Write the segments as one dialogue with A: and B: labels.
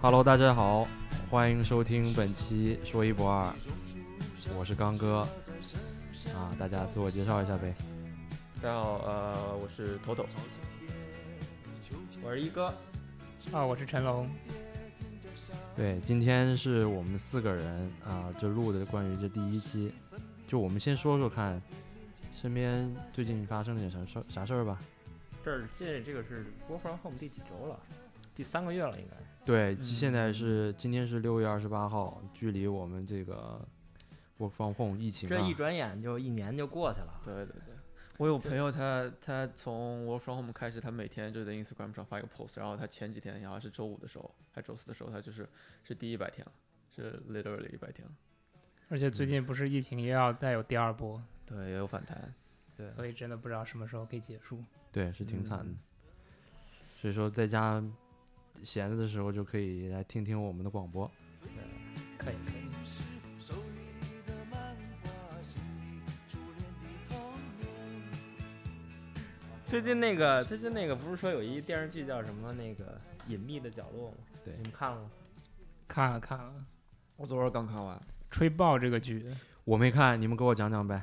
A: Hello，大家好，欢迎收听本期《说一不二》，我是刚哥。啊，大家自我介绍一下呗。
B: 大家好，呃，我是头头，我是一哥，
C: 啊，我是成龙。
A: 对，今天是我们四个人啊，就录的关于这第一期。就我们先说说看，身边最近发生了点啥事儿啥事儿吧。
B: 这儿现在这个是 Work from Home 第几周了？第三个月了，应该。
A: 对，
C: 嗯
A: 现在是今天是六月二十八号，距离我们这个 work from home 疫情、啊、
B: 这一转眼就一年就过去了。
D: 对对对，我有朋友他他从 work from home 开始，他每天就在 Instagram 上发一个 post，然后他前几天然后是周五的时候，还周四的时候，他就是是第一百天了，是 literally 一百天了。
C: 而且
D: 嗯
C: 最近不是疫情又要再有第二波，
D: 对，也有反弹。
B: 对
C: 所以真的不知道什么时候可以结束。
A: 对，是挺惨的。
B: 嗯
A: 所以说，在家闲着的时候就可以来听听我们的广播。
C: 可以可以，
B: 最近那个，最近那个不是说有一电视剧叫什么那个隐秘的角落吗？
A: 对
B: 你们看了吗？
C: 看了看了，
D: 我昨儿刚看完，
C: 吹爆这个剧，
A: 我没看，你们给我讲讲呗。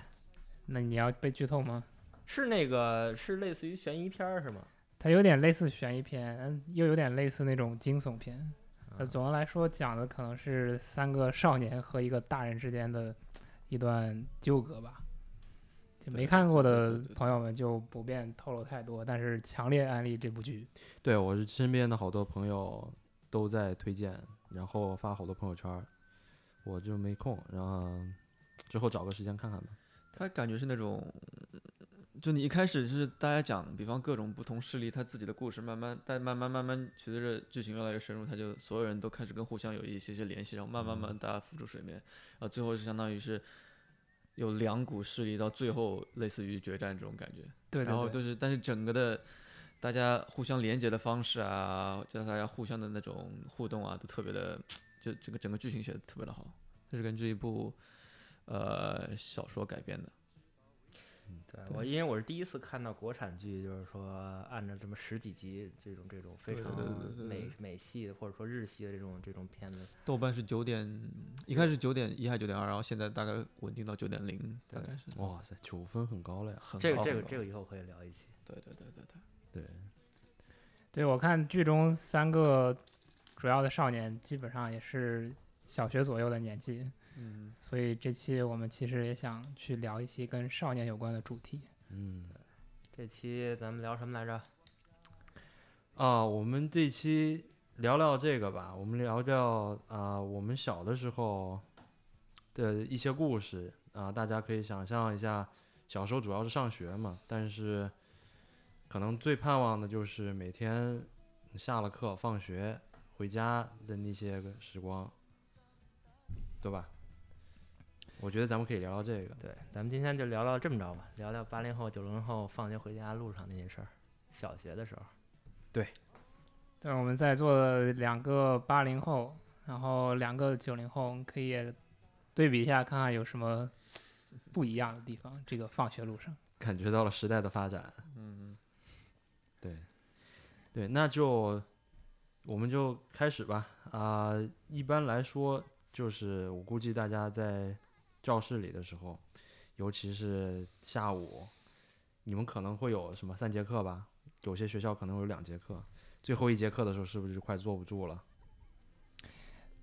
C: 那你要被剧透吗？
B: 是那个是类似于悬疑片儿是吗？
C: 它有点类似悬疑片，嗯又有点类似那种惊悚片。
D: 啊
C: 呃，总的来说讲的可能是三个少年和一个大人之间的一段纠葛吧。就没
D: 对
C: 看过
D: 对对
C: 的
D: 对对
C: 朋友们就不便透露太多，但是强烈安利这部剧。
A: 对我是身边的好多朋友都在推荐，然后发好多朋友圈儿，我就没空，然后之后找个时间看看吧。
D: 他感觉是那种，就你一开始是大家讲，比方各种不同势力他自己的故事，慢慢但慢慢慢慢随着剧情越来越深入，他就所有人都开始跟互相有一些些联系，然后慢慢
C: 嗯
D: 慢大家浮出水面，然后最后是相当于是有两股势力到最后类似于决战这种感觉。
C: 对
D: 然后
C: 对对，
D: 就是，但是整个的大家互相连接的方式啊，就大家互相的那种互动啊，都特别的，就这个整个剧情写的特别的好。这是根据一部呃小说改编的，嗯
B: 对我，因为我是第一次看到国产剧，就是说按照这么十几集这种这种非
C: 对
B: 常
C: 对
D: 对对对
B: 美美系的或者说日系的这种这种片子，
D: 豆瓣是九点，一开始九点一还九点二，然后现在大概稳定到九点零，大概是
A: 哇塞，九分很高了呀！
D: 很
B: 这个
D: 高
B: 这个
D: 很高
B: 这个以后可以聊一期。
D: 对对对对对，
A: 对，
C: 对我看剧中三个主要的少年基本上也是小学左右的年纪，
D: 嗯，
C: 所以这期我们其实也想去聊一些跟少年有关的主题。
A: 嗯
B: 这期咱们聊什么来着？
A: 啊，我们这期聊聊这个吧，我们聊聊啊，我们小的时候的一些故事啊，大家可以想象一下，小时候主要是上学嘛，但是可能最盼望的就是每天下了课、放学回家的那些个时光，对吧？我觉得咱们可以聊聊这个。
B: 对，咱们今天就聊聊这么着吧，聊聊八零后、九零后放学回家路上那些事儿。小学的时候，
C: 对，我们在座的两个八零后，然后两个九零后，可以也对比一下，看看有什么不一样的地方。这个放学路上，
A: 感觉到了时代的发展。嗯，对，对，那就我们就开始吧。啊、一般来说，就是我估计大家在教室里的时候，尤其是下午，你们可能会有什么三节课吧？有些学校可能会有两节课，最后一节课的时候是不是就快坐不住了？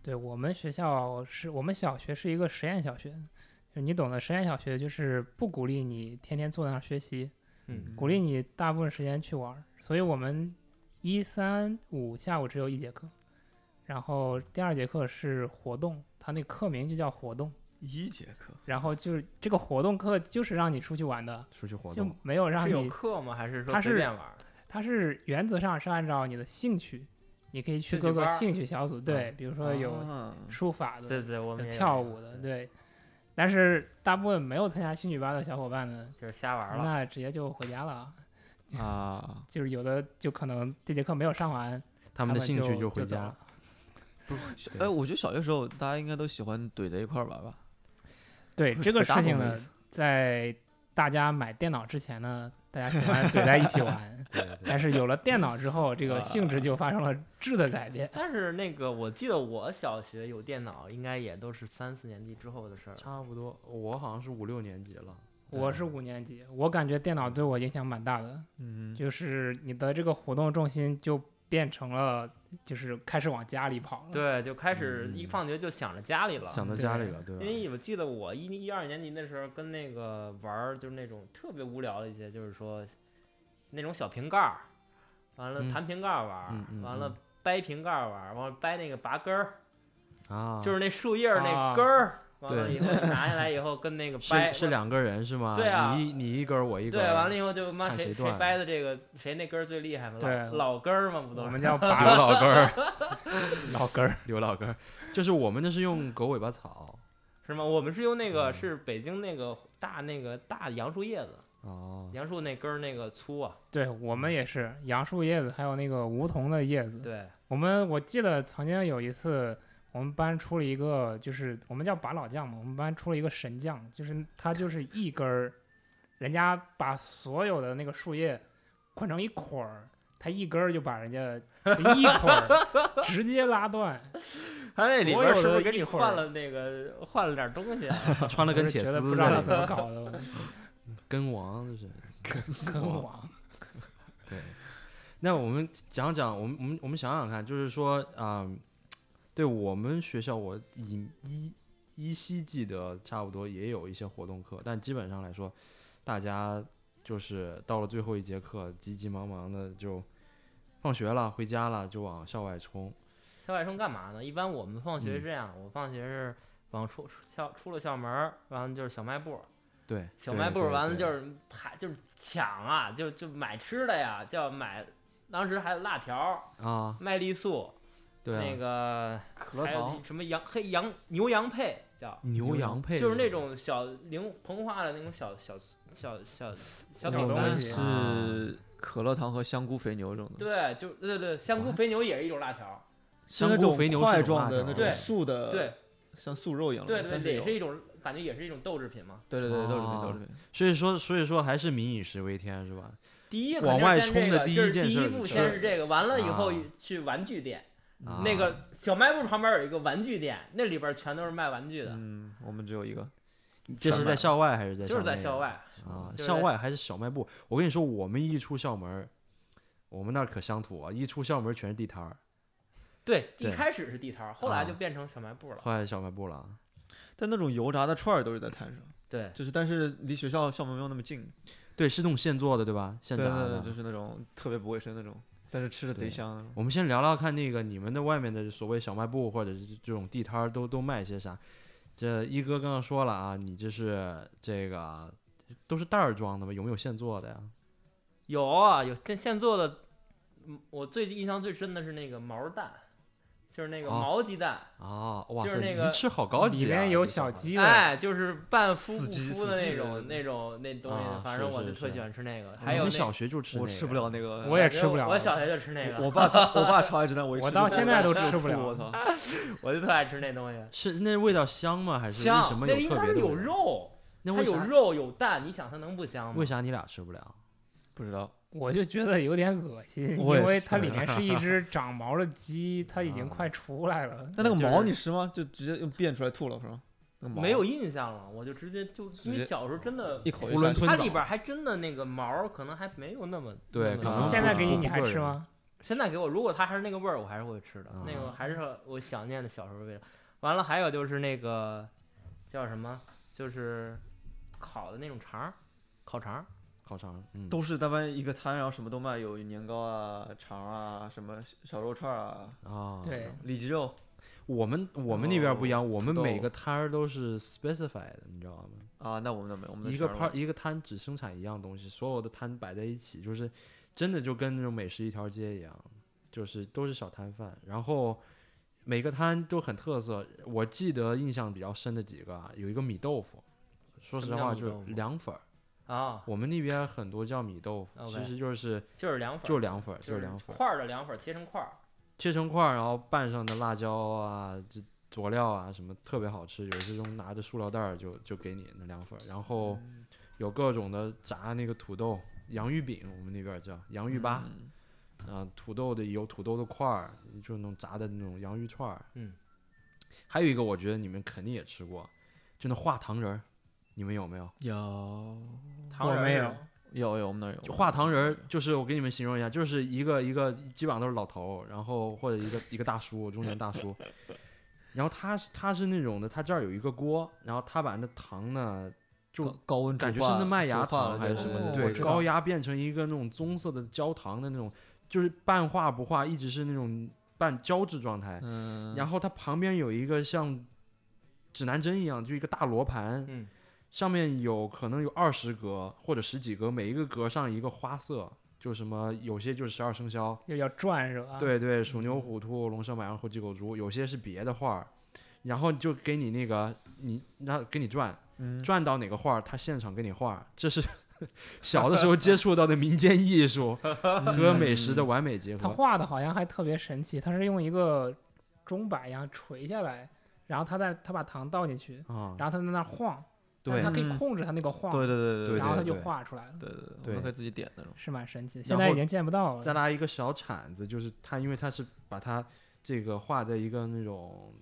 C: 对我们学校是我们小学是一个实验小学，就你懂的，实验小学就是不鼓励你天天坐在那儿学习，
B: 嗯，
C: 鼓励你大部分时间去玩儿，所以我们一三五下午只有一节课，然后第二节课是活动，它那课名就叫活动，
D: 一节课，
C: 然后就是这个活动课就是让你出去玩的，
A: 出去活
C: 就
A: 动，
C: 没有让
B: 是有
C: 你，
B: 课吗？还是说
C: 他
B: 随
C: 是
B: 便玩儿？
C: 它是原则上是按照你的兴趣，你可以去
B: 兴趣
C: 各个
B: 班儿嗯哦
C: 兴趣小组，对，比如说有
D: 啊
C: 书法的，
B: 对对，我们
C: 有
B: 也
C: 跳舞的，，对，但是大部分没有参加兴趣班的小伙伴们，
B: 就是瞎玩儿了。
C: 那直接就回家了，
D: 啊，
C: 就是有的就可能这节课没有上完。
A: 他们的兴趣
C: 就
A: 回
C: 走
A: 家。
C: 了。。
D: 小哎，我觉得小学时候大家应该都喜欢怼在一块儿玩吧，
C: 对
D: 会
C: 这个
D: 会打
C: 事情
D: 懂的
C: 呢
D: 意思，
C: 在大家买电脑之前呢，大家喜欢怼在一起玩
A: 对对对
C: 但是有了电脑之后，这个性质就发生了质的改 变。
B: 但是那个，我记得我小学有电脑，应该也都是三四年级之后的事儿。
A: 差不多，我好像是五六年级了。
C: 我是五年级，我感觉电脑对我影响蛮大的，
D: 嗯哼，
C: 就是你的这个活动重心就变成了，就是开始往家里跑了。
B: 对，就开始一放学就嗯想着家里了。
A: 想到家里了，对吧？
B: 因为我记得我一一二年级那时候跟那个玩儿，就是那种特别无聊的一些，就是说那种小瓶盖儿，完了
A: 嗯
B: 弹瓶盖儿玩儿，
A: 嗯嗯
B: 完
A: 嗯
B: 了掰瓶盖儿玩儿，完了掰那个拔根儿，
A: 啊，
B: 就是那树叶儿那
C: 啊
B: 根儿，完了
A: 对
B: 以后拿下来以后跟那个 掰
A: 是是两个人是吗？
B: 对啊
A: 你一你一根儿，我一根
B: 对，
A: 儿。
B: 完了以后就妈
A: 看
B: 谁
A: 谁
B: 谁
A: 断
B: 掰的这个谁那根儿最厉害嘛，
C: 对
B: 老老根儿嘛不
C: 我
B: 都是？
C: 们叫
A: 刘
C: 拔
A: 老根儿，
C: 老根儿，
A: 刘 老根儿，就是我们那是用狗尾巴草
B: 是吗？我们是用那个
A: 嗯
B: 是北京那个大那个大杨树叶子，
A: 哦，
B: 杨树那根儿那个粗啊，
C: 对我们也是杨树叶子，还有那个梧桐的叶
A: 嗯
C: 子。
B: 对，
C: 我们我记得曾经有一次，我们班出了一个，就是我们叫把老将嘛，我们班出了一个神将，就是他就是一根儿，人家把所有的那个树叶捆成一捆儿，他一根儿就把人家这一捆儿直接拉断，
B: 他那里
C: 所
B: 边儿
C: 有
B: 是不
C: 的
B: 是给
C: 一
B: 你
C: 会
B: 换
C: 儿
B: 了那个换了点儿东西啊？
A: 穿了
C: 我
A: 根
C: 是
A: 铁
C: 觉
A: 丝
C: 得不知道
A: 在
C: 他
A: 里
C: 怎么
A: 面，
C: 搞的，
A: 跟王就是
C: 跟我
A: 对。那我们讲讲，我们我们我们想想看，就是说啊、对我们学校，我以依依稀记得，差不多也有一些活动课，但基本上来说，大家就是到了最后一节课，急急忙忙的就放学了，回家了，就往校外冲。
B: 校外生干嘛呢？一般我们放学是这样，我放学是往出出校出了校门儿，完了就是小卖部儿，
A: 对，
B: 小
A: 对
B: 卖部儿
A: 对
B: 完了
A: 对
B: 就是排就是抢啊，就就买吃的呀，叫买，当时还有辣条儿、
A: 啊，
B: 麦丽素，
A: 对啊，
B: 那个
D: 可乐
B: 还有
D: 糖，
B: 什么羊黑羊牛羊配叫，
A: 牛羊嗯配
B: 就是那种小零膨化的那种小小小小小
C: 小
B: 饼
C: 东
B: 干
C: 西
A: 啊
D: 是可乐糖和香菇肥牛这种的，
B: 对，就对对，香菇
A: What？
B: 肥牛也是一种辣条，
D: 是
A: 香
D: 那
A: 菇
D: 种
A: 肥牛
D: 块
A: 是种辣
D: 状的
A: 条
D: 那
B: 对
D: 种素的，
B: 对，
D: 像素肉一样的，
B: 对
D: 但
B: 对
D: 是
B: 对，
D: 有
B: 也是一种感觉，也是一种豆制品嘛。
D: 对对对，豆制品
A: 哦
D: 豆制品，
A: 所以说所以说还是民以食为天是吧？
B: 第一
A: 往外冲的第
B: 第
A: 一件
B: 第
A: 事
B: 一
A: 儿
B: 步
A: 是
B: 先是这个，完了以后
A: 啊
B: 去玩具店，
A: 啊
B: 那个小卖部旁边有一个玩具店，那里边全都是卖玩具的，
D: 嗯，我们只有一个，
A: 这是在校外还是在
B: 就是在
A: 内
B: 校外。
A: 啊？
B: 就是
A: 校
B: 在
A: 外还是小卖部？我跟你说，我们一出校门儿，我们那儿可乡土啊，一出校门儿全是地摊儿，
B: 对，一
A: 对
B: 开始是地摊儿，后来
A: 啊
B: 就变成小卖部了。
A: 后来小卖部了。
D: 但那种油炸的串儿都是在摊上，
B: 对，
D: 就是但是离学校校门没有那么近，
A: 对，是那种现做的，对吧？现
D: 对
A: 炸
D: 对
A: 的
D: 对，。就是那种特别不卫生那种，但是吃的
A: 对
D: 贼香那种。
A: 我们先聊聊看那个你们的外面的所谓小卖部或者是这种地摊儿都都卖些啥？这一哥刚刚说了啊，你这是这个都是袋儿装的吗？有没有现做的呀？
B: 有啊，有现现做的。嗯我最印象最深的是那个毛蛋，就是那个
A: 啊
B: 毛鸡蛋，
A: 啊，哇
B: 就是
A: 塞，
B: 那
A: 你
B: 个
A: 吃好高级、啊，
C: 里面有
A: 这
C: 小
A: 小孩
C: 鸡的，
B: 哎，就是半孵
D: 死
B: 不
D: 鸡
B: 孵
D: 死
B: 的那
D: 鸡
B: 种那种那东西
A: 啊，
B: 反
A: 是
B: 正我
A: 是
B: 就特
A: 是
B: 喜欢吃那个。
A: 我
B: 还有
A: 们
B: 那
A: 小学就吃、那
D: 我
A: 个
D: 吃不了那个，
C: 我也吃不
B: 我
C: 了
B: 我小学就 吃那个，
D: 我爸超我爸超爱吃，但我一
C: 我
D: 吃
C: 到
D: 就
C: 现在都
D: 我
C: 吃不
D: 吐
C: 了
D: 我操！
B: 我就特爱吃那东西。
A: 是那味道香吗？还是
B: 香，
A: 什么
B: 那
A: 有
B: 应
A: 特
B: 该
A: 别
B: 是
A: 的
B: 有
A: 味道？
B: 肉，
A: 那
B: 它
A: 为
B: 有
A: 啥
B: 肉有蛋，你想它能不香吗
A: 为？啥你俩吃不了？
D: 不知道，
C: 我就觉得有点恶心，因
D: 我也
C: 为
D: 是
C: 它里面是 一只长毛的鸡，它已经
A: 啊
C: 快出来了。
D: 但那个
B: 就是
D: 毛你吃吗？就直接用便出来吐了是吗？那个毛
B: 没有印象了，我就直接就因为
D: 接
B: 小时候真的
D: 一，口
A: 囫囵吞
B: 它
A: 枣
B: 里边还真的那个毛儿可能还没有那么
A: 对
B: 那么
A: 可能
B: 香
C: 现在给你，
A: 啊
C: 你还吃吗？
B: 现在给我，如果它还是那个味儿，我还是会吃的，那个
C: 啊
B: 还是我想念的小时候的味道。完了，还有就是那个叫什么，就是烤的那种肠儿，烤肠儿。
A: 烤肠，嗯，
D: 都是单般一个摊，然后什么都卖，有年糕啊、肠啊、什么小肉串啊、
A: 啊，
C: 对，
D: 里脊肉。
A: 我们我们那边不一样，我们
D: 土豆
A: 每个摊儿都是 specified 的，你知道吗？
D: 啊，那我们倒没有，我们的
A: 一个
D: 全是
A: 摊一个摊只生产一样东西，所有的摊摆在一起，就是真的就跟那种美食一条街一样，就是都是小摊贩，然后每个摊都很特色。我记得印象比较深的几个啊，有一个米豆腐，说
B: 什
A: 实
B: 么叫
A: 话
B: 米
A: 就是
B: 豆腐
A: 凉粉儿，
B: 啊，
A: 我们那边很多叫米豆腐，
B: OK
A: 其实就是
B: 就是凉粉儿，
A: 就是凉粉儿，
B: 就
A: 就是是凉粉儿。
B: 块儿的凉粉儿切成块儿，
A: 切成块儿，然后拌上的辣椒啊、这佐料啊什么，特别好吃。有这种拿着塑料袋儿就就给你那凉粉儿，然后有各种的炸那个土豆，洋芋饼，我们那边儿叫洋芋粑，
D: 嗯
A: 啊，土豆的有土豆的块儿，就那种炸的那种洋芋串儿。
B: 嗯，
A: 还有一个我觉得你们肯定也吃过，就那画糖人儿，你们有没有？
D: 有
B: 糖
C: 我
B: 人儿
C: 没
B: 是
C: 有
B: 吧
D: 有有，我们那儿有
A: 就画糖人儿，就是我给你们形容一下，就是一个一个基本上都是老头儿，然后或者一个一个大叔，中年大 叔。然后他是他是那种的，他这儿有一个锅，然后他把那糖呢，就
D: 高高温
A: 感
D: 煮
A: 觉是
D: 化
A: 那麦芽
D: 煮化
A: 糖
D: 了
A: 还是
D: 对
A: 什么
D: 对
A: 的，
C: 哦
D: 对
C: 我
A: 对，
C: 知道
A: 高压变成一个那种棕色的焦糖的那种，就是半化不化，一直是那种半胶质状态。
D: 嗯，
A: 然后它旁边有一个像指南针一样，就一个大罗盘，
B: 嗯，
A: 上面有可能有二十格或者十几格，每一个格上一个花色，就什么有些就是十二生肖，
C: 又要转啊是吧？，
A: 对对，鼠
C: 嗯
A: 牛虎兔龙蛇马羊猴鸡狗猪，有些是别的画儿，然后就给你那个你让给你转，
D: 嗯
A: 转到哪个画儿，他现场给你画儿，这是小的时候接触到的民间艺术 和美食的完美结
C: 他
A: 合。
C: 画的好像还特别神奇，他是用一个钟摆一样垂下来，然后他在他把糖倒进去，
A: 啊、
C: 然后他在那儿晃，但
A: 对
C: 他可以
D: 嗯
C: 控制他那个晃，
D: 对对对对
A: 对
C: 然后他
A: 对
C: 就
A: 对
C: 画出来了，
D: 对对对，我
A: 对
D: 们可以自己点那种。
C: 是蛮神奇的。
A: 然
C: 现在已
A: 后
C: 经见不到
A: 再
C: 了。
A: 拉一个小铲子，就是它，因为它是把它这个画在一个那种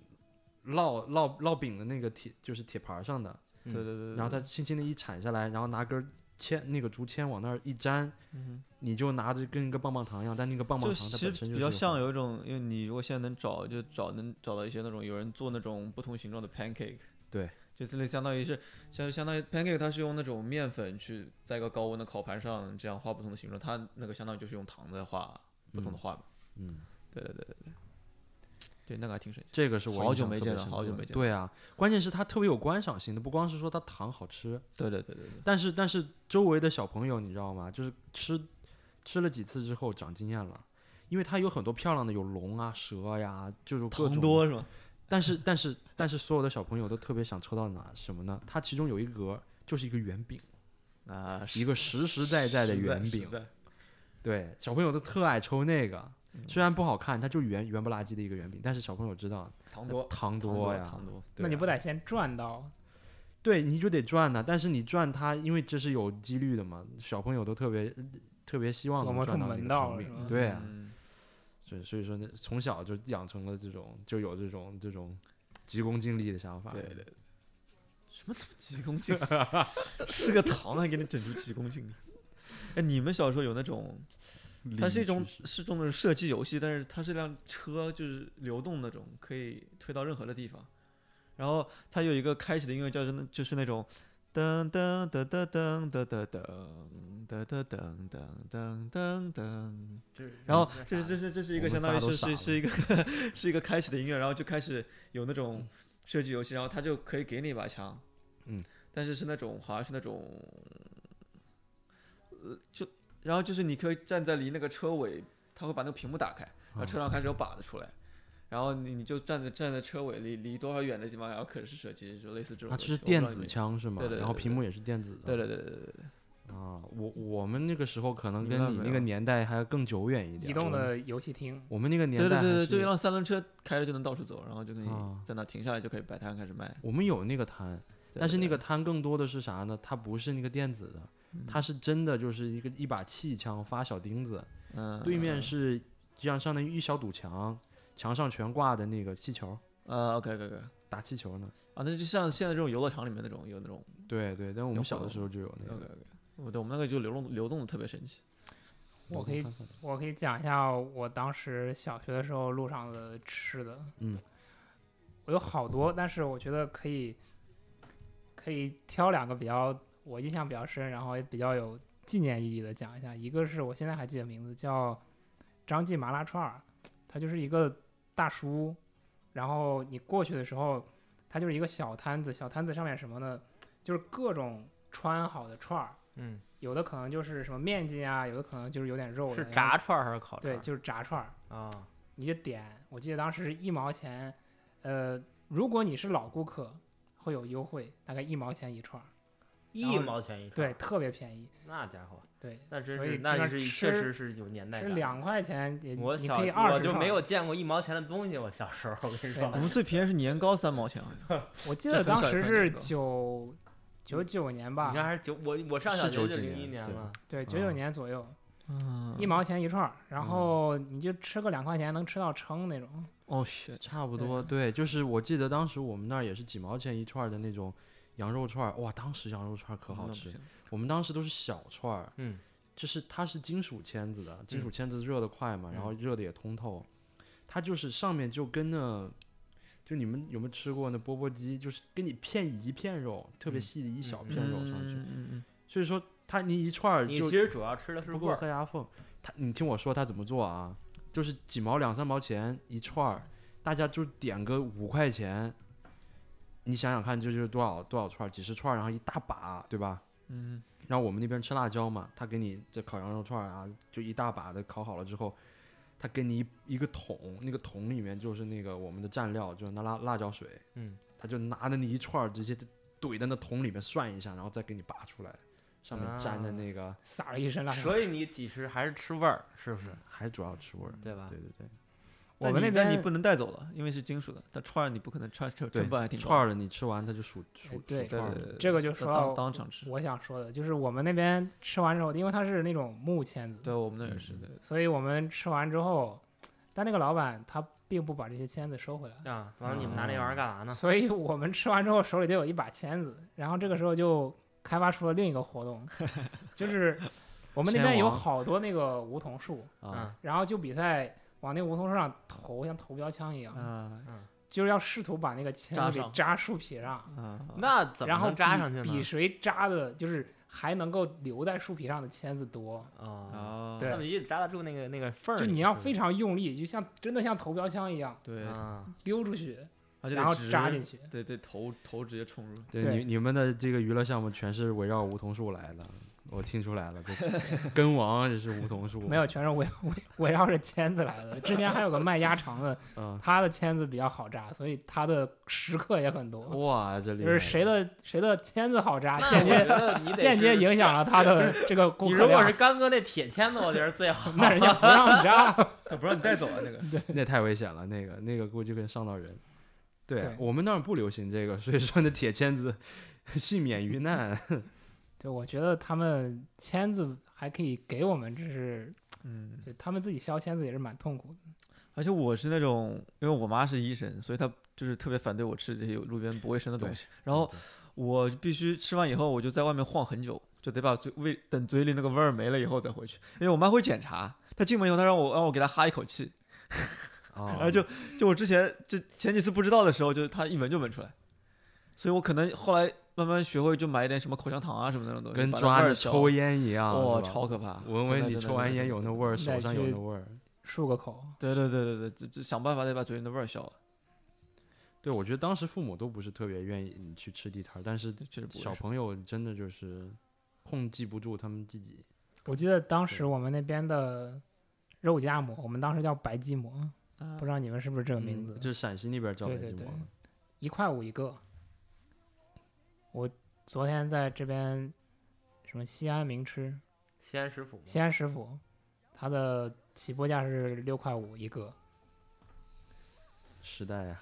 A: 烙烙烙饼的那个铁，就是铁盘儿上的，
B: 嗯
D: 对对对，对
A: 然后它轻轻的一铲下来，然后拿根儿铅那个竹签往那儿一粘，
D: 嗯
A: 你就拿着跟一个棒棒糖一样，但那个棒
D: 就
A: 棒糖它
D: 其
A: 本身
D: 实
A: 就
D: 比较
A: 是个
D: 像
A: 花
D: 有一种，因为你如果现在能找，就找能找到一些那种有人做那种不同形状的 pancake，
A: 对，
D: 就是类相当于是相相当于 pancake，它是用那种面粉去在一个高温的烤盘上这样画不同的形状，它那个相当于就是用糖在画不同的画嘛，
A: 嗯，
D: 对对对对对，对那个还挺神奇，
A: 这个是我印
D: 好久
A: 象
D: 没
A: 特
D: 见
A: 别
D: 了
A: 深
D: 好
A: 刻
D: 久
A: 的
D: 没见
A: 对啊，关键是它特别有观赏性的，不光是说它糖好吃，
D: 对对对对对，
A: 但是但是周围的小朋友你知道吗？就是吃吃了几次之后长经验了，因为它有很多漂亮的，有龙啊、蛇呀、就是各
D: 糖
A: 种。
D: 多是吗？
A: 但是但是但是所有的小朋友都特别想抽到哪什么呢？它其中有一格就是一个圆饼，
D: 啊，
A: 一个实实在在的
D: 实
A: 圆
D: 实
A: 饼。
D: 在
A: 对，小朋友都特爱抽那个，虽然不好看，它就圆圆不拉几的一个圆饼，但是小朋友知道
D: 糖多
A: 糖
D: 糖
A: 多呀，
D: 糖多，
A: 对
C: 那你
A: 啊
C: 不得先转到？
A: 对，你就得赚呐、但是你赚它，因为这是有几率的嘛，小朋友都特别特别希望
C: 琢
A: 能
C: 磨
A: 赚
C: 出
A: 到那
C: 门
A: 个
C: 道
A: 糖
C: 了
A: 饼
C: 是吧
A: 对啊，
D: 嗯
A: 所以所以说呢，从小就养成了这种就有这种这种急功近利的想法。
D: 对啊对，对，什么急功近利？是个糖还给你整出急功近利？哎，你们小时候有那种，它是一种是种那种射击游戏，但是它是辆车，就是流动那种，可以推到任何的地方。然后它有一个开始的音乐，叫是那就是那种噔噔噔噔噔噔噔噔噔噔噔噔噔噔。然
B: 嗯
D: 后这是这是这是一个
A: 啊我们
D: 相当于
A: 仨都
D: 是
A: 傻
D: 是是一个 是一个开始的音乐，然后就开始有那种射击游戏，然后他就可以给你一把枪，
A: 嗯，
D: 但是是那种好像是那种，呃，就然后就是你可以站在离那个车尾，他会把那个屏幕打开，
A: 哦
D: 然后车上开始有靶子出来。然后你你就站在站在车尾离离多少远的地方，然后可是射击，就类似这种
A: 它啊
D: 游戏。
A: 就是
D: 我不知
A: 电
D: 道你
A: 子
D: 们。
A: 枪是吗？
D: 对对对
A: 然后
D: 对
A: 屏幕也是电子的。
D: 对对对对对对，
A: 啊，我我们那个时候可能
D: 你
A: 跟
D: 那
A: 你
D: 没
A: 那个
D: 有
A: 年代还更久远一点。
C: 移动
A: 我们，
C: 的游戏厅，
A: 我们那个年
D: 对
A: 代
D: 对对
A: 还
D: 对，就是一辆三轮车开着就能到处走，然后就可以
A: 啊
D: 在那停下来就可以摆摊开始卖。
A: 我们有那个摊，
D: 对
A: 但
D: 对
A: 是那
D: 对嗯
A: 个摊更多的是啥呢？它不是那个电子的，它是真的就是一个一把气枪发小钉子，
D: 嗯，
A: 对面是就像相当于一小堵墙，墙上全挂的那个气球，
D: 啊，OK OK OK，啊，
A: 打气球呢。
D: 那就像现在这种游乐场里面那种有那种
A: 对对，但我们
D: 有
A: 小
D: 活
A: 的
D: 动
A: 时候就有那
D: OK
A: 个。
D: OK，我对我们那个就流动流动的特别神奇，
C: 我
A: 嗯
C: 可以我可以讲一下我当时小学的时候路上的吃的。
A: 嗯，
C: 我有好多，但是我觉得可以可以挑两个比较我印象比较深，然后也比较有纪念意义的讲一下。一个是我现在还记得名字叫张记麻辣串儿，它就是一个大叔，然后你过去的时候，它就是一个小摊子，小摊子上面什么呢？就是各种穿好的串儿。
B: 嗯，
C: 有的可能就是什么面筋啊，有的可能就是有点肉的，
B: 是
C: 然后
B: 炸串儿还是烤串
C: 对，
B: 儿？
C: 就是炸串儿，
B: 啊，
C: 你就点。我记得当时是一毛钱，呃，如果你是老顾客，会有优惠，大概一毛钱一串儿，然
B: 一
C: 后
B: 毛钱一串
C: 对，
B: 儿，
C: 特别便宜。
B: 那家伙，
C: 对，
B: 那真
C: 所以
B: 是
C: 这
B: 那
C: 个
B: 是确
C: 吃
B: 实是有年代
C: 是
B: 感的。
C: 两块钱也，
B: 我
C: 你
B: 小
C: 可以二
B: 我
C: 十
B: 就
C: 串
B: 没有
C: 儿。
B: 见过一毛钱的东西，我小 时候我跟你
C: 对
B: 说
D: 我，们最便宜是年糕三毛钱，啊
C: 我
D: 这
C: 记得
D: 很
C: 当
D: 少一
C: 时
D: 块钱
C: 是
D: 的
C: 九九九年吧
B: 嗯你看，还嗯是九，我我上
A: 是
B: 小学
A: 九
B: 就
A: 几
B: 零一
A: 年对
B: 了，
C: 对，九九
A: 啊
C: 年左右，
D: 啊
B: 嗯
C: 一毛钱一串儿，然后你就吃个两块钱，能吃到撑那种。
D: 哦，shit，
A: 差不多，对，就是我记得当时我们那儿也是几毛钱一串儿的那种羊肉串儿，哇，当时羊肉串儿可好
D: 那不
A: 吃
D: 行，。
A: 我们当时都是小串儿，
B: 嗯，
A: 就是它是金属签子的，金
B: 嗯
A: 属签子热得快嘛，然后热的也通透，它就是上面就跟那，就你们有没有吃过那钵钵鸡，就是跟你片一片肉，特别
B: 嗯
A: 细的一小
B: 嗯
A: 片肉上去，
D: 嗯嗯嗯
A: 所以说它你一串儿
B: 你
A: 就
B: 其实主要吃的是
A: 不
B: 味
A: 够
B: 儿，
A: 塞牙缝。他，你听我说他怎么做啊？就是几毛两三毛钱一串儿，大家就点个五块钱，你想想看，这就是多少多少串儿，几十串儿，然后一大把，对吧？
D: 嗯
A: 然后我们那边吃辣椒嘛，他给你这烤羊肉串儿啊，就一大把的烤好了之后，他给你一一个桶，那个桶里面就是那个我们的蘸料，就是那辣辣椒水，
B: 嗯，
A: 他就拿着那一串儿直接就怼在那桶里面涮一下，然后再给你拔出来，上面沾的
B: 啊
A: 那个、
C: 撒了一身辣椒。
B: 所以你几十还是吃味儿，是不是？
C: 嗯
A: 还主要吃味儿。
B: 对吧？
A: 对对对，
C: 我
D: 但
C: 们
D: 你
C: 那
D: 但你
C: 边
D: 不能带走了，因为是金属的。但串儿你不可能串成成本还挺高哎
A: 串儿了你吃完它就数数
C: 对
A: 数
D: 对
A: 串儿
D: 对
A: 了，
D: 对，
C: 这个就
D: 当
C: 说到
D: 当当场吃。
C: 我想说的就是，我们那边吃完之后，因为它是那种木签子，
D: 对我们那也是
A: 嗯
D: 的，
C: 所以我们吃完之后，但那个老板他并不把这些签子收回来，
B: 啊，完了你们拿那
C: 嗯
B: 玩意儿干嘛呢？
C: 所以我们吃完之后手里就有一把签子，然后这个时候就开发出了另一个活 动，就是我们那边
A: 签
C: 有
A: 王
C: 好多那个梧桐树，
A: 啊，
C: 然后就比赛往那梧桐树上投，像投标枪一样，
B: 嗯
D: 啊
C: 就是要试图把那个签
D: 扎
C: 子给
D: 上
C: 扎树皮上，
D: 啊，
B: 那怎么
C: 然后
B: 能扎
C: 比
B: 上去
C: 比
B: 呢？
C: 谁扎的就是还能够留在树皮上的签子多。
B: 啊，
D: 啊
C: 嗯对
B: 那你就得扎得住那个那个缝儿
C: 就
B: 里，
C: 你要
B: 是
C: 非常用力，就像真的像投标枪一样
D: 对，
B: 啊，
C: 丢出去，
D: 而且
C: 嗯然
D: 得
C: 后
D: 直
C: 扎进去。
D: 对对，头头直接冲入。
A: 对
C: 对
A: 你你们的这个娱乐项目全是围绕梧桐树来的，我听出来了，这 是跟王也是梧桐树，
C: 没有，全是围 围围绕着签子来的。之前还有个卖鸭 肠的，
A: 嗯，
C: 他的签子比较好扎，所以他的食客也很
D: 哦
C: 多。
A: 哇，这里
C: 就是谁的谁的签子好扎，
B: 那
C: 间
B: 我
C: 接
B: 觉得你得
C: 间接
B: 是
C: 影响了他的这个顾
B: 你
C: 客
B: 如果
C: 量。
B: 是。干哥那铁签子，我觉得最好
C: 那人家不让扎，
D: 他不让你带走啊，那 个
A: 那太危险了，那个那个估计会伤到人。对
C: 对
A: 我们那儿不流行这个，所以说那铁签子幸免于难。
C: 对，我觉得他们签子还可以给我们，只是
D: 嗯，
C: 就他们自己削签子也是蛮痛苦的。
D: 而且我是那种，因为我妈是医生，所以她就是特别反对我吃这些有路边不卫生的东
A: 对嗯
D: 西。然后
A: 对
D: 我必须吃完以后，我就在外面晃很久，就得把嘴味等嘴里那个味儿没了以后再回去。因为我妈会检查，她进门以后她让我让我给她哈一口气，然
A: 啊，
D: 后就就我之前就前几次不知道的时候，就她一闻就闻出来，所以我可能后来慢慢学会就买一点什么口香糖啊什么那种东西，
A: 跟
D: 把那
A: 抓
D: 味
A: 着
D: 儿消
A: 抽烟一样，
D: 哇、
A: 是吧
D: 超可怕！
A: 闻
D: 真
A: 闻
D: 的
A: 你
D: 真的
A: 抽
D: 真
A: 完
D: 的
A: 烟
D: 真
A: 有
D: 的
A: 那味儿，
C: 再
A: 手上有
C: 去
A: 那味儿。
C: 漱个口，
D: 对对对对对，这这想办法得把嘴里的味儿消了，
A: 对，我觉得当时父母都不是特别愿意你去吃地摊儿，但是
D: 这确实不
A: 小
D: 卫生。
A: 朋友真的就是控制不住他们自己。
C: 我记得当时我们那边的肉夹馍，我们当时叫白吉馍，
D: 啊嗯
C: 不知道你们是不是这个名字？
A: 嗯就是陕西那边叫
C: 对
A: 白
C: 对
A: 吉
C: 对
A: 馍嘛。
C: 一块五一个。我昨天在这边什么西安名吃，
B: 西安食府嘛，
C: 西安食府，它的起步价是六块五一个。
A: 时代啊，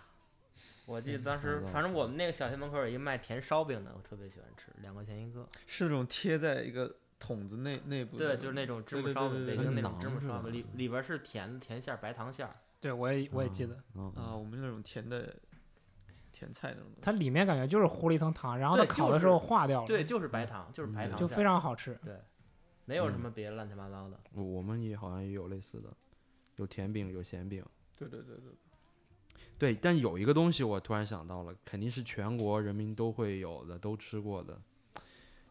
B: 我记得当时
A: 嗯那，倒
B: 反正
A: 是
B: 我们那个小学门口有一个卖甜烧饼的，我特别喜欢吃，两块钱一个。
D: 是那种贴在一个桶子内内部的
B: 对，
D: 种
B: 就是那种芝
D: 对对
B: 麻烧
D: 对
B: 饼，
D: 对
B: 北
A: 对
B: 京那
A: 那
B: 种芝麻
A: 馕是
B: 烧
A: 吧
B: 饼，里里边是甜甜馅儿、白糖馅儿。
C: 对，我也我也记
A: 啊
C: 得，
A: 嗯
D: 啊，我们那种甜的甜菜那种东西。
C: 它里面感觉就是糊了一层糖，然后它
B: 对
C: 烤
B: 就
C: 的时候
B: 是
C: 化掉了，
B: 对，就是白糖，就是白
A: 嗯
B: 糖
C: 就
B: 馅
C: 非
B: 儿，
C: 常好吃。
B: 没有什
A: 嗯
B: 么别的乱七八糟的。
A: 我我们也好像也有类似的，有甜饼，有咸饼。
D: 对对对对，
A: 对，但有一个东西我突然想到了，肯定是全国人民都会有的，都吃过的，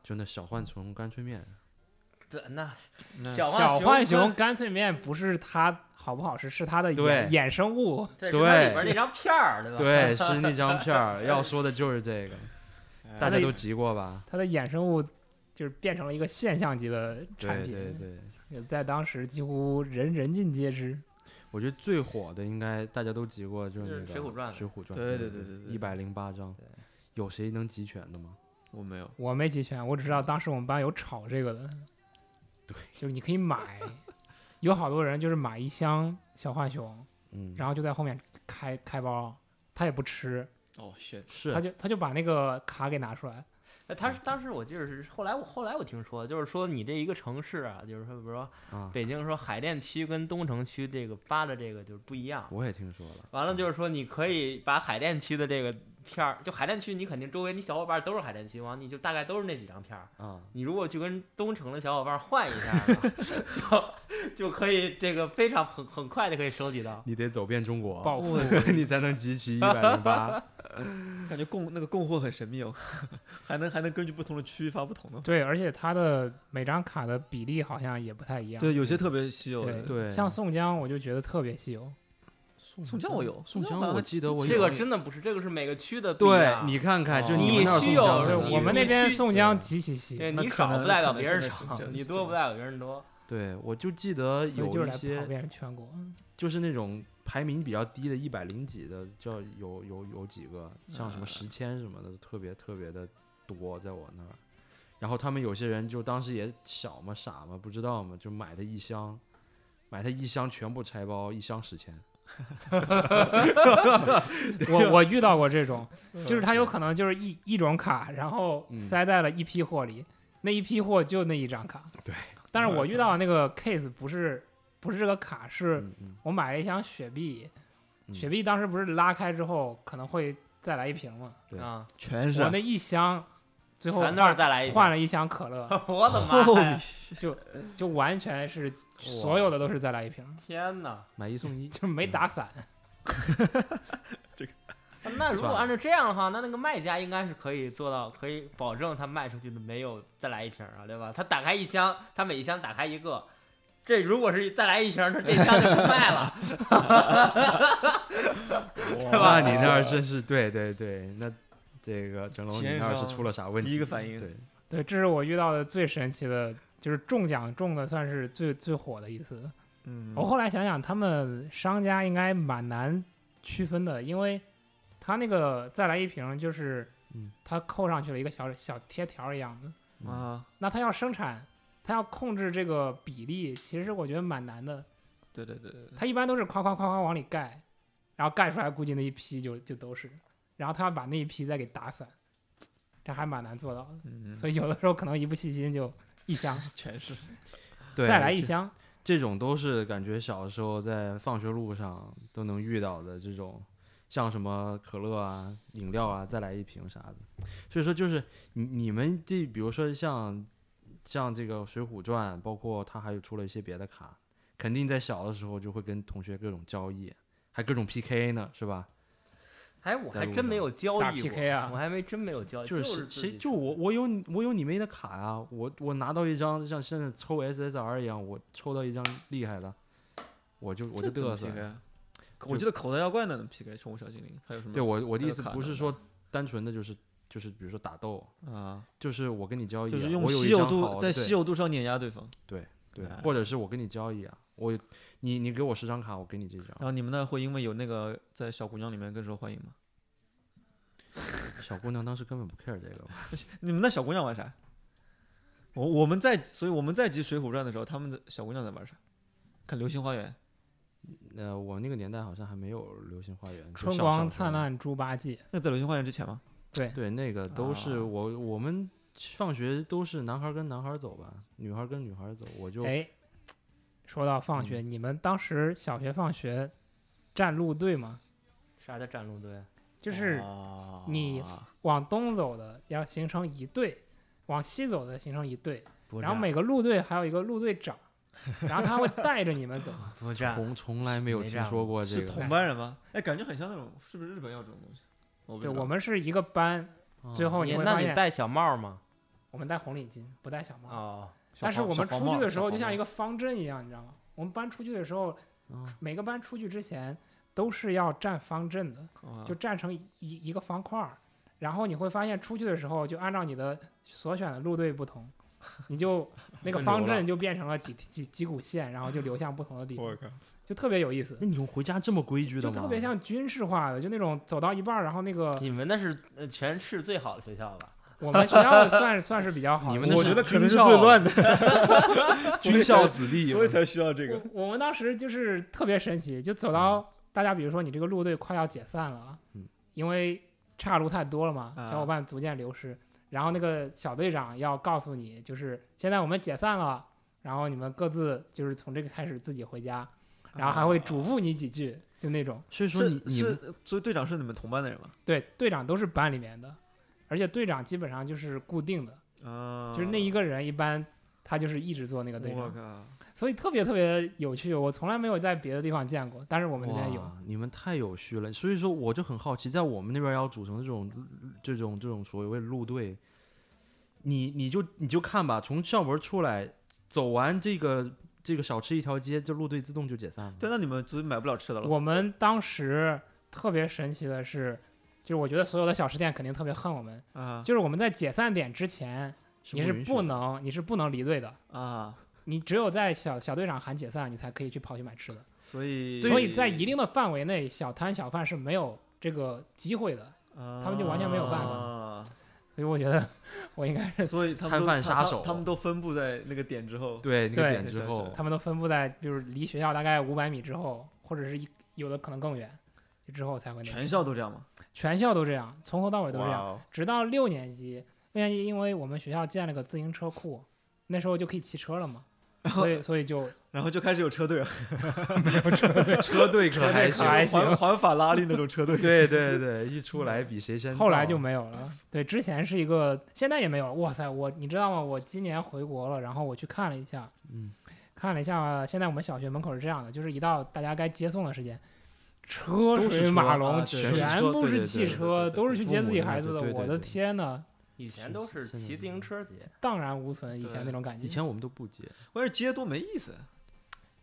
A: 就那小浣熊干脆面。
B: 对，那
D: 那
B: 小
C: 小浣
B: 浣
C: 熊
B: 跟，
C: 干脆面不是它好不好吃，是它的
A: 对
C: 衍衍生物。
B: 对，是它里
A: 对
B: 边那张片儿，对吧？
A: 对，是那张片儿。要说的就是这个，
D: 哎
A: 大
C: 那
A: 家都急过吧？
C: 它的衍生物就是变成了一个现象级的产
A: 对
C: 品，
A: 对对。
C: 也在当时几乎人人尽皆知。
A: 我觉得最火的应该大家都集过，就是
B: 就是
A: 那个《
B: 水浒传呗
A: 水浒传》
D: 对对对对对
A: 一百零八章
B: 对，
A: 有谁能集全的吗？
D: 我没有，
C: 我没集全，我只知道当时我们班有炒这个的，
A: 对，
C: 就是你可以买，有好多人就是买一箱小浣熊，
A: 嗯，
C: 然后就在后面开开包，他也不吃，
D: 哦，shit，
A: 是
C: 他就他就把那个卡给拿出来，
B: 那他是当时我记得是后来我后来我听说，就是说你这一个城市啊，就是说比如说
A: 啊，
B: 北京说海淀区跟东城区这个发的这个就是不一样。
A: 我也听说了。
B: 完了就是说，你可以把海淀区的这个片儿，就海淀区，你肯定周围你小伙伴都是海淀区，完你就大概都是那几张片儿。
A: 啊，
B: 你如果去跟东城的小伙伴换一下呢， 就就可以这个非常很很快就可以收集到。
A: 你得走遍中国，
C: 暴富
A: 你才能集齐一百零八。
D: 感觉供那个供货很神秘哦， 还能还能根据不同的区发不同 的。
C: 对，而且它的每张卡的比例好像也不太一样。
D: 对，有些特别稀有
C: 对
D: 的。
A: 对，
C: 像宋江我就觉得特别稀有。
D: 宋江我有，
A: 宋江，
D: 好像
A: 我记得我
B: 这个
A: 有
B: 真的不是，这个是每个区的不一
A: 对
B: 样。
A: 你看看，
D: 哦
A: 就
D: 你
A: 们那儿
B: 需
A: 宋
B: 要
A: 江
B: 有
A: 真
C: 就
A: 的
B: 这
A: 是
B: 种
C: 我们那边
B: 必须
C: 宋江极其稀有，
B: 对
D: 那
B: 你
D: 可
B: 少
D: 能
B: 不代表
D: 可能
B: 别人
D: 真的是
B: 少
D: 这，样
B: 你
D: 是
B: 多
D: 这
B: 不代表别人多。
A: 对，我就记得
C: 所以就
A: 有
C: 是
A: 一
C: 来
A: 些
C: 跑遍全国。
A: 就是那种排名比较低的，一百零几的，叫有有有几个，像什么
D: 嗯
A: 十千什么的，特别特别的多，在我那儿。然后他们有些人就当时也小嘛傻嘛不知道嘛，就买的一箱，买它一箱全部拆包，一箱十千。
C: 我我遇到过这 种，嗯就是他有可能就是一一种卡，然后
A: 嗯
C: 塞在了一批货里，那一批货就那一张卡。
A: 对。
C: 但是我
D: 哇
C: 遇
D: 塞
C: 到的那个 case 不是不是这个卡，是
A: 嗯嗯
C: 我买了一箱雪碧，
A: 嗯
C: 雪碧当时不是拉开之后可能会再来一瓶嘛，
A: 对
B: 啊，
D: 全
C: 我那一箱最后
B: 咱那儿
C: 换
B: 再来一
C: 换
B: 了，
C: 了一箱可 乐，
B: 我的妈呀！
C: 就就完全是所有的都是再来一 瓶，，
B: 天哪！
A: 买一送一
C: 就
B: 嗯
C: 没打散。
B: 那如果按照这样的话，那那个卖家应该是可以做到，可以保证他卖出去的没有再来一瓶啊，对吧？他打开一箱，他每一箱打开一个，这如果是再来一瓶，他这箱就不卖 了。
D: 对
A: 哇，你那儿真是对对对，那这个整龙，你
D: 奸
A: 那儿是
D: 商
A: 出了啥问题？
D: 第一个反应
A: 对，
C: 对，这是我遇到的最神奇的，就是中奖中的算是最最火的一次。
D: 嗯，
A: 哦
C: 我后来想想，他们商家应该蛮难区分的，因为他那个再来一瓶，就是
A: 嗯
C: 他扣上去了一个小小贴条一样的。
D: 啊，
C: 那他要生产，他要控制这个比例，其实我觉得蛮难的。
D: 对对对对，
A: 嗯
D: 对
C: 他一般都是夸夸夸夸往里盖，然后盖出来估计那一批就就都是，然后他要把那一批再给打散，这还蛮难做到的。
D: 嗯，
C: 所以有的时候可能一不细心就一箱
D: 全是
A: 对
C: 再来一箱，
A: 这种都是感觉小时候在放学路上都能遇到的这种，像什么可乐啊、饮料啊，再来一瓶啥的。所以说，就是你你们这，比如说像像这个《水浒传》，包括他还有出了一些别的卡，肯定在小的时候就会跟同学各种交易，还各种 PK 呢，是吧？
B: 哎，我
A: 在
B: 还
A: 路
B: 真
A: 上
B: 没有交
C: 咋
B: 易过
C: PK 啊
B: 我还没真没有交易，
A: 就是是
B: 呃自
A: 谁
B: 己
A: 就
B: 出
A: 我我有你我有你妹的卡啊，我我拿到一张像现在抽 SSR 一样，我抽到一张厉害的，我就我就
D: 这怎么
A: 嘚瑟。
D: PK 啊。我记得口袋妖怪那能 PK 宠物小精灵，还有什么？
A: 对我我的
D: 嗯还
A: 意
D: 有
A: 思
D: 卡
A: 不
D: 等
A: 是
D: 等
A: 说单纯的就是就是比如说打斗，
D: 啊，
A: 就是我跟你交易、啊，
D: 就是用
A: 我有
D: 稀
A: 一
D: 有
A: 张好
D: 度
A: 的
D: 在
A: 对
D: 稀有度上碾压对方。
A: 对
D: 哎，
A: 或者是我跟你交易啊，我你你给我十张卡，我给你这张
D: 然。后你们那会因为有那个在小姑娘里面更受欢迎吗？
A: 小姑娘当时根本不 care 这个，
D: 你们那小姑娘玩啥？我我们在，所以我们在集《水浒传》的时候，他们在小姑娘在玩啥？看《流星花园
A: 呃，我那个年代好像还没有《流星花园》就
C: 春
A: 小
C: 光
A: 小时
C: 灿
A: 候。
C: 烂猪八戒。》，
D: 那在《流星花园》之前吗？
A: 对，那个都是
D: 啊
A: 我、我们放学都是男孩儿跟男孩儿走吧，女孩儿跟女孩儿走，我就
C: 哎，说到放
D: 嗯
C: 学，你们当时小学放学站路队吗？
B: 啥叫站路队？
C: 就是
D: 啊
C: 你往东走的要形成一队，往西走的形成一队，
B: 不
C: 然后
B: 站
C: 每个路队还有一个路 队长，然后他会带着你们走。
B: 不站，
A: 从从来没有
B: 没
A: 听
B: 站
A: 说过这
D: 是
A: 个
D: 同班人吗？哎，感觉很像那种，是不是日本要这种东西？我不知
C: 对
D: 道
C: 我们是一个班，
A: 啊
C: 最后你
B: 你
C: 会
B: 那
C: 发
B: 你
C: 现
B: 戴小帽吗？
C: 我们戴红领巾，不戴小帽。
B: 哦，
D: 小
C: 但是
D: 黄
C: 我们
D: 小
C: 出
D: 黄
C: 去
D: 帽
C: 的时候
D: 小
C: 就
D: 黄
C: 像一
D: 帽
C: 个方阵一样，你知道吗？我们班出去的时候，
D: 哦
A: 啊
C: 每个班出去之前都是要站方阵的。
D: 啊
C: 就站成一一个方块儿，然后你会发现出去的时候，就按照你的所选的路队不同，你就那个
D: 分
C: 方
D: 流了
C: 阵就变成了几几几股线，然后就流向不同的地方，
D: 啊靠，
C: 就特别有意思，
A: 那你们回家这么规矩的
C: 就
A: 吗？
C: 特别像军事化的，就那种走到一半儿，然后那个
B: 你们那是呃全市最好的学校吧？
C: 我们学校的算算是比较好的，
A: 你们那
D: 我
A: 是
D: 觉得可
A: 军
D: 能是
A: 校
D: 最乱的，
A: 军校子弟，
D: 所以才需要这个。嗯
C: 我我们当时就是特别神奇，就走到大家，比如说你这个路队快要解散了啊，
A: 嗯
C: 因为岔路太多了嘛，
D: 啊
C: 小伙伴逐渐流失，然后那个小队长要告诉你，就是现在我们解散了，然后你们各自就是从这个开始自己回家，然后还会嘱咐你几句，就那种。
A: 所以说你
D: 是
A: 你们
D: 是作为队长是你们同班的人吗？
C: 对，队长都是班里面的，而且队长基本上就是固定的，
D: 啊，
C: 就是那一个人一般他就是一直做那个队
D: 我
C: 长，
D: 靠，
C: 所以特别特别有趣，我从来没有在别的地方见过，但是我们那边有。
A: 哇，你们太有序了。所以说我就很好奇，在我们那边要组成这种这种这种所谓路队，你你就你就看吧，从校门出来，走完这个这个小吃一条街，这路队自动就解散了。
D: 对，那你们就买不了吃的了。
C: 我们当时特别神奇的是，就是我觉得所有的小吃店肯定特别恨我们，
D: 啊
C: 就是我们在解散点之前，你是
A: 是允许
C: 不
A: 的
C: 能你是不能离队的，
D: 啊，
C: 你只有在小小队长喊解散，你才可以去跑去买吃的。
D: 所以
C: 所以在一定的范围内，小摊小贩是没有这个机会的。
D: 他
C: 他们就完全没有办法
D: 法。
C: 所以我觉得我应该是
D: 所以他们
A: 摊
D: 都
A: 贩
D: 他
A: 杀
D: 他
A: 手
D: 他们都分布在那个点之后。
A: 对那个
C: 对
A: 点之
D: 是
A: 后
D: 是，
C: 他们都分布在就是离学校大概五百米之后，或者是一有的可能更远，就之后才会那个
D: 全校都这样吗？
C: 全校都这样，从头到尾都这样。
D: 哇哦
C: 直到六年级，六年级因为我们学校建了个自行车库，那时候就可以骑车 了嘛，所以所以就
D: 然后就开始有车队了，
A: 车队可还
C: 可
A: 行。
C: 还行
D: 环环法拉利那种车 队。
A: 对对对，一出来比谁先到。
C: 嗯后来就没有了。对，之前是一个，现在也没有了。哇塞，我你知道吗？我今年回国了，然后我去看了一下，
A: 嗯，
C: 看了一下，现在我们小学门口是这样的，就是一到大家该接送的时间，车
A: 是
C: 水
A: 车
C: 马
A: 啊
C: 龙，
D: 对
A: 全是
C: 全
A: 车
C: 部
A: 对
C: 是
A: 对
C: 汽
A: 对对
C: 车，
D: 对对
C: 都是去接
A: 父
C: 自
A: 母
C: 己
A: 那
C: 孩
A: 个
C: 子的。
A: 对对
C: 我
A: 对
C: 的天呐，
B: 以前都是骑自行车节，
C: 荡然无存以前
D: 对
C: 那种感觉。
A: 以前我们都不接，
D: 关键是接多没意思，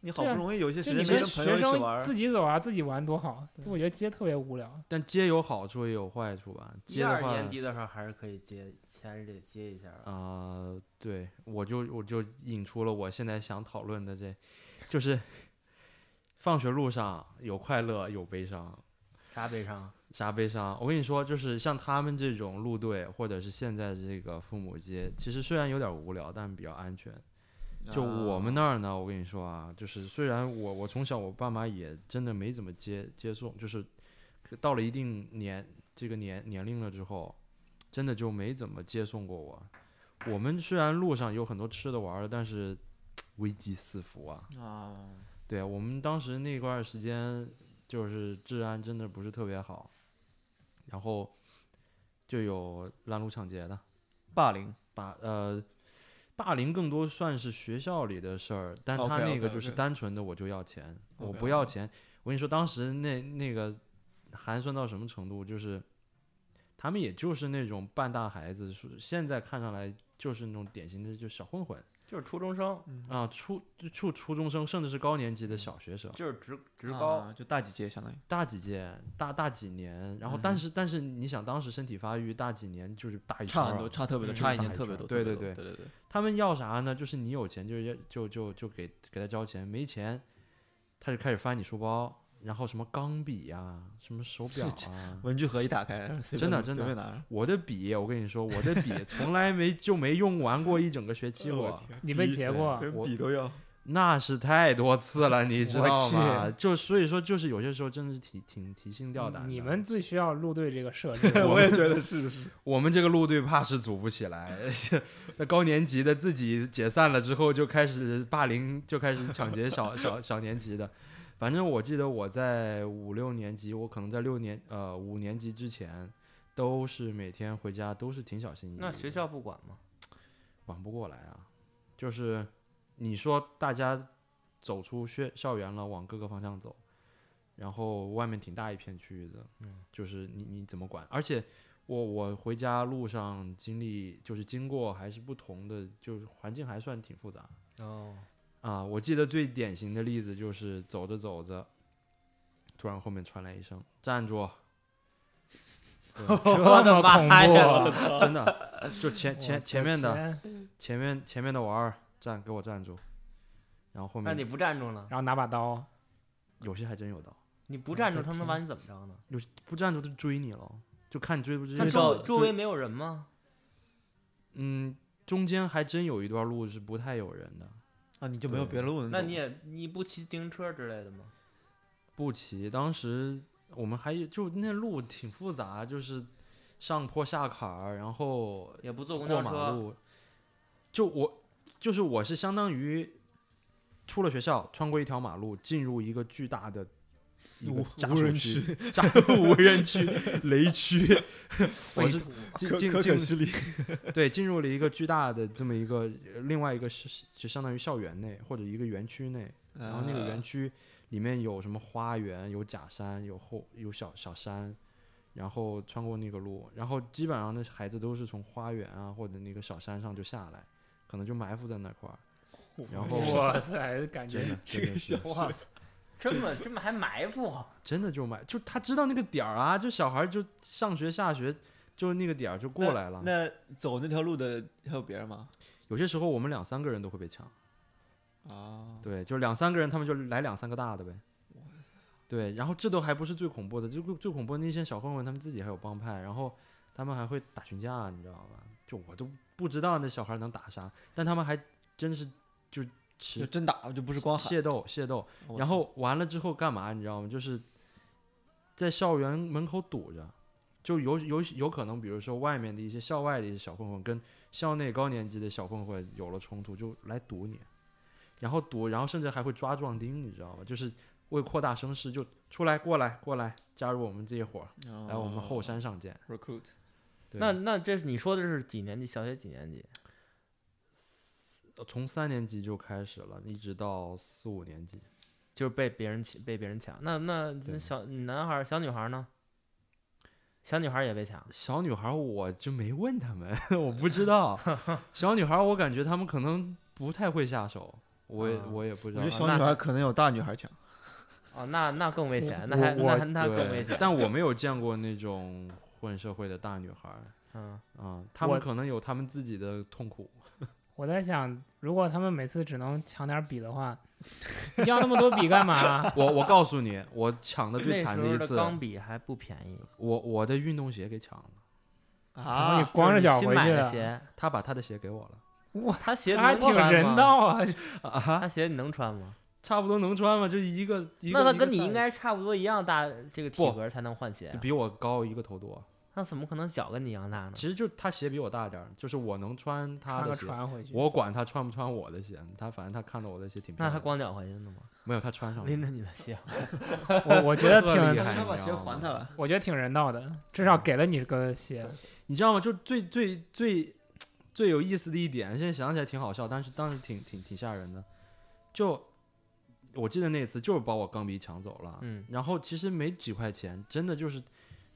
D: 你好
C: 对啊
D: 不容易有一些
C: 就
D: 时
C: 你
D: 间能
C: 跟
D: 跟朋
C: 学
D: 友一起
C: 生
D: 玩
C: 自己走啊，自己玩多好。
D: 对
C: 我觉得街特别无聊。
A: 但接有好处也有坏处吧。
B: 一
A: 接的
B: 二
A: 话，
B: 年级的时候还是可以接，还是得接一下啊。
A: 啊、对，我就我就引出了我现在想讨论的这，就是放学路上有快乐有悲伤，
B: 啥悲伤？
A: 啥悲伤？我跟你说，就是像他们这种路队，或者是现在这个父母街，其实虽然有点无聊，但比较安全。
D: 儿。
A: 就我们
D: 那
A: 那儿呢，我跟你说啊，就是虽然我我从小我爸妈也真的没怎么接接送，就是到了一定年这个年年龄了之后，真的就没怎么接送过我。我们虽然路上有很多吃的玩儿的，但是危机四伏啊。
D: 啊，
A: 对啊，我们当时那段儿时间就是治安真的不是特别好，然后就有拦路抢劫的，
D: 霸凌
A: 霸呃霸凌更多算是学校里的事儿，但他
D: OK，OK，OK
A: 那个就是单纯的我就要钱我
D: OK，
A: 不要钱。我跟你说，当时那那个寒酸到什么程度，就是他们也就是那种半大孩子，说现在看上来就是那种典型的就小混混
B: 就是初中生，
A: 啊，初初初中生，甚至是高年级的小学生，
B: 就是职职高，
D: 啊就大几届相当于。
A: 大几届，大大几年，然后但
D: 嗯
A: 是、但是你想，当时身体发育大几年就是大一圈
D: 差
A: 儿
D: 很
A: 啊
D: 多，差特别多，
C: 嗯
D: 差一
A: 大
D: 年
A: 一
D: 特别
A: 圈
D: 多。
A: 对
D: 特别
A: 对
D: 多对对对，
A: 他们要啥呢？就是你有钱就要就就就给给他交钱，没钱他就开始翻你书包，然后什么钢笔呀、什么手表啊。
D: 文具盒一打开，随
A: 真
D: 便
A: 的
D: 随
A: 真的啊
D: 便拿。
A: 我的笔，我跟你说，我的笔从来没就没用完过一整个学期
D: 哦
A: 过，
D: 我天
C: 你被
D: 笔
C: 劫
A: 对
C: 过？
D: 连
A: 我
D: 笔都要。。
A: 那是太多次了，你知
C: 我
A: 道
C: 去
A: 吗？就所以说，就是有些时候真的是挺挺提心吊胆的。
C: 你们最需要路队这 个设置
D: 我也觉得是 是。
A: 我们这个路队怕是组不起来，那高年级的自己解散了之后就开始霸凌，就开始抢劫小小小年级的。反正我记得我在五六年级，我可能在六年呃五年级之前，都是每天回家都是挺小心翼翼的。
B: 那学校不管吗？
A: 管不过来啊，就是你说大家走出学校园了，往各个方向走，然后外面挺大一片区域的，
B: 嗯，
A: 就是你你怎么管？而且我我回家路上经历就是经过还是不同的，就是环境还算挺复杂
B: 哦，
A: 啊。我记得最典型的例子就是走着走着，突然后面传来一声“站住”，
C: 这
B: 我的
C: 么
B: 妈
C: 恐
B: 呀
C: 怖
B: 我
A: 真的就前
C: 我
A: 前前面的。
C: 天
A: 前面前面的娃儿站给我站住，然后后
B: 那你
A: 面
B: 不站住呢？
C: 然后拿 把刀，
A: 有些还真有刀，
B: 你不站住，
C: 我的
B: 他能
C: 天
B: 把你怎么着呢？
A: 有些不站住就追你了，就看你追不追
B: 他
D: 追
A: 得
D: 到
A: 上。
B: 周周围没有人吗？
A: 嗯，中间还真有一段路是不太有人的，
D: 啊，你就没有
A: 对
D: 别的路能走
B: 那
D: 吗？
B: 你也你不骑自行车之类的吗？
A: 不骑。当时我们还有就那路挺复杂，就是上坡下坎儿，然后
B: 也不坐公
A: 过
B: 交
A: 马
B: 车，
A: 路，就我就是我是相当于出了学校，穿过一条马路，进入一个巨大的一个
D: 无
A: 渣
D: 无
A: 属
D: 人
A: 区，渣无人区、雷 区，我
C: 废
A: 是
C: 土
A: 进进
D: 可可
A: 进
D: 西 里，
A: 对进入了一个巨大的这么一个呃另外一个是就相当于校园内或者一个园区内，然后那个园
D: 啊
A: 区里面有什么花园，有假山，有后有小小山，然后穿过那个路，然后基本上那孩子都是从花园啊或者那个小山上就下来，可能就埋伏在那块儿。然后
C: 哇塞，感觉
A: 真
D: 哎
A: 的，真的是
B: 哇，这么这么还埋伏，啊
A: 真的就埋，就他知道那个点儿啊，就小孩儿就上学下学就那个点儿就过来了。
D: 那走那条路的还有别人吗？
A: 有些时候我们两三个人都会被抢，
D: 啊，
A: 对，就两三个人，他们就来两三个大的呗。对，然后这都还不是最恐怖的，就最恐怖的那些小混混，他们自己还有帮派，然后他们还会打群架，你知道吧？就我都不知道那小孩能打啥，但他们还真是就
D: 就
A: 持
D: 真打，就不是光喊。
A: 械斗械斗，
D: 我
A: 然
D: 操
A: 后完了之后干嘛？你知道吗？就是在校园门口堵着，就有有有可能，比如说外面的一些校外的一些小混混跟校内高年级的小混混有了冲突，就来堵你，然后堵，然后甚至还会抓壮丁，你知道吗？就是为扩大声势，就出来过来过来，加入我们这一伙儿，来我们后山上见。
D: 哦 recruit
A: 对
B: 那那这是你说的是几年级？小学几年级？
A: 呃从三年级就开始了，一直到四五年级。
B: 就是被别人抢，被别人抢。那那
A: 对
B: 小男孩儿、小女孩儿呢？小女孩儿也被抢，
A: 小女孩儿我就没问他们，我不知道。小女孩儿我感觉他们可能不太会下手，我也、
B: 啊
A: 我也不知
D: 我
A: 道
D: 觉得
A: 啊。
D: 小女
B: 那
D: 孩可能有大女孩强。
B: 哦，那那更危险，那
C: 我
B: 还那
C: 我
B: 还那
A: 对
B: 更危险。
A: 但我没有见过那种混社会的大女孩儿
B: 嗯，
A: 啊，她们
C: 我
A: 可能有她们自己的痛苦。
C: 我在想，如果他们每次只能抢点儿笔的话，要那么多笔干嘛？
A: 我我告诉你，我抢的最
B: 那
A: 惨
B: 时
A: 的
B: 候
A: 一
B: 的
A: 次，
B: 钢笔还不便宜，
A: 我我的运动鞋给抢了，
C: 然后你
D: 啊，
C: 光
B: 就
C: 着脚
B: 是你新
C: 回
B: 买
C: 去
B: 的
C: 的，
B: 鞋，
A: 她把她的鞋给我了。
C: 哇，
B: 他鞋
C: 那
B: 能
C: 还挺
B: 穿吗
C: 人，道啊！
B: 他鞋你能穿吗？
A: 差不多能穿吗？就一个一个。
B: 那他
A: 一
B: 跟
A: 个
B: 你
A: size
B: 应该差不多一样大，这个体
A: 不
B: 格才能换鞋啊。
A: 比我高一个头多。
B: 那怎么可能脚跟你一样大呢？
A: 其实就她鞋比我大点儿，就是我能穿她
C: 穿
A: 的
C: 个
A: 鞋。
C: 船回去，
A: 我管他穿不穿我的鞋，他反正他看到我的鞋挺漂
B: 那
A: 亮
B: 还
A: 的。
B: 光脚回去呢吗？
A: 没有他穿上了，
B: 拎着你的鞋，啊
C: 我我觉 得
A: 特厉
C: 挺，
A: 害，嗯
D: 他把
A: 你知
D: 鞋
A: 道吗
D: 还他。了。
C: 我觉得挺人道的，至少给了你个鞋。
A: 你知道吗？就最最最最有意思的一点，现在想起来挺好笑，但是当时挺挺挺吓人的。就我记得那次就是把我钢笔抢走了，
B: 嗯，
A: 然后其实没几块钱，真的就是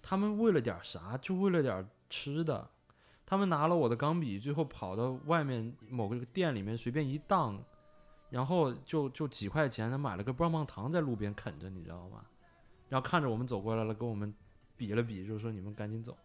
A: 他们为了点儿啥，就为了点儿吃的。他们拿了我的钢笔，最后跑到外面某个店里面随便一当，然后就就几块钱，他买了个棒棒糖在路边啃着，你知道吗？然后看着我们走过来了，跟我们比了比，就说你们赶紧走。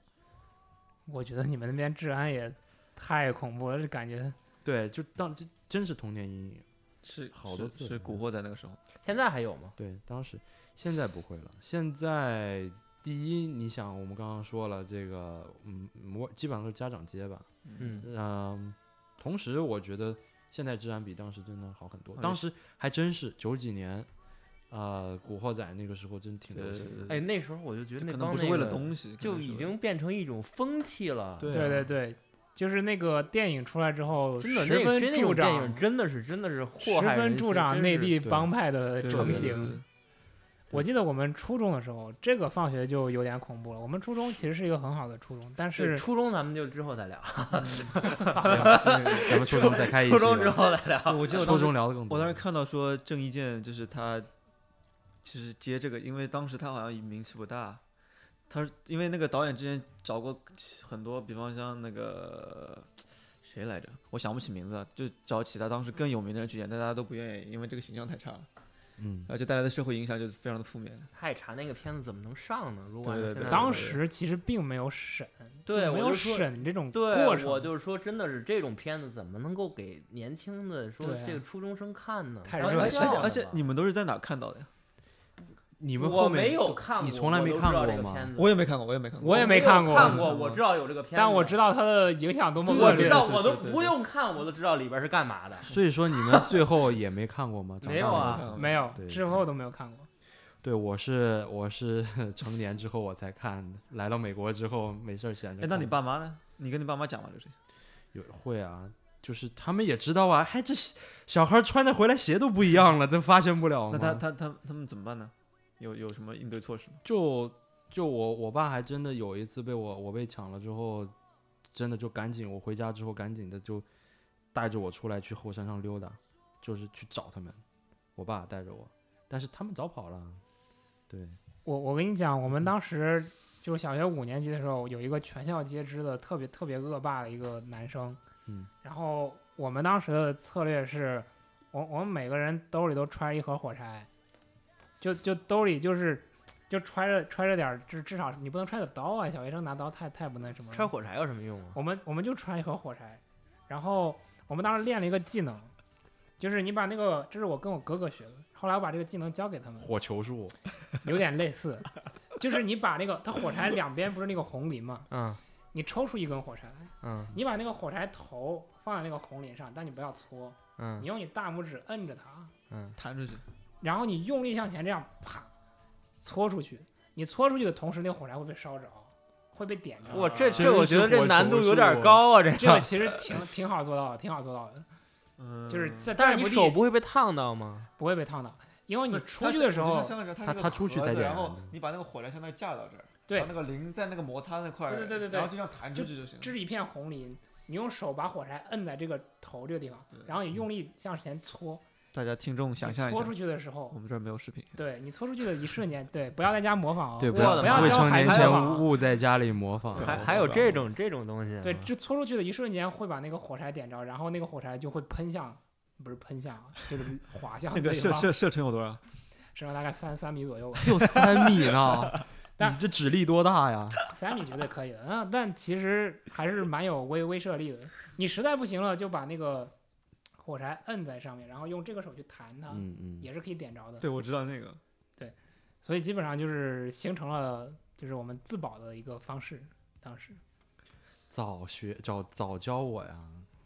C: 我觉得你们那边治安也太恐怖了，这感觉
A: 对，就当这真是童年阴影。
D: 是
A: 好多
D: 是
A: 次
D: 是
A: 了
D: 古惑仔那个时候，
B: 现在还有吗？
A: 对，当时现在不会了。现在第一，你想我们刚刚说了这个，嗯，我基本上都是家长接吧，
B: 嗯，
A: 嗯，同时我觉得现在治安比当时真的好很多。
D: 啊
A: 当
D: 也
A: 时还真是九几年，呃，古惑仔那个时候真挺流行的。
D: 对
B: 哎，那时候我就觉得
D: 可
B: 那
D: 能
B: 帮
D: 不是
B: 那
D: 为了
B: 个
D: 东西，可
B: 就
D: 能是
B: 已
D: 为
B: 经变成一种风气了。
A: 对
C: 对
A: 啊
C: 对对，就是那个电影出来之后，
B: 真的，
C: 十
B: 那
C: 分
B: 真那种
C: 助
B: 电影
C: 长，
B: 真的是真的是祸
C: 十
B: 害人
C: 分
B: 心，
C: 助长
B: 真
C: 内
B: 是
C: 地
A: 对
C: 帮派的
D: 对
C: 成
D: 对对对
C: 型。
D: 对
C: 我记得我们初中的时候，这个放学就有点恐怖了。我们初中其实是一个很好的初中，但
B: 对
C: 是
B: 初中咱们就之后再聊，
A: 咱们初中再开一期吧，
B: 初中之后再聊。
D: 对 我记得我当
A: 初
D: 时
A: 中聊的更多。嗯
D: 我当时看到说郑伊健就是他，其实接这个，因为当时他好像名气不大，他是因为那个导演之前找过很多，比方像那个谁来着，我想不起名字了，就找其他当时更有名的人去演，但大家都不愿意，因为这个形象太差了，
A: 嗯，
D: 而且带来的社会影响就是非常的负面。
B: 太查那个片子怎么能上呢？如果按
D: 对对
B: 照现在
D: 对
C: 当时其实并没有审，
B: 对
C: 就没
B: 我
C: 有
B: 就说
C: 审这种
B: 对
C: 过程。
B: 我就是说，真的是这种片子怎么能够给年轻的说
C: 对啊
B: 这个初中生看呢？
C: 太
B: 开
C: 热
D: 而
B: 玩
D: 且而
C: 了
D: 且而且
B: 笑呢
D: 而且
B: 吧
D: 你们都是在哪看到的呀？
A: 你们
B: 我
A: 后面
B: 没有看过，
A: 你从来
B: 我
A: 没
B: 都不
A: 看
B: 知道
A: 过
B: 这个
A: 吗
B: 片子
D: 我也没看过，我也没看过。
C: 我也没看
B: 过，
C: 过
B: 看我知道有这个片子，
C: 但我知
B: 道，
C: 道它的影响多么
D: 对
C: 恶
B: 我
C: 劣
B: 知
D: 对。
B: 道，
D: 对
B: 我
D: 对
B: 都
D: 对
B: 不用看，我都知道里边是干嘛的。
A: 所以说你们最后也没看过吗？长
B: 没
A: 大
B: 有
A: 了
B: 啊
A: 看
D: 我
C: 没有
A: 对，
C: 之后都没有看过。
A: 对，我是我是 成年之后我才看的，来到美国之后没事儿闲着
D: 哎
A: 看。，
D: 那你爸妈呢？你跟你爸妈讲吗？这个事情？
A: 有会啊？就是他们也知道啊，还这小小孩穿的回来鞋都不一样了，这发现不了吗？
D: 那他他他他们怎么办呢？有有什么应对措施吗？
A: 就就我我爸还真的有一次被我我被抢了之后，真的就赶紧我回家之后赶紧的就带着我出来去后山上溜达，就是去找他们。我爸带着我，但是他们早跑了。对，
C: 我我跟你讲，我
B: 嗯
C: 们当时就是小学五年级的时候，有一个全校皆知的特别特别恶霸的一个男生，
A: 嗯，
C: 然后我们当时的策略是，我我们每个人兜里都揣着一盒火柴，就就兜里就是就揣着揣着点儿，至至少你不能揣着刀啊，小学生拿刀太太不那什么了。
B: 揣火柴有什么用啊？
C: 我们我们就揣一盒火柴，然后我们当时练了一个技能，就是你把那个，这是我跟我哥哥学的，后来我把这个技能教给他们，
A: 火球术，
C: 有点类似，就是你把那个它火柴两边不是那个红磷嘛，
B: 嗯
C: 你抽出一根火柴来，
B: 嗯
C: 你把那个火柴头放在那个红磷上，但你不要搓，
B: 嗯
C: 你用你大拇指摁着它，
D: 弹出去，
C: 然后你用力向前这样啪搓出去，你搓出去的同时，那个火柴会被烧着，会被点着。
B: 我这
D: 啊
B: 这我觉得
A: 真是
B: 这
A: 火
B: 难度
A: 球
B: 有点
A: 术
B: 高啊，这
C: 这个其实挺 挺好做到的，挺好做到的，
D: 嗯，
C: 就是在
B: 但是
C: 不
B: 你
C: 地
B: 手不会被烫到吗？
C: 不会被烫到，因为
D: 不
C: 你
D: 是
C: 出
D: 它
C: 去
D: 是
C: 的时
D: 你
C: 候
D: 看，像是它
A: 它
D: 是个
A: 它出去
D: 盒
A: 才
D: 子
A: 点
D: 然后
A: 燃的
D: 你把那个火柴相当于架到这儿，
C: 对
D: 然后那个零在那个摩擦那块儿，
C: 对对对对
D: 然
C: 对
D: 后就这样弹出去就行了。
C: 这是一片红磷，你用手把火柴摁在这个头这个地方
D: 对，
C: 然后你用力向前搓，
D: 大家听众想象一
C: 你搓
D: 下
C: 出，去的时候
D: 我，们这儿没有视频，
C: 对你搓出去的一瞬间，对，不要在家模仿哦，
A: 对，
B: 我
A: 不要
B: 的
A: 不
B: 妈
A: 要
B: 呀
A: 未
C: 教
A: 成
C: 孩
A: 年
C: 子
A: 前
C: 模仿
A: 勿勿在家里模仿。
D: 对
B: 还
D: 我
B: 还
D: 我
B: 有
D: 懂
B: 这
D: 我
B: 种这种东西啊？
C: 对，这搓出去的一瞬间会把那个火柴点着，然后那个火柴就会喷向，不是喷向 啊，就是滑向
D: 那个
C: 对
D: 射
C: 方，
D: 射射程有多少？
C: 身上大概三三米左右吧，
A: 有三米 呢，
C: 但
A: 你这指力多大呀？
C: 三米绝对可以的啊，但其实还是蛮有威威慑力的。你实在不行了，就把那个火柴摁在上面，然后用这个手去弹它，
A: 嗯嗯，
C: 也是可以点着的。
D: 对，我知道那个。
C: 所以基本上就是形成了就是我们自保的一个方式。当时，
A: 早学早早教我呀，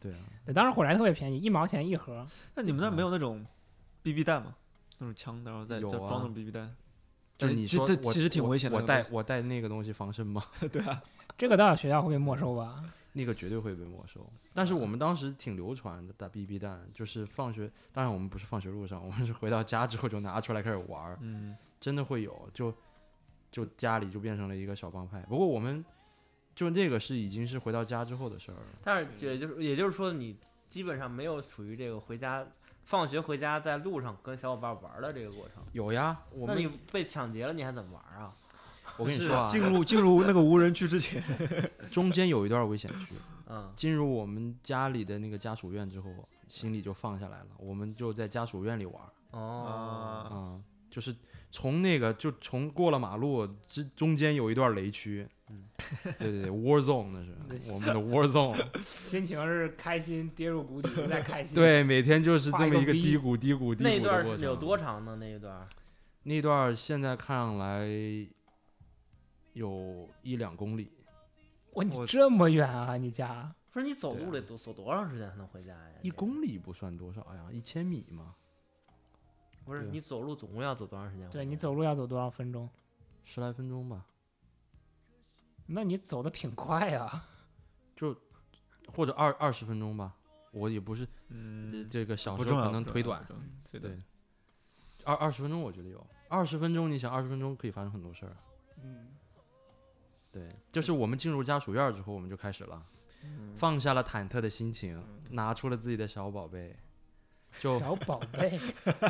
A: 对啊，
C: 对，当时火柴特别便宜，一毛钱一盒。
D: 那你们那儿没有那种 BB 弹吗？那种枪，然后再再
A: 有
D: 装
A: 啊
D: 那种 BB 弹，
A: 就
D: 这
A: 是你
D: 这
A: 说
D: 这
A: 我
D: 其实挺
A: 我
D: 危险的
A: 我
D: 那个
A: 带
D: 东
A: 我带那个东西防身吗？
C: 这个到学校会被没收吧？
A: 那个绝对会被没收。但是我们当时挺流传的，打 BB 弹，就是放学，当然我们不是放学路上，我们是回到家之后就拿出来开始玩儿，
D: 嗯，
A: 真的会有，就就家里就变成了一个小帮派。不过我们就那个是已经是回到家之后的事儿了，
B: 但是也就是也就是说，你基本上没有处于这个回家、放学回家在路上跟小伙伴玩的这个过程。
A: 有呀，我
B: 那你
A: 们
B: 被抢劫了，你还怎么玩啊？
A: 我跟你
D: 是
A: 说啊，呃
D: 进入进入那个无人区之前，
A: 中间有一段危险区，
B: 嗯，
A: 进入我们家里的那个家属院之后，心里就放下来了，我们就在家属院里玩儿。
B: 哦，
A: 啊、就是从那个就从过了马路之中间有一段雷区，
B: 嗯
A: 对对对，war zone 那是我们的 war zone，
C: 心情是开心跌入谷底，又再开 心。，
A: 对，每天就是这
C: 画一
A: 么
C: 个
A: 一个
C: V
A: 低谷低谷低谷
B: 那一
A: 的
B: 段
A: 过
B: 是有
A: 程
B: 多长呢？那一段
A: 那段现在看上来有一两公里，
C: 哇，你
D: 我
C: 这么远啊，你家？
B: 不是你走
A: 对啊
B: 路得多走多长时间才能回家呀？
A: 一
B: 这个
A: 公里不算多少呀，一千米嘛，
B: 不是
A: 对啊
B: 你走路总共要走多长时
A: 嗯
B: 间？
C: 对你，走路要走多少分钟？
A: 十来分钟吧，
C: 那你走的挺快啊。
A: 就或者二二十分钟吧，我也不是、
D: 嗯，
A: 这个小
D: 不
A: 时候
D: 重要，
A: 可能
D: 不重
A: 腿
D: 要
A: 短，，
D: 对
A: 对，二二十分钟我觉得有，二十分钟你想二十分钟可以发生很多事儿。
C: 嗯，
A: 对，就是我们进入家属院儿之后，我们就开始了，
D: 嗯
A: 放下了忐忑的心情，拿出了自己的小宝贝，就
C: 小宝 贝，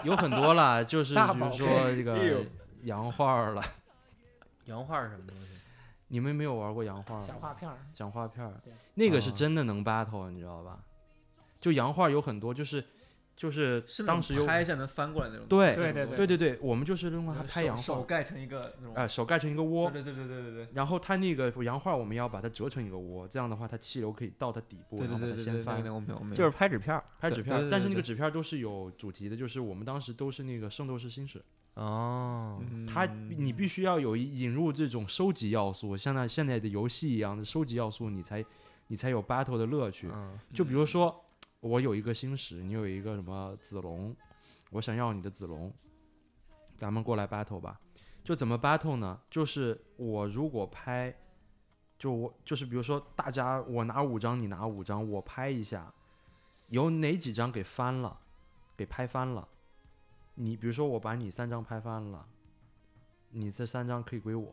A: 有很多了， 就是
C: 大
A: 比
C: 宝
A: 如
C: 贝
A: 说这
D: 哎
A: 个
D: 呦
A: 洋画儿了，
B: 洋画是什么东西？
A: 你们没有玩过洋画儿
C: 小
A: 吗？
C: 画片儿。
A: 讲画片儿
C: 对，
A: 那个是
D: 哦
A: 真的能 battle，你知道吧？就洋画儿有很多，就是就是
D: 是那
A: 当
D: 种
A: 时有
D: 拍一下能翻过来那种，
A: 对
C: 对
D: 对
A: 对对对，我们就是用它
D: 手
A: 拍洋画
D: 手
A: 儿，
D: 盖成一个那种，
A: 啊，手盖成一个窝，
D: 嗯对对对对对对
A: 然后它那个洋画，我们要把它折成一个窝，这样的话，它气流可以到它底部，
D: 对对
A: 然后把
D: 对
A: 它
D: 对
A: 掀
D: 对，那
A: 翻
D: 个。我没有，我没有，
B: 就是拍纸片儿。
A: 拍
D: 对
A: 纸
D: 对
A: 片儿
D: 对，
A: 但
D: 对
A: 是那个
D: 对
A: 纸片儿都是有主题的，就是我们当时都是那个《圣斗士星矢》，
B: 哦，
A: 它
D: 嗯
A: 你必须要有一引入这种收集要素，像那现在的游戏一样的收集要素，你才你才有 battle 的乐趣。
B: 嗯，
A: 就比如说，我有一个星矢，你有一个什么子龙，我想要你的子龙，咱们过来 battle 吧。就怎么 battle 呢？就是我如果拍，就我就是比如说大家我拿五张，你拿五张，我拍一下，有哪几张给翻了，给拍翻了？你比如说我把你三张拍翻了，你这三张可以归我，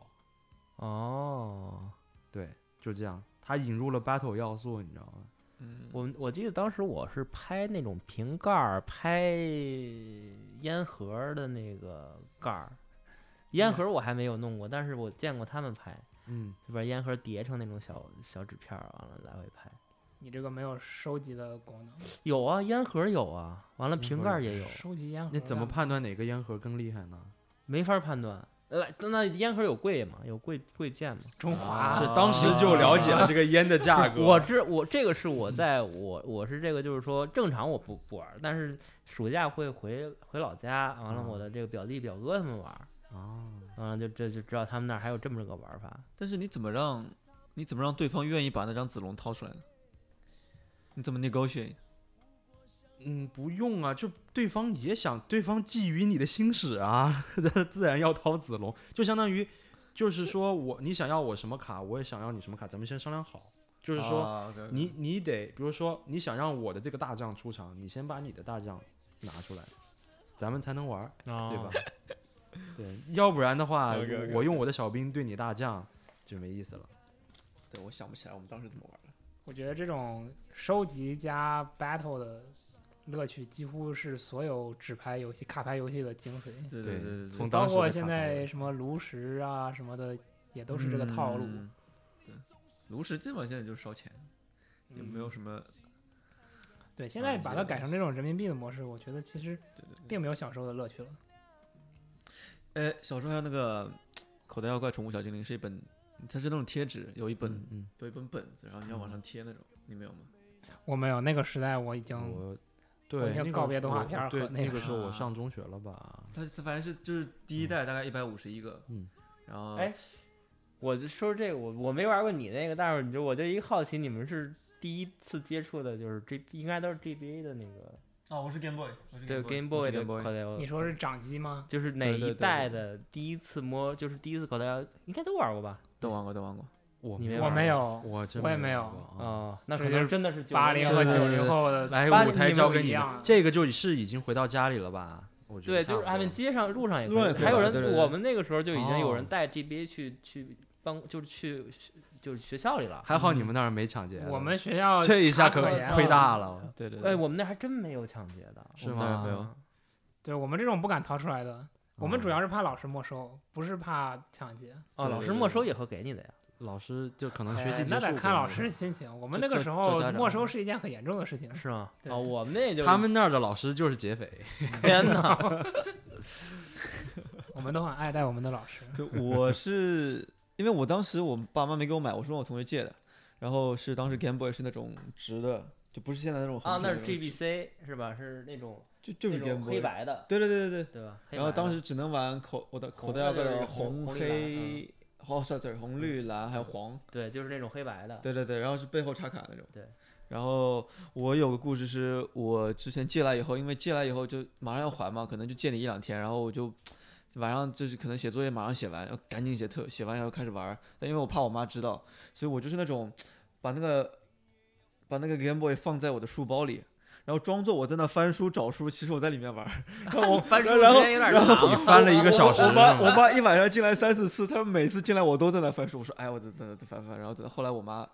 B: 哦，
A: 对，就这样。他引入了 battle 要素，你知道吗？
D: 嗯，
B: 我我记得当时我是拍那种瓶盖儿，拍烟盒儿的那个盖儿，烟盒儿我还没有弄过，但是我见过他们拍，
A: 嗯，
B: 就把烟盒叠成那种小小纸片儿，完了来回拍。
C: 你这个没有收集的功能，
B: 有啊，烟盒儿有啊，完了
A: 烟
B: 瓶
A: 盒
B: 盖
A: 儿
B: 儿也有，
C: 收集烟盒
A: 那怎么
C: 干嘛
A: 判断哪个烟盒更厉害呢？
B: 没法儿判断。呃，那烟盒儿有贵吗？有贵贵贱吗？
C: 中华
A: 啊是当时就了解了这个烟的价 格。
B: 我知我这个是我在我我是这个就是说正常我不不玩儿，但是暑假会回回老家，完了我的这个表弟表哥他们玩儿，
A: 哦，
B: 完嗯了就这就知道他们那儿还有这么个玩儿法。
D: 但是你怎么让你怎么让对方愿意把那张子龙掏出来呢？你怎么 negotiate？
A: 嗯，不用啊，就对方也想，对方觊觎你的心史啊， 这自然要掏子龙，就相当于，就是说我你想要我什么卡，我也想要你什么卡，咱们先商量好，就
D: 就是
A: 说、
D: 你
A: 你你得，比如说你想让我的这个大将出场，你先把你的大将拿出来，咱们才能玩儿，对
B: 啊
A: 吧？ 对，要不然的话
D: OK，OK，OK
A: 我用我的小兵对你大将就没意思了。
D: 对我想不起来我们当时怎么玩了。
C: 我觉得这种收集加 battle 的乐趣，几乎是所有纸牌游戏、卡牌游戏的精髓。
D: 对
A: 对
D: 对对，
A: 从
C: 包
A: 当时
C: 括
A: 的
C: 现
A: 卡牌
C: 在什么炉石啊什么的，也都是这个套路。
D: 嗯对，炉石基本上现在就是烧钱，也没有
C: 嗯
D: 什么。
C: 对，
A: 啊
C: 现
D: 玩
C: 在
D: 一
C: 把
D: 些
C: 它
D: 东
C: 改成
D: 西
C: 这种人民币的模式，我觉得其实
D: 对对对。
C: 并没有小时候的乐趣了。
D: 哎，小时候还有那个《口袋妖怪宠物小精灵》是一本，它是那种贴纸，有一本、
A: 嗯嗯，
D: 有一本本子，然后你要往上贴那种，你没有吗？
C: 我没有那个时代，我已经
A: 我对
C: 已经
A: 那个
C: 告别动画
A: 我
C: 片儿
A: 对
C: 和那
A: 个
C: 个
A: 时候我
D: 了
A: 上中学了 吧？
D: 它它反正是就是第
B: 嗯
D: 一代大概一百五十一个，
A: 嗯，
D: 然后
B: 哎我就说这个，我我没玩儿过你那个，但是你就我就一个好奇，你们是第一次接触的，就是这应该都是 GBA 的那个
D: 啊，我是 Game Boy，我是
B: 对 Game
D: 我是
B: Boy 的
D: Game
B: 口
D: Boy
B: 袋妖
C: 你说是掌机吗？
B: 就是哪
D: 对对对
B: 一代
D: 对
B: 的第一次摸，就是第一次口袋妖，应该都玩儿过吧？
D: 都玩过，都玩过。
A: 我
B: 你没
A: 玩
C: 我
A: 儿
C: 没
A: 过
C: 有，
A: 我真
C: 我也没
A: 没
C: 有嗯
A: 玩过啊。
B: 哦，那
C: 这
B: 可
C: 就
B: 能
C: 是
B: 真的是90
C: 八零
B: 年
C: 和
B: 代
D: 对
C: 九
D: 对
C: 零后的
A: 来，
B: 八
A: 舞
B: 零
A: 台
B: 你
A: 交
C: 们
A: 给
C: 不一
A: 你
C: 样
A: 们
C: 啊，
A: 这个就是已经回到家里了吧？我觉得
B: 对，就是
A: 差
B: 他
A: 不
B: 们
A: 多
B: 街上路上也
D: 路上也可以
B: 还有
D: 玩对对
B: 人，
D: 对
B: 我们那个时候就已经有人
A: 哦
B: 带 GBA 去去办，就是去就是学校里了。
A: 还好你们那儿没抢劫的，
C: 嗯我们学校
A: 这一下
C: 查
A: 可啊
C: 可
B: 严
A: 亏
C: 了
A: 大了，嗯
D: 对对
B: 哎，我们那还真没有抢劫的，
A: 是
D: 我们那
A: 吗？
D: 儿没有
C: 对我们这种不敢掏出来的，我们主
A: 哦
C: 要是怕老师没收，不是怕抢劫。
B: 哦，
D: 对
B: 老
D: 对
B: 师
D: 对
B: 没
D: 对
B: 收也会给你的呀。
A: 老师就可能
C: 哎
A: 学习结
C: 那
A: 束
C: 得
A: 不
C: 看老
A: 能
C: 师心情。我们
D: 就
C: 那个
D: 就
C: 时
D: 就
C: 候
D: 家长
C: 没收是一件很严重的事情。
B: 是吗？
C: 对
B: 哦，我们啊那就
A: 他们那儿的老师就是劫匪，
B: 天 呐，
C: 我们都很爱戴我们的老师。
D: 对，我是因为我当时我爸妈没给我买，我是问我同学借的，然后是当时 Game Boy 是那种直的，就不是现在那种横
B: 啊，
D: 屏
B: 那
D: 的
B: 是
D: 种直
B: GBC 是吧？是那种
D: 就就
B: 那
D: 是 Game
B: 种
D: Boy，
B: 黑白的，
D: 对对对对对。
B: 对吧？黑
D: 然后
B: 白
D: 当
B: 的
D: 时只能玩口我的口
B: 红
D: 袋妖
B: 的
D: 怪
B: 就是
D: 的红
B: 红红绿嗯
D: 黑，哦，sorry sorry，红绿蓝还有黄，
B: 对，就是那种黑白的。
D: 对对对，然后是背后插卡那种。
B: 对。
D: 然后我有个故事是，我之前借来以后，因为借来以后就马上要还嘛，可能就借你一两天，然后我就晚上就是可能写作业马上写完，要赶紧写特写完以后开始玩儿。但因为我怕我妈知道，所以我就是那种把那个把那个 Game Boy 放在我的书包里。然后装作我在那翻书找书，其实我在里面玩儿。 然后我
B: 翻书
D: 然后
B: 时间有点
D: 然后
B: 长
A: 你翻了一个小时
D: 我
A: 是
D: 妈
A: 吗
D: 我妈一晚上进来三四次，她说每次进来我都在那翻书。我说哎，我在在在翻翻。然后后来我妈，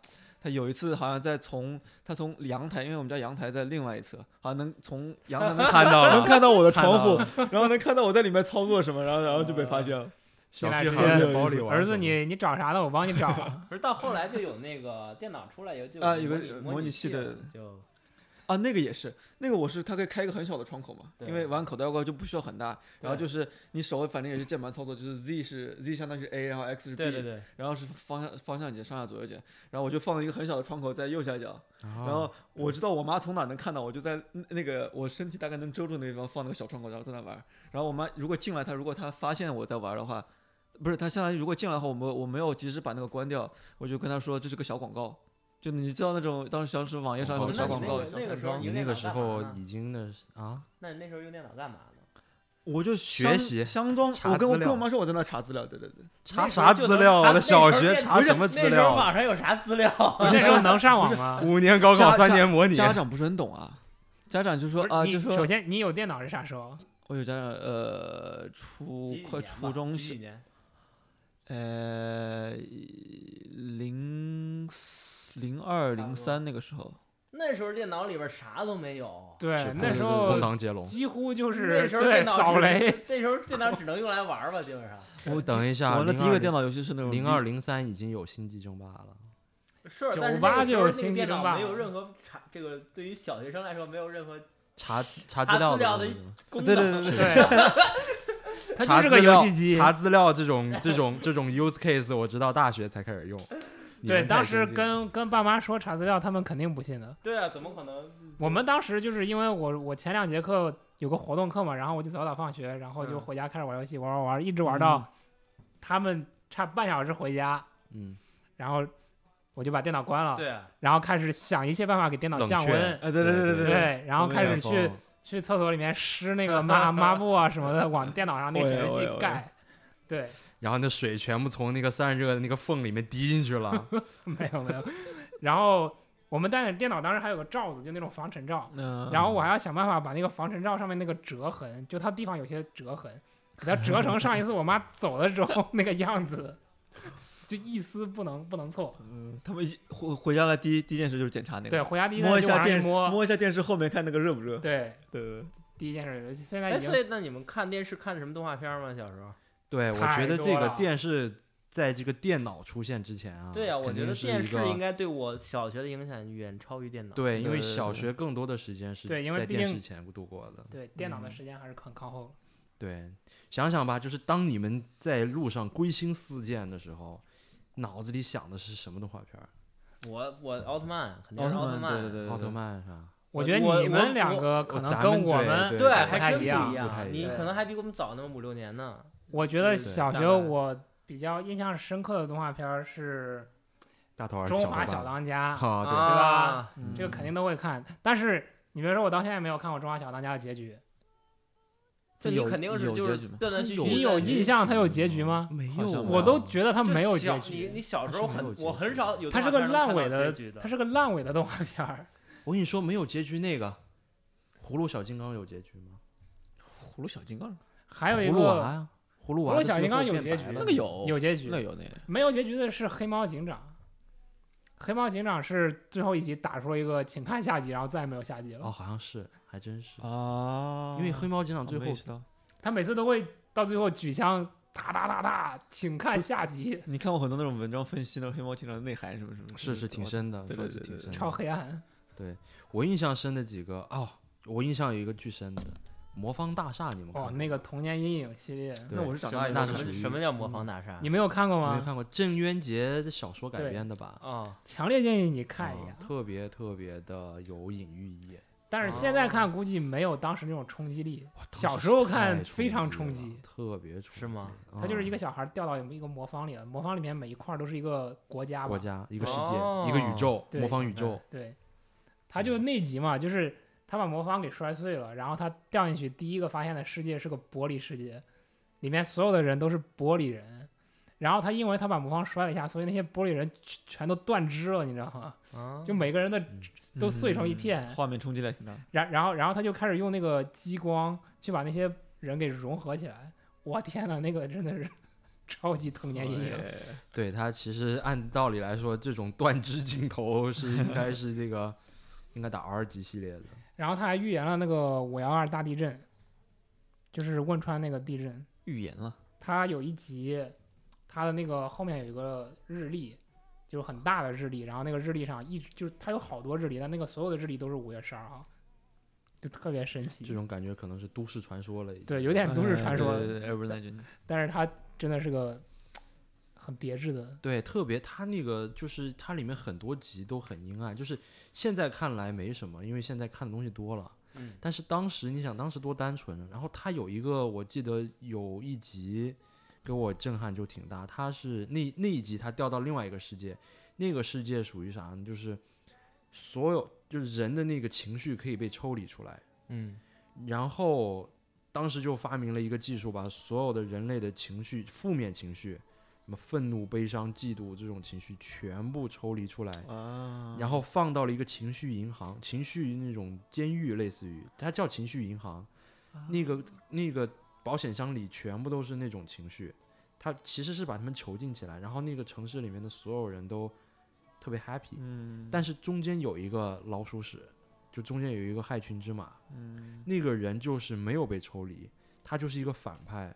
D: 她有一次好像在从她从阳台，因为我们家阳台在另外一侧，好像能从阳 台能看
A: 看到
D: 能
A: 了，
D: 看到我的
A: 看到
D: 窗户，然后能看到我在里面操作什么，然后然后就被发现了。
A: 小
C: 进来
A: 屁
C: 直
A: 孩儿
C: 接
A: 在包里玩
C: 儿
A: 什
C: 子，
A: 么
C: 你你找啥呢？我帮你找 啊。
B: 不是到后来就有那个电脑出来以后就
D: 啊
B: 有
D: 有个
B: 模拟
D: 模
B: 模
D: 拟器
B: 器
D: 的
B: 了就
D: 啊，那个也是，那个我是它可以开一个很小的窗口嘛，
B: 对
D: 因为玩口袋妖怪就不需要很大，然后
B: 对
D: 就是你手反正也是键盘操作，就是 Z 是 Z 相当于是 A，然后 X 是 B，
B: 对对对，
D: 然后是方向方向键上下左右键，然后我就放了一个很小的窗口在右下角，然
A: 哦
D: 后我知道我妈从哪能看到，我就在那那个我身体大概能遮住那地方放那个小窗口，然后在那玩儿。然后我妈如果进来，她如果她发现我在玩儿的话，不是她相当于如果进来的话，我没有我没有及时把那个关掉，我就跟她说这是个小广告，就你知道那种当时小时候网页上有
A: 哦
D: 个小
A: 那
D: 广
A: 你
D: 告，
B: 那个
D: 小
B: 那个
D: 弹
B: 时候
D: 窗
A: 你
B: 用
A: 那
B: 电
A: 个
B: 脑
A: 时
B: 干嘛
A: 候
B: 呢
A: 已经那是啊，
B: 那你那时候用电脑干嘛呢？
D: 我就
A: 学
D: 相
A: 习
D: 相当，
A: 查
D: 我跟
A: 资
D: 我跟
A: 料
D: 我妈说我在那查资料，对对对，
A: 查
B: 那时
A: 啥
B: 候就
A: 资
B: 能
A: 料？啊哎我
B: 查
A: 的
B: 啊那
A: 小
B: 时候
A: 学
B: 电
A: 查
B: 不是
A: 什么资
B: 那时候
A: 料？啊
B: 网上有啥资料？啊
C: 那时候能上网 吗？
A: 五年高考
D: 家
A: 三
D: 家
A: 年模拟，
D: 家长不是很懂啊，家长就说
C: 不是
D: 啊，
C: 你
D: 就说
C: 首先你有电脑是啥时候？
D: 我有家长呃初
B: 几几
D: 快
B: 年吧
D: 初中
B: 几
D: 小
B: 几年
D: 呃零零二零三那个时候，
B: 那时候电脑里边啥都没有，
C: 对
A: 是，
C: 那时
A: 空
C: 候
A: 堂接龙。
C: 几乎就
B: 那
C: 是
B: 时候
C: 对
B: 电脑只
C: 扫雷。
B: 那时候电脑只能用来玩儿吧，基本上。
A: 我等一下，
D: 玩的第一个电
A: 脑
D: 脑游戏是那种
A: 零二零三已经有星际争霸了。
B: 是，
C: 九
B: 但是那
C: 八
B: 个时
C: 就
B: 候
C: 是
B: 那
C: 星
B: 个
C: 际
B: 电
C: 争
B: 脑
C: 霸
B: 没有
C: 了
B: 任何查，这个对于小学生来说没有任何
A: 查 查
B: 查
A: 资料
B: 资料
A: 的
B: 的
A: 那种
B: 功
D: 对
B: 能。
D: 对对对，
C: 对，它
A: 查
C: 就是个
A: 资
C: 游
A: 料
C: 戏机。
A: 查资料这种这种这种 use case，我直到大学才开始 用。你
C: 对，
A: 们太
C: 当时
A: 先进了
C: 跟跟爸妈说查资料，他们肯定不信的。
B: 对啊，怎么可能？
C: 我们当时就是因为我我前两节课有个活动课嘛，然后我就早早放学，然后就
B: 嗯
C: 回家开始玩游戏，玩玩玩，一直玩到他们差半小时回家，
A: 嗯，
C: 然后我就把电脑关了，
B: 对啊，
C: 然后开始想一切办法给电脑
A: 冷
C: 降
A: 却
C: 温，
D: 哎对对对
A: 对
D: 对，
C: 对，然后
A: 嗯
D: 我
C: 开
D: 也
C: 始去去厕所 里面湿那个抹抹布啊什么的，往电脑上那
D: 我也
C: 显示
D: 我也我
C: 器
D: 也
C: 盖。对，
A: 然后那水全部从那个散热的那个缝里面滴进去了。
C: 没有没有。然后我们但电脑当时还有个罩子，就那种防尘罩，
D: 嗯
C: 然后我还要想办法把那个防尘罩上面那个折痕，就它地方有些折痕，给它折成上一次我妈走的时候那个样子，就一丝不能不能错。
D: 嗯他们一回回家了，第一第一件事就是检查那
C: 对，
D: 个，
C: 回家第一件
D: 摸
C: 事
D: 一
C: 就往
D: 下
C: 上一
D: 电视，
C: 摸，
D: 摸一下电视后面看那个热不热，
C: 对，
D: 对对。对
C: 第一件事现在
B: 哎，
C: 已经
B: 所以那你们看电视看什么动画片吗？小时
A: 啊
B: 候？
A: 对，我
C: 太
A: 觉得
C: 多
A: 这个
C: 了
A: 电视在这个电脑出现之前啊，
B: 对啊，我
A: 肯
B: 觉
A: 定
B: 得
A: 是
B: 电
A: 一
B: 视
A: 个
B: 应该对我小学的影响远超于电脑。
A: 对，因为
D: 对对
A: 小
D: 对
A: 学更多的时间是
C: 对因为
A: 在
C: 毕
A: 电
C: 竟
A: 视前度过的。
C: 对电脑的
D: 嗯
C: 时间还是很靠后了。
A: 对，想想吧，就是当你们在路上归心似箭的时候，脑子里想的是什么动画片儿？
B: 我我奥特曼肯定
D: 奥
B: 是
D: 特
B: 奥特
D: 曼，对对对，对
A: 奥特，曼是吧？
C: 我
B: 我
C: 觉得
B: 呃我
C: 你们
B: 我
C: 两个可
A: 我
C: 能
A: 咱
C: 跟
A: 们
C: 我
A: 对
C: 们
A: 对
B: 对，
A: 不
B: 还
C: 太
B: 真
C: 一
B: 不
C: 样
B: 一
A: 不太一
B: 你
A: 样
B: 可能还比我们早那么五六年呢。
C: 我觉得
A: 对
C: 小
B: 大
C: 学
B: 概
C: 我比较印象深刻的动画片儿是
A: 大头儿
C: 《
A: 子
C: 中
A: 小
C: 华
A: 头
C: 小
A: 爸
C: 当家》，
A: 啊，对，
C: 对吧
B: 啊，
D: 嗯
C: 这个肯定都会看。但是你别说，我到现在没有看过《中华小当家》的结局。
B: 就你
D: 有
B: 肯定是
D: 有
B: 就
D: 结
B: 是
D: 局吗
B: 断断续续。
A: 有
C: 你有
A: 结
C: 印象它有结局吗？
A: 没
D: 好
A: 有啊，
D: 像没
C: 我都觉得它
B: 就
C: 没有
B: 小
C: 结
B: 你
C: 局
B: 你，小时候
A: 它是没有
B: 很，
A: 结
B: 我很
A: 局
B: 少
A: 的
B: 有
C: 它是
B: 动画
C: 个
B: 片能
C: 烂
B: 看
C: 尾
B: 到
C: 的
B: 结局的
C: 它。是个烂尾的动画片儿。
A: 我跟你说，没有结局那个葫芦小金刚有结局吗？
D: 葫芦小金刚
C: 还有一
A: 葫芦娃
C: 个
A: 呀，葫芦
C: 葫
A: 娃
C: 芦
A: 的
C: 小
A: 最
C: 金
A: 后
C: 刚有
A: 变
C: 结
A: 白
C: 局
A: 了
D: 那个有
C: 有结局
D: 那，有那个，
C: 没有结局的是黑猫警长。黑猫警长是最后一集打出了一个“请看下集”，然后再也没有下集
A: 哦，
C: 了。
A: 好像是，还真是，
D: 啊
A: 因为黑猫警长
D: 我
A: 最
D: 没
A: 后
D: 意识到
C: 他每次都会到最后举枪，哒哒哒哒，请看下集，
D: 你看过很多那种文章分析那种黑猫警长的内涵什么什么，哦
A: 是是挺。深的，
D: 对
A: 说
D: 对
A: 是
D: 对
A: 挺
D: 对
A: 深
C: 超
A: 的。
C: 黑暗。
A: 我印象深的几个哦，我印象有一个巨深的《魔方大厦》，你们看
C: 哦
A: 过，
C: 那
A: 吗
C: 个童年阴影系列，
A: 嗯对
D: 那我是长
B: 什
D: 大以后
B: 么
A: 那
D: 才
A: 是属
B: 什么
A: 于嗯
B: 什么叫魔方大厦？
C: 你没有看过
A: 你没
C: 吗
A: 有？看过郑渊洁的小说改
C: 对
A: 编的吧？
B: 啊，
C: 强烈建议你看一
A: 啊
C: 下。
A: 特别特别的有隐喻意。
C: 但是现在看估计没有当时那种冲击力。
A: 哇当
C: 小
A: 是
C: 时候
A: 太
C: 看非常
A: 冲
C: 冲
A: 了
C: 击
A: 特别冲击。
B: 是吗
A: 嗯？
C: 它就是一个小孩掉到一个魔方里了，魔方里面每一块儿都是一个国家
A: 嗯
C: 吧？
A: 国家，一个世界，一个
B: 哦
A: 宇宙，
C: 对嗯
A: 魔方宇宙。
C: 对，他就那集嘛，就是他把魔方给摔碎了，然后他掉进去，第一个发现的世界是个玻璃世界，里面所有的人都是玻璃人。然后他因为他把魔方摔了一下，所以那些玻璃人全全都断肢了，你知道吗？
B: 啊
C: 就每个人的
D: 嗯
C: 都碎成一片。
D: 画面冲击力还挺大。
C: 然然后然后他就开始用那个激光去把那些人给融合起来。我天呐，那个真的是 超级童年阴影。
D: 哎
A: 对它其实按道理来说，这种断肢镜头是应该是这个应该打 R 级系 列的。
C: 然后他还预言了那个五幺二大地震，就是汶川那个地震。
D: 预言了，
C: 他有一集，他的那个后面有一个日历，就是很大的日历，然后那个日历上一直就是他有好多日历，但那个所有的日历都是五月十二号，就特别神
A: 这
C: 奇。
A: 种感觉可能是都市传说了已经。
C: 对，有点都市传说，
D: 哎对对对，urban legend。
C: 但是他真的是个很别致的
A: 对，特别它那个就是它里面很多集都很阴暗，就是现在看来没什么，因为现在看的东西多了。
B: 嗯
A: 但是当时你想，当时多单纯。然后它有一个，我记得有一集给我震撼就挺大，它是那那一集它掉到另外一个世界，那个世界属于啥呢？就是所有就是人的那个情绪可以被抽离出来，
B: 嗯
A: 然后。当时就发明了一个技术，把所有的人类的情绪、负面情绪，什么愤怒、悲伤、嫉妒这种情绪全部抽离出来，
D: 啊，
A: 然后放到了一个情绪银行，情绪那种监狱，类似于它叫情绪银行，那个那个保险箱里全部都是那种情绪，它其实是把他们囚禁起来，然后那个城市里面的所有人都特别 happy，
D: 嗯，
A: 但是中间有一个老鼠屎，就中间有一个害群之马，
D: 嗯
A: 那个人就是没有被抽离，他就是一个反派，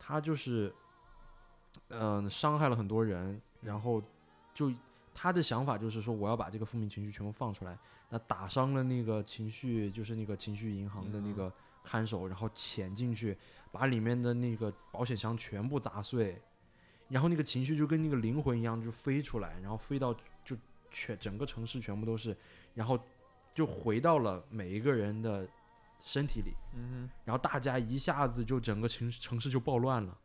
A: 他就是，嗯、伤害了很多人，然后就他的想法就是说，我要把这个负面情绪全部放出来，那打伤了那个情绪，就是那个情绪银行的那个看守，然后潜进去，把里面的那个保险箱全部砸碎，然后那个情绪就跟那个灵魂一样，就飞出来，然后飞到就全整个城市全部都是，然后就回到了每一个人的身体里，
D: 嗯
A: 然后大家一下子就整个城城市就暴乱了。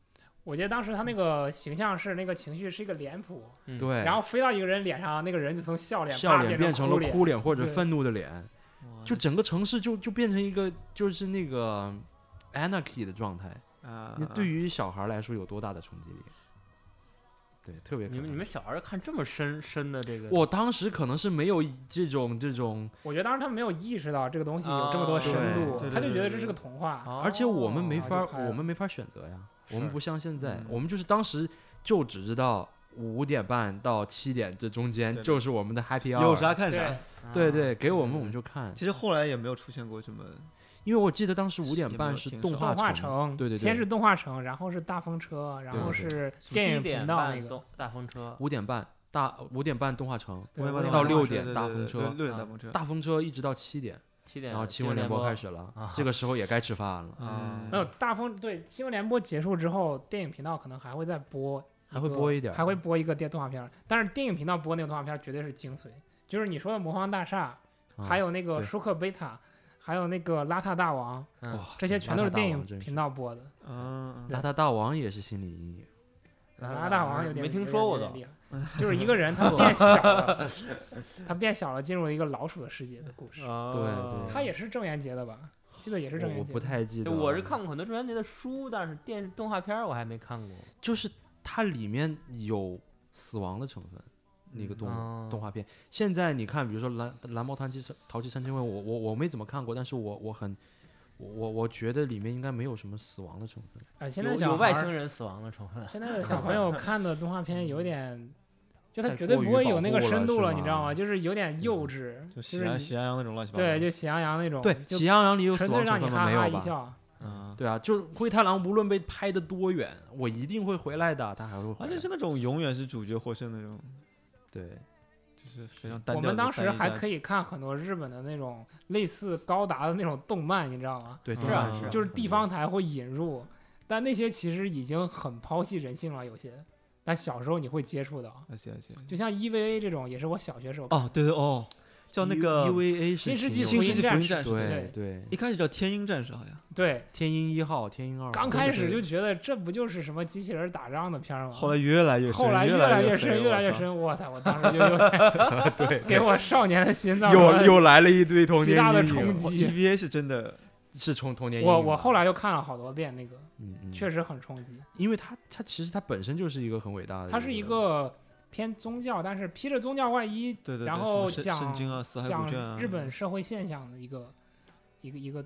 C: 我记得当时他那个形象是那个情绪是一个脸谱，
B: 嗯
A: 对，
C: 然后飞到一个人脸上，那个人就从笑脸
A: 笑
C: 啪
A: 脸变
C: 变
A: 成
C: 哭
A: 了哭脸或者
C: 对
A: 愤怒的脸，
D: 哼，
A: 就整个城市就就变成一个就是那个 anarchy 的状态。
D: 啊，
A: 那对于小孩来说有多大的冲击力？对，特别可
B: 你们
A: 怕
B: 你们小孩儿看这么深深的这个，
A: 我当时可能是没有这种这种，
C: 我觉得当时他们没有意识到这个东西有这么多深
A: 啊
C: 度，
D: 对对对
C: 他就觉得
D: 对
C: 这是个童话。
B: 哦
A: 而且我们没
C: 就
A: 法，
C: 拍了
A: 我们没法选择呀。我们
B: 是
A: 不像现在
D: 嗯，
A: 我们就是当时就只知道五点半到七点这中间
D: 对对
A: 就是我们的 happy hour，
D: 有啥看
C: 对
D: 啥。，
A: 对
B: 啊，
A: 对，给我们
D: 对
A: 我们就看，
D: 其实后来也没有出现过什么，
A: 因为我记得当时五点
D: 也没
A: 半
D: 有
A: 是
D: 听
A: 动
D: 说
C: 动画
A: 城，
C: 城，
A: 对对对
C: 先是动画城，然后是大风车，然后
A: 对
C: 是
B: 七
C: 电影
B: 点
C: 频道
B: 半
C: 那个，
B: 动大风车，
A: 五点半大五点半动画城，
C: 对
D: 我也不知道
A: 到
D: 动画
A: 六
D: 车
A: 点
D: 对对
A: 大
D: 对
A: 风
D: 对
A: 车
D: 六六点
B: 啊
D: 大风车
A: 大风车一直到七点，
B: 七点
A: 然后
B: 新
A: 新闻联
B: 播
A: 播开，始了
B: 啊，
A: 这个时候也该吃饭了，
D: 啊
C: 没有大风对新闻联播结束之后，电影频道可能还会再播一个，
A: 还会播一点
C: 还会播一个电动画片儿，但是电影频道播那个动画片儿绝对是精髓，就是你说的魔方大厦，
A: 啊
C: 还有那个
A: 对
C: 舒克贝塔，还有那个邋遢大王，
B: 嗯
A: 哇，
C: 这些全都是
A: 邋遢大
C: 电
A: 王
C: 影
A: 真
C: 频道播的。
D: 啊，
A: 邋遢大王也是心理阴影，
C: 邋遢
B: 邋遢大
C: 大
B: 王
C: 王有点
B: 没听
C: 有
B: 说
C: 点有
B: 过都
C: 点厉害就是一个人他变小了，他变小了，进入了一个老鼠的世界的故事。
B: 哦
A: 对
C: 他也是郑渊洁的吧？记得也是郑
A: 嗯我
C: 渊
A: 我
C: 洁。
A: 不太记得
B: 对，
A: 了，
B: 我是看过很多郑渊洁的书，但是电动画片儿我还没看过。
A: 就是它里面有死亡的成分，那个动物。
B: 嗯
A: 动画片，现在你看，比如说蓝《蓝猫淘气淘气三千问》，我我我没怎么看过，但是我我很，我我我觉得里面应该没有什么死亡的成分。
C: 啊，现
B: 有
C: 在
B: 有
C: 小
B: 外
C: 孩
B: 星
C: 儿，
B: 人死亡的成分。
C: 现在的小 朋友看的动画片有点，就他
A: 太
C: 绝对
A: 过于
C: 不会
A: 保
C: 有那个
A: 护了
C: 深度
A: 是
C: 了，你知道
A: 吗嗯
C: 吗？就是有点幼稚，
D: 就是喜羊
C: 你
D: 喜羊羊那种乱七八糟。
C: 对，就喜羊羊那种，
A: 对，《
C: 哦就
A: 喜羊羊》里有
C: 纯
A: 死
C: 粹
A: 亡成
C: 让你
A: 分吗？
C: 哈
A: 没
C: 哈
A: 有
C: 一
A: 吧？
C: 笑。
D: 啊，
A: 对啊，就是灰太狼，无论被拍的多远，我一定会回来的，他还会回
D: 而
A: 来
D: 且。啊是那种永远是主角获胜那种，
A: 对，
D: 就是非常单调。
C: 我们当时还可
D: 以，
C: 以看很多日本的那种类似高达的那种动漫，你知道吗？
A: 对，
D: 是
A: 动漫
B: 啊是啊
C: 就是地方
A: 很
C: 台会引入，但那些其实已经很剖析人性了，有些。但小时候你会接触到，
D: 而且而且，
C: 就像 EVA 多这种，也是我小学时候
D: 嗯
C: 看。
D: 哦，对对哦，叫那
A: U-
D: 个
A: EVA 是
C: 新世纪
A: 挺
D: 新
A: 有
C: 福
D: 世
C: 音
D: 纪
A: 意
D: 福
C: 战
D: 音
C: 士
D: 战
A: 思
D: 士，
A: 对对，
D: 一开始叫天鹰战士好像，
C: 对，
A: 天鹰一号、天鹰二号，
C: 刚
D: 哦对
C: 开
D: 对
C: 始
D: 对
C: 就觉得这不就是什么机器人打仗的片儿吗？
D: 后来越来越深，
C: 啊后来
D: 越
C: 来
D: 越
C: 深，越来越
D: 我操。
C: 深，我操！我当时就有点
A: 对，
C: 给我少年的心脏
A: 又又来了一堆童
C: 极
A: 年
C: 大的
A: 阴
C: 冲
A: 影，
D: 哇
C: 击。
D: EVA ，E 是真的，
A: 是从童年阴影吧。
C: 我我后来又看了好多遍那个，
A: 嗯嗯，
C: 确实很冲击。
A: 因为它它其实它本身就是一个很伟大
D: 嗯
A: 的，
C: 它是一个偏宗教，但是披着宗教外衣
D: 对对对。
C: 然
D: 什么
C: 后
D: 圣
C: 讲
D: 圣经啊，死海古卷啊，
C: 讲日本社会现象的一个一个一个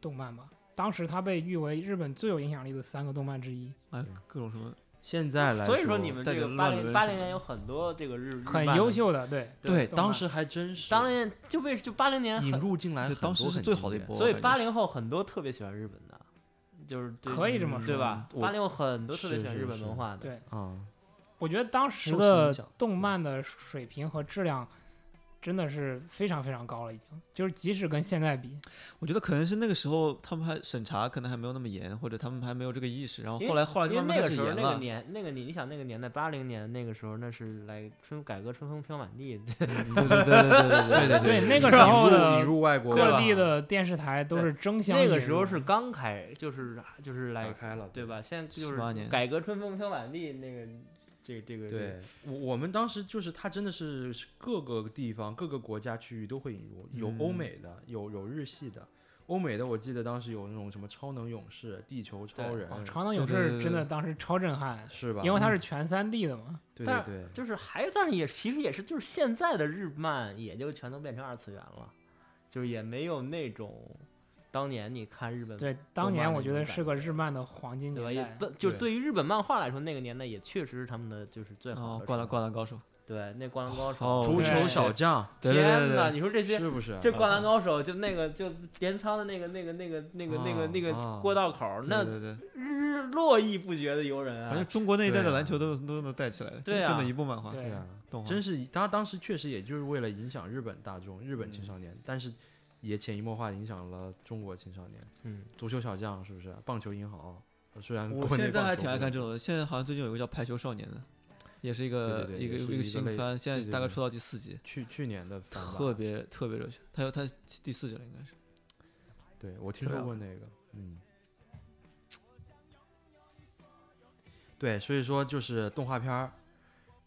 C: 动漫吧。当时它被誉为日本最有影响力的三个动漫之一，
D: 哎，各种什么
A: 现在来说，
B: 所以说你们
D: 带
B: 这
D: 着
B: 个
D: 乱
B: 八
D: 伦
B: 零八
D: 什
B: 零
D: 么
B: 年
D: 的
B: 有很多这个日日
C: 很
B: 漫啊
C: 优
B: 的，
C: 秀的。对，
A: 对
C: 动
A: 当
C: 漫
A: 时还真是，
B: 当年就为就八零年
A: 引
B: 很，
A: 入进来
D: 对
A: 很
D: 当时
A: 多
D: 是
A: 很
D: 最
A: 经
D: 好的一
A: 典
D: 波
B: 所以
D: 感觉
B: 八
D: 是
B: 零后很多特别喜欢日本的，就是对
C: 可以这么说啊
B: 对吧？
A: 嗯
B: 八零后很多特别
A: 是
B: 喜欢
A: 是
B: 日本
A: 是
B: 文化的，
C: 对，
A: 啊，
C: 我觉得当时
A: 受其影
C: 的
A: 响
C: 动漫的水平和质量真的是非常非常高了，已经就是即使跟现在比，
D: 我觉得可能是那个时候他们还审查可能还没有那么严，或者他们还没有这个意识，然后
B: 因为
D: 后来后来就
B: 因为
D: 慢慢开
B: 那
D: 始
B: 个时候
D: 严
B: 那个
D: 了。
B: 年那个你你想那个年代八零年那个时候那是来春改革春风飘满地，
D: 嗯对对对对对对
A: 对
C: 对那个
A: 引
C: 时候
A: 入
C: 的
A: 引入外国
C: 各
A: 吧
C: 地的电视台都
B: 对
C: 是争 相
B: 那个
C: 引
B: 时候
C: 入
B: 是刚开，就是就是
A: 打
B: 来
A: 开了，
B: 对吧？现在就
D: 18
B: 是
D: 年
B: 改革春风飘满地那个这这个这个
A: 对我我们当时就是它真的是各个地方、各个国家区域都会引入，有欧
D: 嗯
A: 美的，有有日系的。欧美的我记得当时有那种什么超能勇士、地球超
B: 对
A: 人，
C: 哦长岛勇
D: 对对
C: 士
D: 对
C: 真的
D: 对
C: 当时超震撼，
A: 是吧？
C: 因为它是全三 D 的嘛。
A: 对对
B: 但
A: 对，
B: 就是还，但是也其实也是，就是现在的日漫也就全都变成二次元了，就是也没有那种当年你看日本
C: 对，当年我觉
B: 那
C: 得
B: 种
C: 是个
B: 感觉
C: 日漫的黄金
B: 对吧？
C: 年
B: 也
C: 代。
B: 不就是
A: 对
B: 对于日本漫画来说，那个年代也确实是他们的就是 最好
D: 哦，
B: 的。
D: 灌篮灌篮高手，
B: 对，那灌篮高
D: 哦
B: 手，
A: 足
C: 对
A: 球小将
D: 对对对
B: 天
D: 对
B: 哪！
D: 对，
B: 你说这些
A: 是不是？
B: 这灌篮高手就那个就镰仓的那个那个那个那个那个那
A: 啊
B: 个
A: 啊
B: 过道口儿，那
D: 哦对对对，
B: 日络绎不绝的游人
D: 反正
B: 啊！
D: 中国那一代
A: 对
D: 的
A: 啊
D: 篮球都都能带起来的，就
B: 对
D: 就
B: 啊
D: 那一部漫画
C: 对
A: 对啊，
D: 动画，
A: 真是他当时确实也就是为了影响日本大众、日本青
D: 嗯
A: 少年，但是也潜移默化地影响了中国青少年。
B: 嗯，
A: 足球小将是不是？棒球英豪，虽然
D: 我
A: 国内
D: 现在
A: 棒
D: 还
A: 球
D: 挺爱
A: 不
D: 看
A: 是
D: 这种的，现在好像最近有一个叫《排球少年》的，也是一个
A: 对对对
D: 一
A: 也
D: 个
A: 是
D: 一
A: 一个
D: 个新
A: 类
D: 番，现
A: 对
D: 在
A: 对
D: 大概
A: 对
D: 出到第四集，
A: 去去年的番吧
D: 特别特别热血，它有它第四集了应该是。
A: 对，我听
D: 特别
A: 说
D: 好
A: 过那个，嗯，对，所以说就是动画片儿，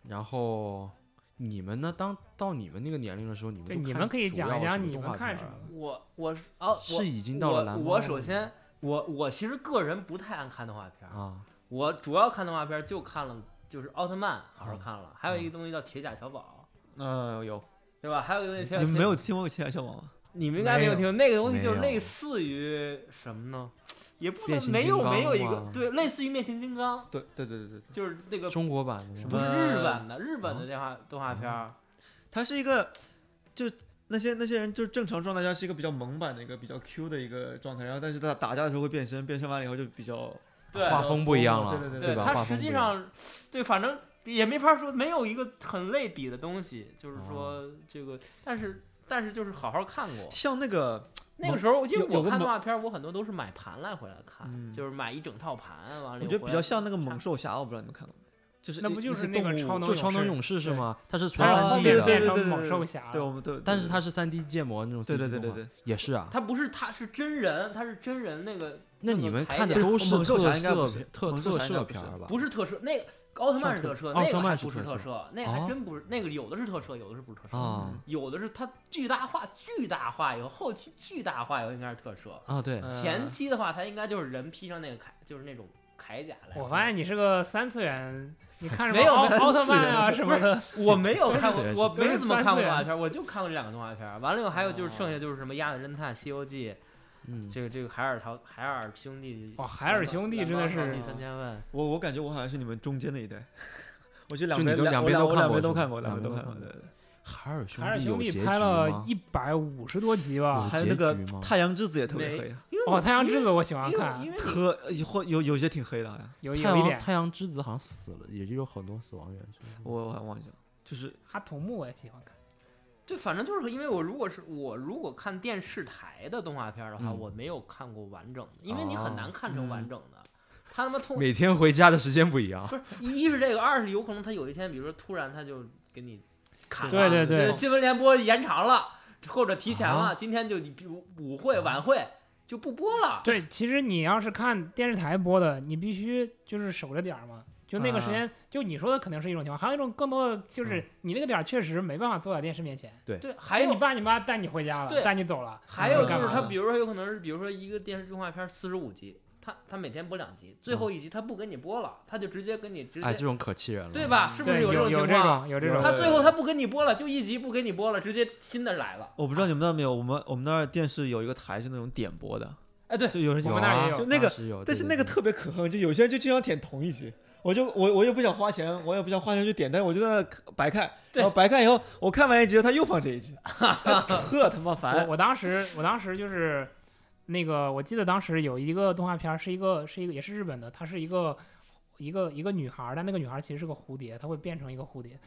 A: 然后你们呢，当到你们那个年龄的时候，你们
C: 对，
A: 都
C: 你
A: 看
C: 们可以
A: 主
C: 讲
A: 要
C: 一讲
A: 什么
C: 你
A: 动
C: 们
A: 画
C: 看
A: 片
C: 什
A: 儿啊
C: 么。
B: 我我是啊，我
A: 是已经到了蓝
B: 我我
A: 猫
B: 首
A: 了
B: 先我我其实个人不太爱看动画片儿，
A: 啊，
B: 我主要看动画片儿就看了就是奥特曼，好好
D: 啊
A: 嗯
B: 看了，还有一
A: 嗯
B: 个东西叫铁甲小宝，
D: 嗯，有，
B: 对吧？还有一个东西铁
D: 你
B: 甲
D: 们没有听过《七海小宝》吗？
B: 你们应该没
C: 没
B: 有
C: 有
B: 听过那个东西，
A: 没
B: 就
A: 有
B: 类似于什么呢？也不
A: 变
B: 能
A: 形
B: 没
A: 金
B: 有没
A: 刚
B: 有一个
A: 吗
B: 对，类似于变形金刚，
D: 对对对对对，
B: 就是那个
A: 中国版的
D: 什
A: 吗
B: 不是日
D: 么
B: 本的日本的电话
A: 嗯
B: 动画片儿，
D: 它是一个，就那些那些人就是正常状态下是一个比较萌版的一个比较 Q 的一个状态，然后但是他打架的时候会变身，变身完了以后就比较
B: 对
A: 嗯画风不一样了，
D: 对对
B: 对
A: 吧？
B: 它
A: 画风
B: 实
A: 不
B: 际
A: 一样
B: 上对，反正也没法说没有一个很类比的东西，就是说
A: 哦
B: 这个，但是但是就是好好看过。
D: 像那个
B: 那个时候，因为
D: 有有
B: 我
D: 个
B: 看
D: 某
B: 动画片儿，我很多都是买盘来回来看，
D: 嗯
B: 啊就是买一整套盘，完了
D: 我
B: 又
D: 觉得
B: 回
D: 比
B: 来
D: 较像那个猛
B: 看
D: 兽侠，我不知道你们看过没？就是
C: 那
D: 一
C: 不就是
D: 些
C: 那
D: 动
C: 个
D: 物
C: 超能
A: 就超能
C: 勇
A: 勇士是
C: 对
A: 吗？它是
C: 它
A: 纯
C: 是
D: 啊
C: 后
A: 三 D
C: 面
D: 对对
C: 变
D: 对
A: 的，
D: 对
C: 成
D: 对
C: 猛兽
D: 对
C: 侠，
D: 对，我们对，
A: 但是它是三 D 建模那种 CG
D: 对
A: 动
D: 对
A: 画，
D: 对对对，
A: 也是啊。
B: 它不是它是真人，它是真人那个
A: 那
B: 那
A: 你
B: 个
A: 们
B: 台
A: 看的
B: 点
A: 都
D: 哦
A: 是
D: 猛兽
A: 特
D: 侠应该
A: 色
D: 不是
A: 片、特
D: 猛兽
A: 特
D: 侠应该
A: 摄
D: 不
A: 片
D: 是
A: 儿吧？
B: 不是特摄，那个奥特曼是特摄，
A: 奥
B: 那
A: 特
B: 个还
A: 曼是
B: 不是
A: 特
B: 特
A: 摄
B: 摄，那个还
A: 哦
B: 真不是，那个有的是特摄，有的是不是特
C: 哦
B: 摄，
A: 啊
D: 嗯
B: 有的是它巨大化、巨大化以后，后期巨大化以后应该是特摄，
A: 啊，对，
D: 嗯
B: 前期的话，它应该就是人披上那个铠，就是那种铠甲来。
C: 我发现你是个三次元，你看什
B: 没
C: 么
B: 有
C: 奥
B: 三
C: 奥特
D: 次
C: 曼
D: 元
C: 啊什么 的，
B: 我没有看
D: 三次
B: 过，
D: 元
B: 我
C: 是
B: 没怎么看过动画
C: 都是三次
B: 片，我就看过这两个动画片。完了以后，还有就是剩下
C: 哦
B: 就是什么《鸭子侦探》《西游记》，
A: 嗯，
B: 这个这个海尔淘海尔兄弟。
C: 哇海尔兄弟真的是
B: 蓝猫淘气三千问。
D: 我我感觉我好像是你们中间那一代，我觉得两
A: 就你
D: 边
A: 都两
D: 我
A: 边
D: 两
A: 都
D: 我
A: 看
D: 两
A: 过
D: 边都
A: 是吧
D: 看过，两
A: 两
D: 边都
A: 边
D: 看
A: 都
D: 过，
A: 看
D: 对
A: 过
D: 对对。
A: 海尔兄
C: 海尔兄
A: 有
C: 弟
A: 结
C: 拍
A: 局
C: 了
A: 吗
C: 一百五十多集吧
A: 有。
D: 还有
A: 结
D: 那个
A: 局吗
D: 太阳之子也特别
B: 没
D: 黑，
B: 因为
C: 哦，
B: 我
C: 太阳之子我喜欢
B: 因为因
C: 看，
B: 为你
D: 和或有有些挺黑的，好像
C: 有
A: 太
C: 有一
A: 阳
C: 点
A: 太阳之子好像死了，也就有很多死亡元素。
D: 我我还忘记了，就是
C: 阿童木我也喜欢 看，
B: 对，反正就是因为我如果是我如果看电视台的动画片的话，
A: 嗯
B: 我没有看过完整的，因为你
A: 哦
B: 很难看成完
D: 嗯
B: 整的。他他妈 通
A: 每天回家的时间不一样，
B: 不是一一是这个，二是有可能他有一天，比如说突然他就给你砍了，
C: 对对对
B: 就是新闻联播延长了，或者提前了，
A: 啊
B: 今天就你比如舞会晚会就不播了。
C: 对，其实你要是看电视台播的，你必须就是守着点儿嘛。就那个时
B: 啊
C: 间，就你说的肯定是一种情况，还有一种更多的就是你那个点儿确实没办法坐在电视面前，
B: 对，嗯还
C: 就你
B: 有
C: 爸你妈带你回家了，
B: 对
C: 带你走了，
B: 还有
C: 你干
B: 就是
C: 嘛
B: 他，
D: 呢
B: 比如说有可能是，比如说一个电视动画片四十五集，他他每天播两
C: 嗯
B: 集，最后一集他不给你播了，他就直接给你直
A: 哎，
B: 接
A: 这种可气人了，
B: 对吧？是不是
C: 对，
B: 这
C: 有
B: 种情
C: 这
B: 况？啊
C: 种有这种，
B: 他最后他不给你播了，就一集不给你播了，直接新的来了。
D: 我不知道你们那儿没有，我们我们那儿电视有一个台是那种点播的，
B: 哎，对，
D: 就有人
C: 我
A: 有
C: 们那儿
A: 啊
C: 也有
D: 就那个
A: 当时有，
D: 但
A: 对
D: 是
A: 对
D: 那个
A: 对
D: 特别可恨，就有些人就经常点同一集，我就我我又不想花钱，我也不想花钱去点，但是我就在那白看，
B: 对
D: 然后白看以后，我看完一集，他又放这 一集，特他妈
C: 我
D: 烦。
C: 我当时我当时就是那个，我记得当时有一个动画片儿，是一个是一个也是日本的，它是一个一个一个女孩儿，但那个女孩儿其实是个蝴蝶，她会变成一个蝴蝶，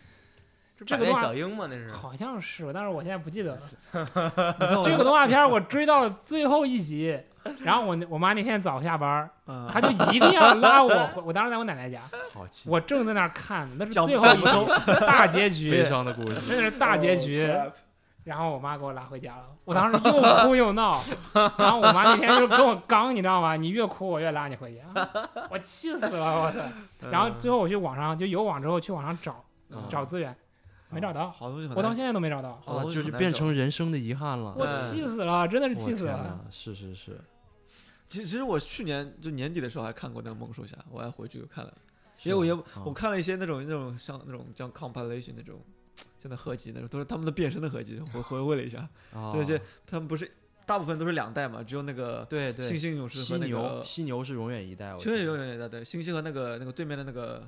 C: 这
B: 百
C: 个
B: 变
C: 动画
B: 小樱嘛，那是。
C: 好像是，但是我现在不记得了。
D: 你看我
C: 这个动画片儿我追到了最后一集，然后我那我妈那天早下班儿，
D: 嗯
C: 她就一定要拉我回，我当时在我奶奶家，
A: 好气，
C: 我正在那儿看，那是
D: 讲
C: 最后
D: 讲
C: 一
D: 不通
C: 集大结局，
A: 悲伤的故事。
C: 真的是大结
D: 哦
C: 局。
A: 哦
C: 然后我妈给我拉回家了，我当时又哭又闹，然后我妈那天就跟我刚，你知道吗？你越哭我越拉你回家，我
D: 嗯
C: 气死了，我操！然后最后我去网上就有网之后去网上找
A: 嗯
C: 找资源，没找到，
D: 好东西很
C: 我到
D: 难
C: 现在都没找 到，
D: 好
A: 哦，
D: 东西
A: 就
D: 很
A: 就
D: 难
A: 变
D: 找
A: 成人生的遗憾了。
C: 我
B: 嗯
C: 气死了，真的是
A: 我
C: 气死
A: 天
C: 了。
A: 哪！是是是，
D: 其实其实我去年就年底的时候还看过那个《梦兽侠》，我还回去看了， 因为我也、
A: 啊
D: 我看了一些那种那种像那种叫 compilation 那种，像那合集那种，都是他们的变身的合集，回回味了一下，
A: 我
D: 这些他们不是大部分都是两代嘛，只有那个
A: 对
D: 猩
A: 对，
D: 猩勇士
A: 犀
D: 和那
A: 牛
D: 个
A: 犀牛是永远一代，我
D: 猩猩
A: 记得
D: 勇士也在对，猩猩和那个那个对面的那个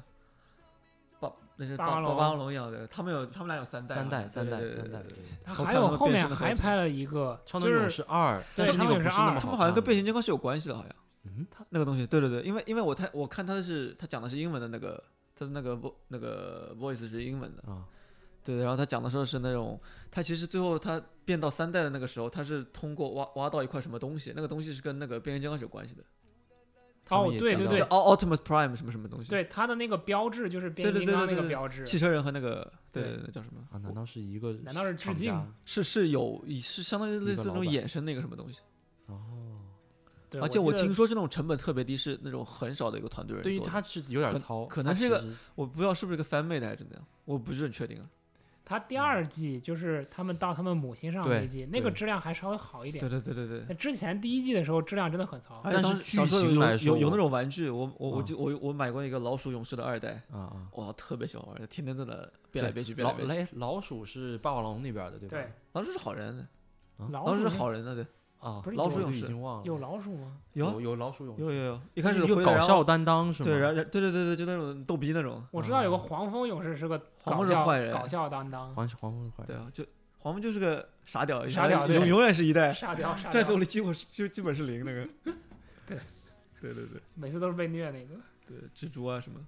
D: 霸那是
C: 霸
D: 霸
C: 王龙
D: 霸王龙一样的，他们有他们俩有三代嘛，
A: 三代
D: 对
A: 三代
D: 对对
A: 三
D: 对
A: 代，
D: 对
A: 对
C: 他
D: 我
C: 还
D: 看
C: 有
D: 过
C: 后
D: 变
C: 面
D: 身的合
C: 还
D: 集
C: 拍了一个，
A: 超
C: 就
A: 能勇
C: 是
A: 士二，但
C: 对
A: 是
C: 超
A: 那
C: 能
A: 个
C: 勇
A: 不
C: 士
A: 是那
C: 二
A: 么
D: 他
A: 好
D: 们好像跟
A: 看
D: 变
A: 了
D: 形金刚是有关系的，好像。
A: 嗯
D: 那个东西，对对对，因为因为我太我看他的是他讲的是英文的那个他的那个 vo 那个 voice 是英文的，
A: 啊
D: 对，然后他讲的时候是那种他其实最后他变到三代的那个时候，他是通过挖挖到一块什么东西，那个东西是跟那个变形金刚是有关系的，
A: 他们
C: 哦
A: 也
C: 对
A: 讲
C: 对
A: 到
D: 叫
C: 对
A: 了
D: Ult- Ultimate Prime 什么什么东西，，
C: 对，他的那个标志就是变
D: 对对
C: 形金刚
D: 对
C: 那
D: 对
C: 个
D: 对
C: 标志，
D: 汽车人和那个对
C: 对
D: 对对叫什么？
A: 啊，难道是一个？
C: 难道是致敬？
D: 是是有是相当于
A: 个
D: 类似那
A: 老
D: 种
A: 板
D: 衍生那个什么东西，
A: 哦，
C: 对
D: 而且
C: 我
D: 我
C: 记得
D: 听说是那种成本特别低，是那种很少的一个团队人
A: 对于
D: 做的
A: 他是有点
D: 可
A: 糙，
D: 可
A: 他
D: 能是
A: 其
D: 个
A: 实
D: 我不知道是不是一个翻妹的还是怎么样，我不是很确定啊。
C: 他第二季就是他们到他们母星上
A: 对
C: 那一季，那个
A: 对
C: 质量还稍微好一点
D: 对。对对对对。
C: 那之前第一季的时候质量真的很糙，
D: 而且
A: 但
D: 啊当
A: 是
D: 时小
A: 剧
D: 时候
A: 情
D: 有
A: 来
D: 有
A: 说
D: 有那种玩具，我我我
A: 啊
D: 记我我买过一个老鼠勇士的二代，
A: 啊啊。
D: 哇，特别喜欢玩，天天在那
A: 对
D: 变来变去，变
A: 老
D: 来变去。
A: 哎，老鼠是霸王龙那边的，对吧？
C: 对，
D: 老鼠是好人，
C: 老
D: 老鼠
C: 鼠
D: 是
C: 是
D: 好人的，对，
A: 啊，
C: 不是
A: 老
D: 老
A: 鼠
D: 鼠
A: 我
D: 勇
A: 就已
D: 士
A: 经忘了
C: 有老鼠吗？
D: 有啊
A: 有有老鼠勇士，
D: 有有有，一开始
A: 一个
D: 回来
A: 搞
D: 然
A: 笑
D: 后
A: 担当是吗？
D: 对，然后对对对对，就那种逗逼那种，
C: 我知道有个
A: 啊
C: 黄蜂勇士是个
D: 嗯黄
C: 搞
D: 蜂是
C: 笑
D: 坏人
C: 搞笑担当，
A: 黄黄蜂坏
D: 对啊，就黄蜂就是个傻屌，哎
C: 傻屌对
D: 永永远是一代，
C: 沙雕沙
D: 战斗
C: 雕，。
D: 力几乎是就基本是零那个
C: 对，
D: 对对对
C: 每次都是被虐那个。
D: 对，蜘蛛啊什么，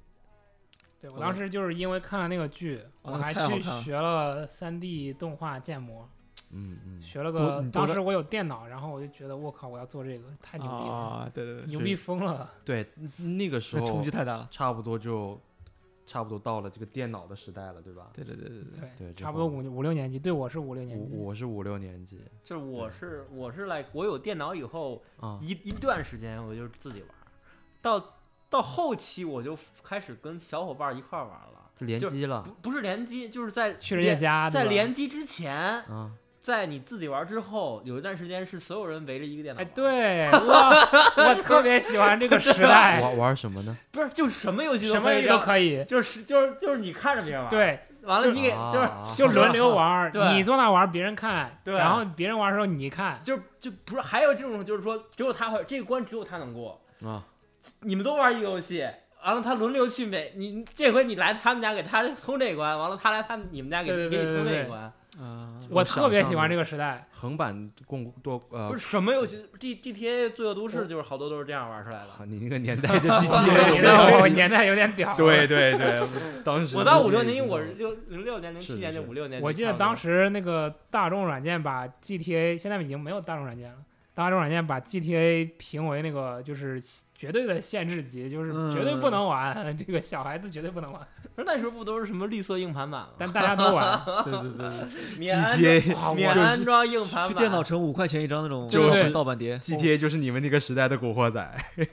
C: 对我
D: 好
C: 当
D: 的
C: 时就是因为看了那个剧，我
D: 那
C: 还
D: 哦太好
C: 去
D: 看了
C: 学了 3D 动画建模，
A: 嗯嗯，
C: 学了
D: 多
C: 个
D: 你。多
C: 当
D: 大
C: 时我有电脑，然后我就觉得我靠，我要做这个，太牛逼了，
D: 啊，对对对，
C: 牛
D: 是
C: 逼，疯了。
A: 对，那个时
D: 那冲
A: 候
D: 击太大了，
A: 差不多就差不多到了这个电脑的时代了，对吧？
D: 对对对对对，
A: 对这
C: 差不多
A: 会
C: 五五六年级，对我是五六年级。
A: 我我是五六年级
B: 就是我是我是 like 我有电脑以后
A: 啊，
B: 一一段时间我就自己玩儿，到到后期我就开始跟小伙伴儿一块儿玩儿了，
A: 就联
B: 就
A: 机了
B: 不不是联机，就是在
C: 啊去人家
B: 联
C: 家，
B: 在
C: 对吧
B: 联机之前，
A: 啊，
B: 在你自己玩儿之后，有一段时间是所有人围着一个电脑
C: 哎，
B: 玩儿，
C: 对我我特别喜欢这个 时代，
A: 玩玩什么呢？
B: 不是就是什么游戏
C: 什么
B: 可以
C: 游戏
B: 聊
C: 都，可以。
B: 就是就是就是你看着别人玩儿，，
C: 对，
B: 完了你给
A: 啊
B: 就是
A: 啊
C: 就
A: 啊
C: 轮流玩儿，
B: 对
C: 你坐那玩儿，别人看，
B: 对
C: 然后别人玩儿的时候你看，
B: 就就不是还有这种就是说只有他会这个关只有他能过，
A: 啊，
B: 你们都玩一个游戏，完了他轮流去每你这回你来他们家给他通这一关，完了他来他你们家给
C: 对对
B: 给你
C: 对
B: 通
C: 对
B: 那一
C: 对
B: 关，
D: 啊，
C: 我特别喜欢这
A: 个
C: 个时代。
A: 横版共多呃
B: 不是什么游戏，G G T A 罪恶都市就是好多都是这样玩出来的。
A: 啊，你那个年代的
C: 你
A: GTA，
C: 的我年代有点屌。，
D: 对对，当时
B: 我到五六年级，我是六零六年、零
A: 是
B: 七年
A: 是
B: 就五六年级差不多，
C: 我记得当时那个大众软件把 GTA，现在已经没有大众软件了。大众软件把 GTA 评为那个就是绝对的限制级，就是绝对不能玩， 这个小孩子绝对不能玩。
B: 不是那时候不都是什么绿色硬盘版吗？
C: 但大家都 玩，
D: 对对对对
B: 免安装
D: ，GTA
C: 哇，
B: 免
C: 我
B: 安装硬盘
D: 去
B: 版，
D: 电脑城五块钱一张那种
C: 对对
D: 盗盗版碟，
A: GTA 就是你们那个时代的古惑仔，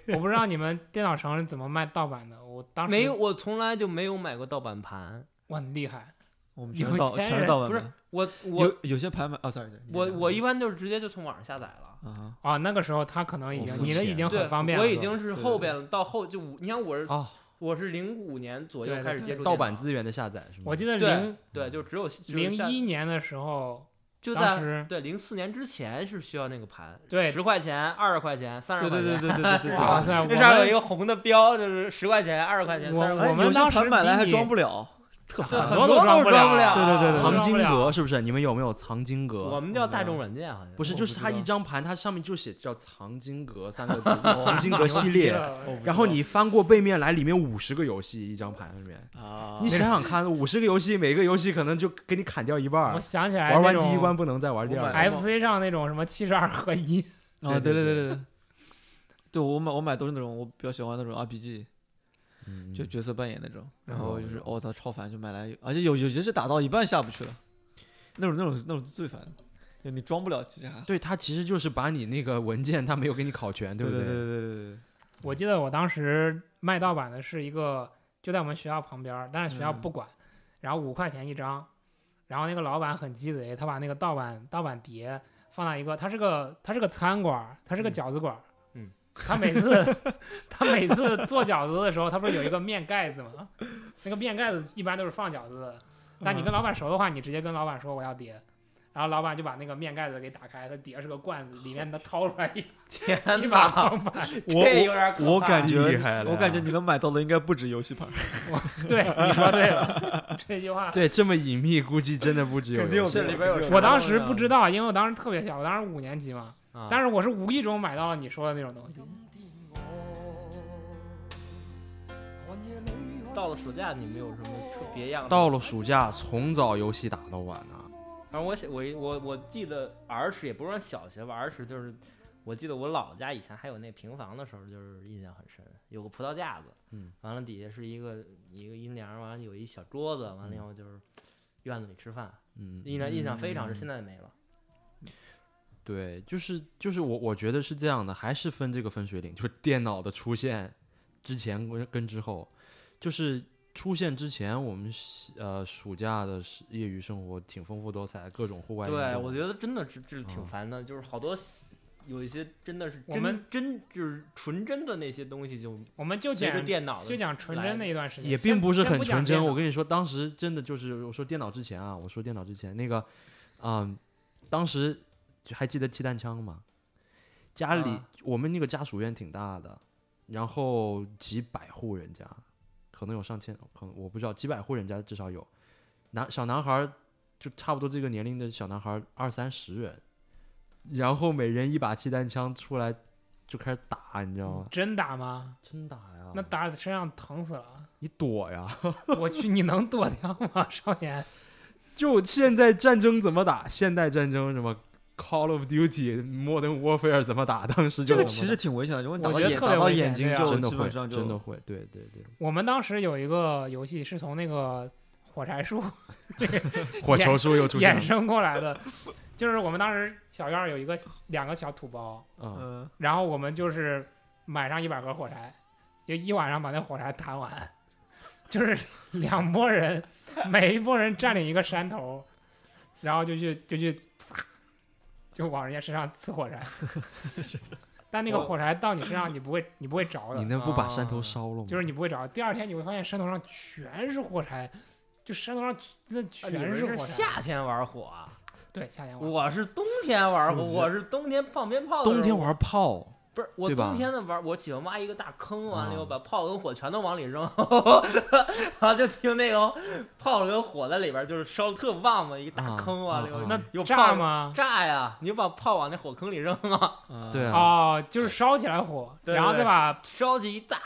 C: 我不知道你们电脑城是怎么卖盗版的，我当时
B: 没有，，我从来就没有买过盗版盘。
C: 我很厉害。
D: 我们全
C: 有
D: 是盗
C: 钱
D: 全
C: 人
D: 是盗版
B: 不是
D: 的，
B: 我我
D: 有有些盘买啊，sorry，
B: 我我一般就是直接就从网上下载了。
D: 啊，
C: 啊，那个时候他可能已
D: 我
C: 经
D: 付
C: 你的已
D: 钱
C: 经
B: 对，
C: 很方便了，
B: 我已经是
D: 对
B: 后
D: 对
B: 边了，到后就五，你看我是
A: 哦，
B: 我是零五年左右
C: 对
B: 开
C: 对
B: 始接触
A: 盗
B: 电
A: 版
B: 脑，
A: 资源的下载是吗？
C: 我记得
B: 对
C: 零
B: 对，就只有只有下
C: 零一年的时候，
B: 就
C: 当
B: 在
C: 时
B: 对零四年之前是需要那个盘，
C: 对
B: 十块钱、二十块钱、三十
D: 对
B: 块
D: 对
B: 钱，
D: 对对对对对，
C: 哇塞，我
B: 那上面有一
C: 们
B: 个红的标，就是十块钱、二十块钱、
C: 我
B: 三十块
D: 哎
C: 我们
D: 有些
C: 当时
D: 盘买来还
C: 比你
D: 装不了，特
B: 钱，
C: 很
D: 烦
C: 多。都
B: 都
C: 装不
B: 装不
C: 了啊
D: 对对对对
A: 藏金
C: 装不
A: 阁
C: 了
A: 是不是？你们有没有藏金阁？
B: 我们叫大众软件好像
A: 不是，
D: 我
A: 就是
D: 不
A: 它
D: 知
A: 一
D: 道
A: 张盘，它上面就写叫“藏经阁”三 个字，藏经阁系
C: 牛逼
A: 列。哦
C: 了
A: 然后你翻过背面来，里面五十个游戏，一张盘里面。
D: 啊，
A: 你想想看，五十个游戏，每个游戏可能就给你砍掉一半
C: 我
A: 儿，
C: 想起来
A: 啊玩
C: 那
A: 完第一关
C: 种
A: 不能再玩第二
B: 嗯
A: 哎关。
D: 我买
C: FC 上那种什么七十二合一，
D: 啊，
A: 对
D: 对
A: 对
D: 对对对。对，我买我买都是那种我比较喜欢那种 RPG，
A: 嗯
D: 就角色扮演那种，然
A: 嗯
D: 后就是我操超烦，就买来，而且有有些是打到一半下不去了，那种那种那种最烦，就你装不了，其实还好。
A: 对，它其实就是把你那个文件，它没有给你考全，
D: 对
A: 不
D: 对对对对对。
C: 我记得我当时卖盗版的是一个就在我们学校旁边儿，但是学校
D: 嗯
C: 不管，然后五块钱一张，然后那个老板很鸡贼，他把那个盗版盗版碟放到一个，他是个他是个餐馆儿，他是个
B: 嗯
C: 饺子馆儿。
B: 嗯
C: 他每次他每次做饺子的时候，他不是有一个面盖子吗？那个面盖子一般都是放饺子的，但
B: 嗯
C: 你跟老板熟的话，你直接跟老板说我要碟，然后老板就把那个面盖子给打开，它底下是个罐子，里面能掏出来一
B: 天
C: 一把
B: 哪，
C: 钢板。
D: 我
B: 这有点可怕
D: 我感觉
A: 厉害了呀
D: 我感觉你能买到的应该不止游戏盘，
C: 对，你说对了，这句话。
A: 对，这么隐秘，估计真的不只有
D: 肯定
A: 游
D: 有
A: 戏
B: 这里边有
D: 我
B: 什么
C: 我当时
B: 东西啊
C: 不知道，因为我当时特别小，我当时五年级嘛，
B: 啊
C: 但是我是无意中买到了你说的那种东西。
B: 到了暑假，你们有什么特别样的？
A: 到了暑假，从早游戏打到晚啊。
B: 反正我小我我我记得儿时也不是说小学吧，儿时就是我记得我姥姥家以前还有那平房的时候，就是印象很深，有个葡萄架子，
A: 嗯，
B: 完了底下是一个一个阴凉，完了有一小桌子，完了以后就是院子里吃饭，
A: 嗯，
B: 印象印象非常深，现在也没了。
A: 对，就是就是我我觉得是这样的，还是分这个分水岭，就是电脑的出现之前跟跟之后，就是出现之前，我们是呃暑假的是业余生活挺丰富多彩，各种户外运
B: 对，
A: 动啊
B: 我觉得真的是这挺
A: 嗯
B: 烦的，就是好多有一些真的是
C: 我
B: 真
C: 们
B: 真就是纯真的那些东西就
C: 我们就
B: 随着
C: 讲
B: 电脑的
C: 就讲纯真的一段时间，
A: 也
C: 先
A: 并不是
C: 先
A: 很
C: 讲
A: 纯真。
C: 电脑
A: 我跟你说，当时真的就是我说电脑之前啊，我说电脑之前那个，嗯，当时就还记得气弹枪吗？家里、
B: 啊
A: 我们那个家属院挺大的，然后几百户人家，可能有上千，可能我不知道，几百户人家至少有。男小男孩儿就差不多这个年龄的小男孩儿二三十人，然后每人一把气弹枪出来就开始打，你知道吗？
C: 嗯真打吗？
A: 真打呀！
C: 那打身上疼死了！
A: 你躲呀！
C: 我去，你能躲掉吗，少年？
A: 就现在战争怎么打？现代战争什么 Call of Duty、Modern Warfare 怎么打？当时
D: 这
A: 就
D: 个
A: 怎
D: 其
A: 么
D: 实挺危险的。如果你打
C: 我
D: 到
C: 觉得
D: 眼
C: 特
D: 打
C: 别
D: 到
C: 危险
D: 眼睛
C: 对啊
A: 打
D: 就
A: 真的
D: 基本
A: 会，
D: 上就
A: 真的会，对对对，
C: 我们当时有一个游戏是从那个火柴术
A: 火球术又出现
C: 衍
A: 了
C: 生过来的，就是我们当时小院儿有一个两个小土包，
A: 啊！
D: 嗯，
C: 然后我们就是买上一百盒火柴，就一晚上把那火柴弹完， 就是两拨人，每一拨人占领一个山头，然后就去就去，就往人家身上呲火柴。但那个火柴到你身上，你不会你不会着
A: 你
C: 的，
A: 那不把山
B: 啊
A: 头烧了吗？
C: 就是你不会着。第二天你会发现山头上全是火柴，就山头上那
B: 啊你
C: 全
B: 们
C: 是火
B: 是
C: 柴。
B: 夏天玩火啊，
C: 对夏天玩，
B: 我是冬天玩火，
D: 四级
B: 我是冬天放鞭炮的时候，
A: 冬天玩炮，
B: 不是我
A: 对吧
B: 冬天的玩儿，我喜欢挖一个大坑，完了以后
A: 啊
B: 把炮跟火全都往里扔， 然后就听那个炮跟火在里边儿就是烧的特旺嘛，一个大
A: 啊
B: 坑完了以后
A: 啊
C: 那
B: 有
C: 炸
B: 炮
C: 吗？
B: 炸呀，你就把炮往那火坑里扔啊，
A: 对啊
C: 哦，就是烧起来火，
B: 对
C: 然后再
B: 对
C: 把
B: 烧起一大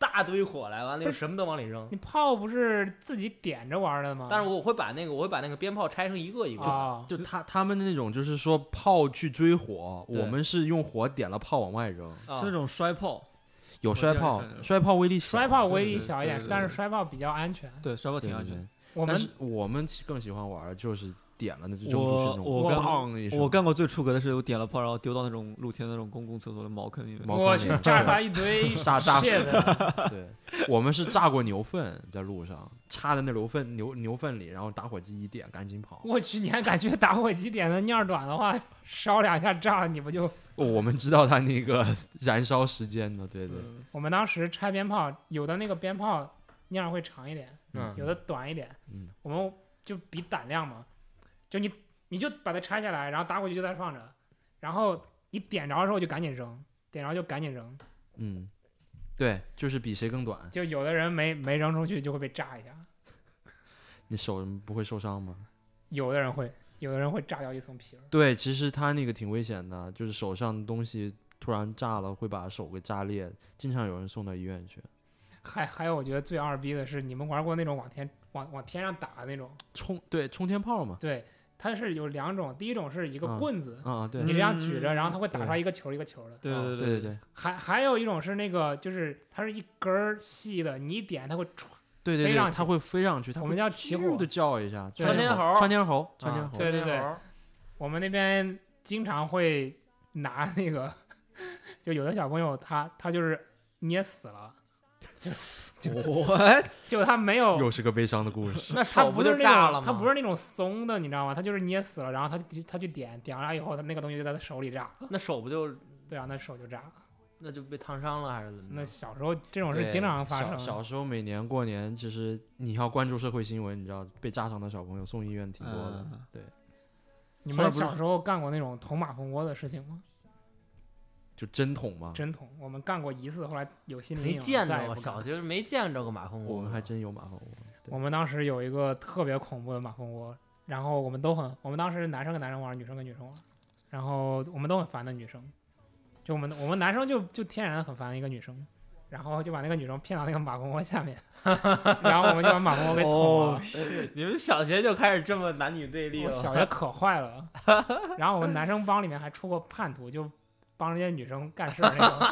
B: 大堆火来，完了
C: 不
B: 以后
C: 是啊
B: 什么都往里扔。
C: 你炮不是自己点着玩儿的吗？
B: 但是我会把那个我会把那个鞭炮拆成一个一个的，
C: 啊，
A: 就他他们那种就是说炮去追火，
B: 对
A: 我们是用火点了炮往外扔，
B: 啊
D: 是那种摔炮，
A: 有摔炮
D: 我见，过
A: 摔炮威力小
C: 摔炮
D: 对
C: 威
D: 对
C: 力
D: 对
C: 小一
D: 对
C: 点
D: 对，对
C: 但是
D: 对
C: 摔炮比较安全。
D: 对，摔炮挺安全的。
A: 全。
C: 我
A: 但
C: 们
A: 是我们更喜欢玩儿就是点了那就
D: 我
A: 就是那种
D: 我
C: 干
A: 砰一声
D: 我干过最出格的是，我点了炮，然后丢到那种露天那种公共厕所的茅坑里面。
A: 茅
C: 我
A: 坑
C: 去
A: 里面
C: 炸他一堆
A: 炸炸
C: 蟹的，
A: 对，我们是炸过牛粪，在路上插在那牛粪牛牛粪里，然后打火机一点，赶紧跑。
C: 我去，你还敢去打火机点的尿短的话，烧两下炸了你不就？
A: 哦我们知道它那个 燃烧时间的，对对，
D: 嗯
C: 我们当时拆鞭炮，有的那个鞭炮尿会长一点，
B: 嗯
C: 有的短一点，
A: 嗯
C: 我们就比胆量嘛，就你你就把它拆下来，然后打火机就在放着，然后你点着的时候就赶紧扔，点着就赶紧扔，
A: 嗯，对，就是比谁更短。
C: 就有的人没没扔出去就会被炸一下。
A: 你手不会受伤吗？
C: 有的人会，有的人会炸掉一层皮儿。
A: 对，其实它那个挺危险的，就是手上的东西突然炸了，会把手给炸裂，经常有人送到医院去。
C: 还还有，我觉得最二逼的是，你们玩过那种往天往往天上打的那种？
A: 冲对冲天炮嘛，
C: 对，它是有两种，第一种是一个
A: 嗯
C: 棍子，
A: 啊、对
C: 你这样举着，
D: 嗯
C: 然后它会打出来
A: 对
C: 一个球儿一个球儿的。
D: 对啊对
A: 对对对
C: 还还有一种是那个，就是它是一根儿细的，你一点它会歘
A: 对对
C: 飞
A: 对，
C: 上去
A: 它会飞上去，它
C: 我们叫起火
A: 的叫一下，
C: 对
A: 窜天
B: 窜天猴
A: 窜天猴，窜天
B: 啊
A: 猴，
C: 对对对
B: 窜天猴
C: 我们那边经常会 拿那个，就有的小朋友他他就是捏死了，
D: 我
C: 就他没
D: 哦
C: 有
A: 又是个悲伤的故事。
B: 那
C: 他
B: 手不
C: 是
B: 就
C: 那
B: 炸了
C: 种，
B: 吗？
C: 他不是那种松的，你知道吗？他就是捏死了，然后他就他去点，点完了以后，他那个东西就在他手里炸。
B: 那手不就
C: 对啊，那手就炸了。
B: 那就被烫伤了还是怎么
C: 那
B: 着？
C: 小时候这种事
D: 对
C: 经常发
A: 小
C: 生。啊
A: 小时候每年过年，其实你要关注社会新闻，你知道被炸伤的小朋友送医院挺多的。
D: 嗯
A: 对，
C: 你
D: 后来
C: 们
D: 不是
C: 小时候干过那种捅马蜂窝的事情吗？
A: 就针筒嘛，
C: 真捅，我们干过一次，后来有心理阴
B: 没
C: 影，
B: 见
C: 再
B: 着
C: 也
B: 过，
C: 不干
B: 小
C: 了。
B: 学没见着过马蜂窝。
A: 我们还真有马蜂窝。对
C: 我们当时有一个特别恐怖的马蜂窝，然后我们都很，我们当时男生跟男生玩，女生跟女生玩，然后我们都很烦那女生，就我们我们男生就就天然地很烦一个女生，然后就把那个女生骗到那个马蜂窝下面， 然后我们就把马蜂窝给捅了。
D: 哦，
B: 你们小学就开始这么男女对立
C: 我
B: 了？
C: 小 学可坏了，然后我们男生帮里面还出过叛徒，就帮人家女生干事儿那 种。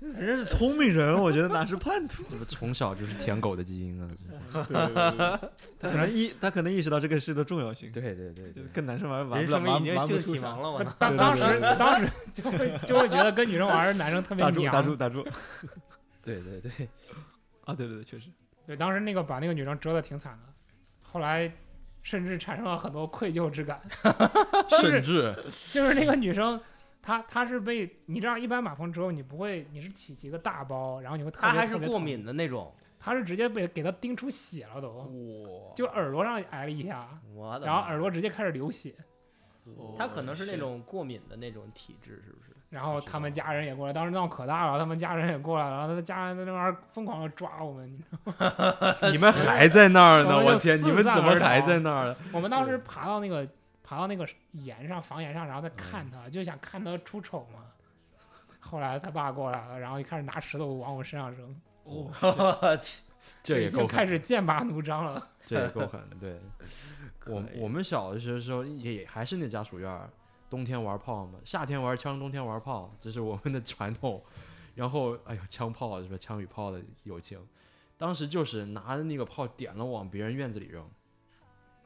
D: 人家是聪明人，我觉得哪是 叛徒？
A: 这不从小就是舔狗的基因啊！这是
D: 对对对对他可能意他可能意识到这个事的重要 性，
A: 对对对
D: 就
A: 对，
D: 跟男生玩玩
B: 人
D: 不了，
B: 说明已
D: 玩
B: 经
D: 玩不
B: 性
D: 出
B: 启
D: 啥
B: 蒙。了，我
C: 不
B: 呢？
C: 当当时
D: 对对对对
C: 当时就会就会觉得跟女生玩儿，男生特别
D: 打住
C: 娘。
D: 打住打住！
A: 对对对，
D: 啊，对对对，确实，
C: 对，当时那个把那个女生折得挺惨的，后来甚至产生了很多愧疚之感。
A: 甚至
C: 就是那个女生，她她是被你知道，一般马蜂之后你不会，你是起几个大包，然后你会特别
B: 他还是
C: 特别
B: 过
C: 疼
B: 敏的那种。
C: 她是直接被给她叮出血了都，
B: 哇！
C: 就耳朵上挨了一下，
B: 我的
C: 然后
B: 妈
C: 耳朵直接开始流血，
B: 他可能是那种过敏的那种体质，是不是？
C: 然后他们家人也过来，当时闹可大了，他们家人也过来了，然后他的家人在那边疯狂的抓我们，
A: 你们还在那儿呢！
C: 我们就
A: 我天，你们怎么还在那儿呢？
C: 我们当时爬到那个爬到那个檐上房檐上，然后
B: 嗯
C: 再看他，就想看他出丑嘛。后来他爸过来了，然后就开始拿石头往我身上扔，
D: 哦，
B: 我去，
A: 这也
C: 就
A: 够
C: 开
A: 狠，
C: 始剑拔弩张了。
A: 这也够狠。 对，我
B: 可以
A: 我们小的时候也也还是那家属院儿，冬天玩炮嘛，夏天玩枪，冬天玩炮，这是我们的传统。然后，哎呦，枪炮是吧？枪与炮的友情，当时就是拿着那个炮点了往别人院子里扔，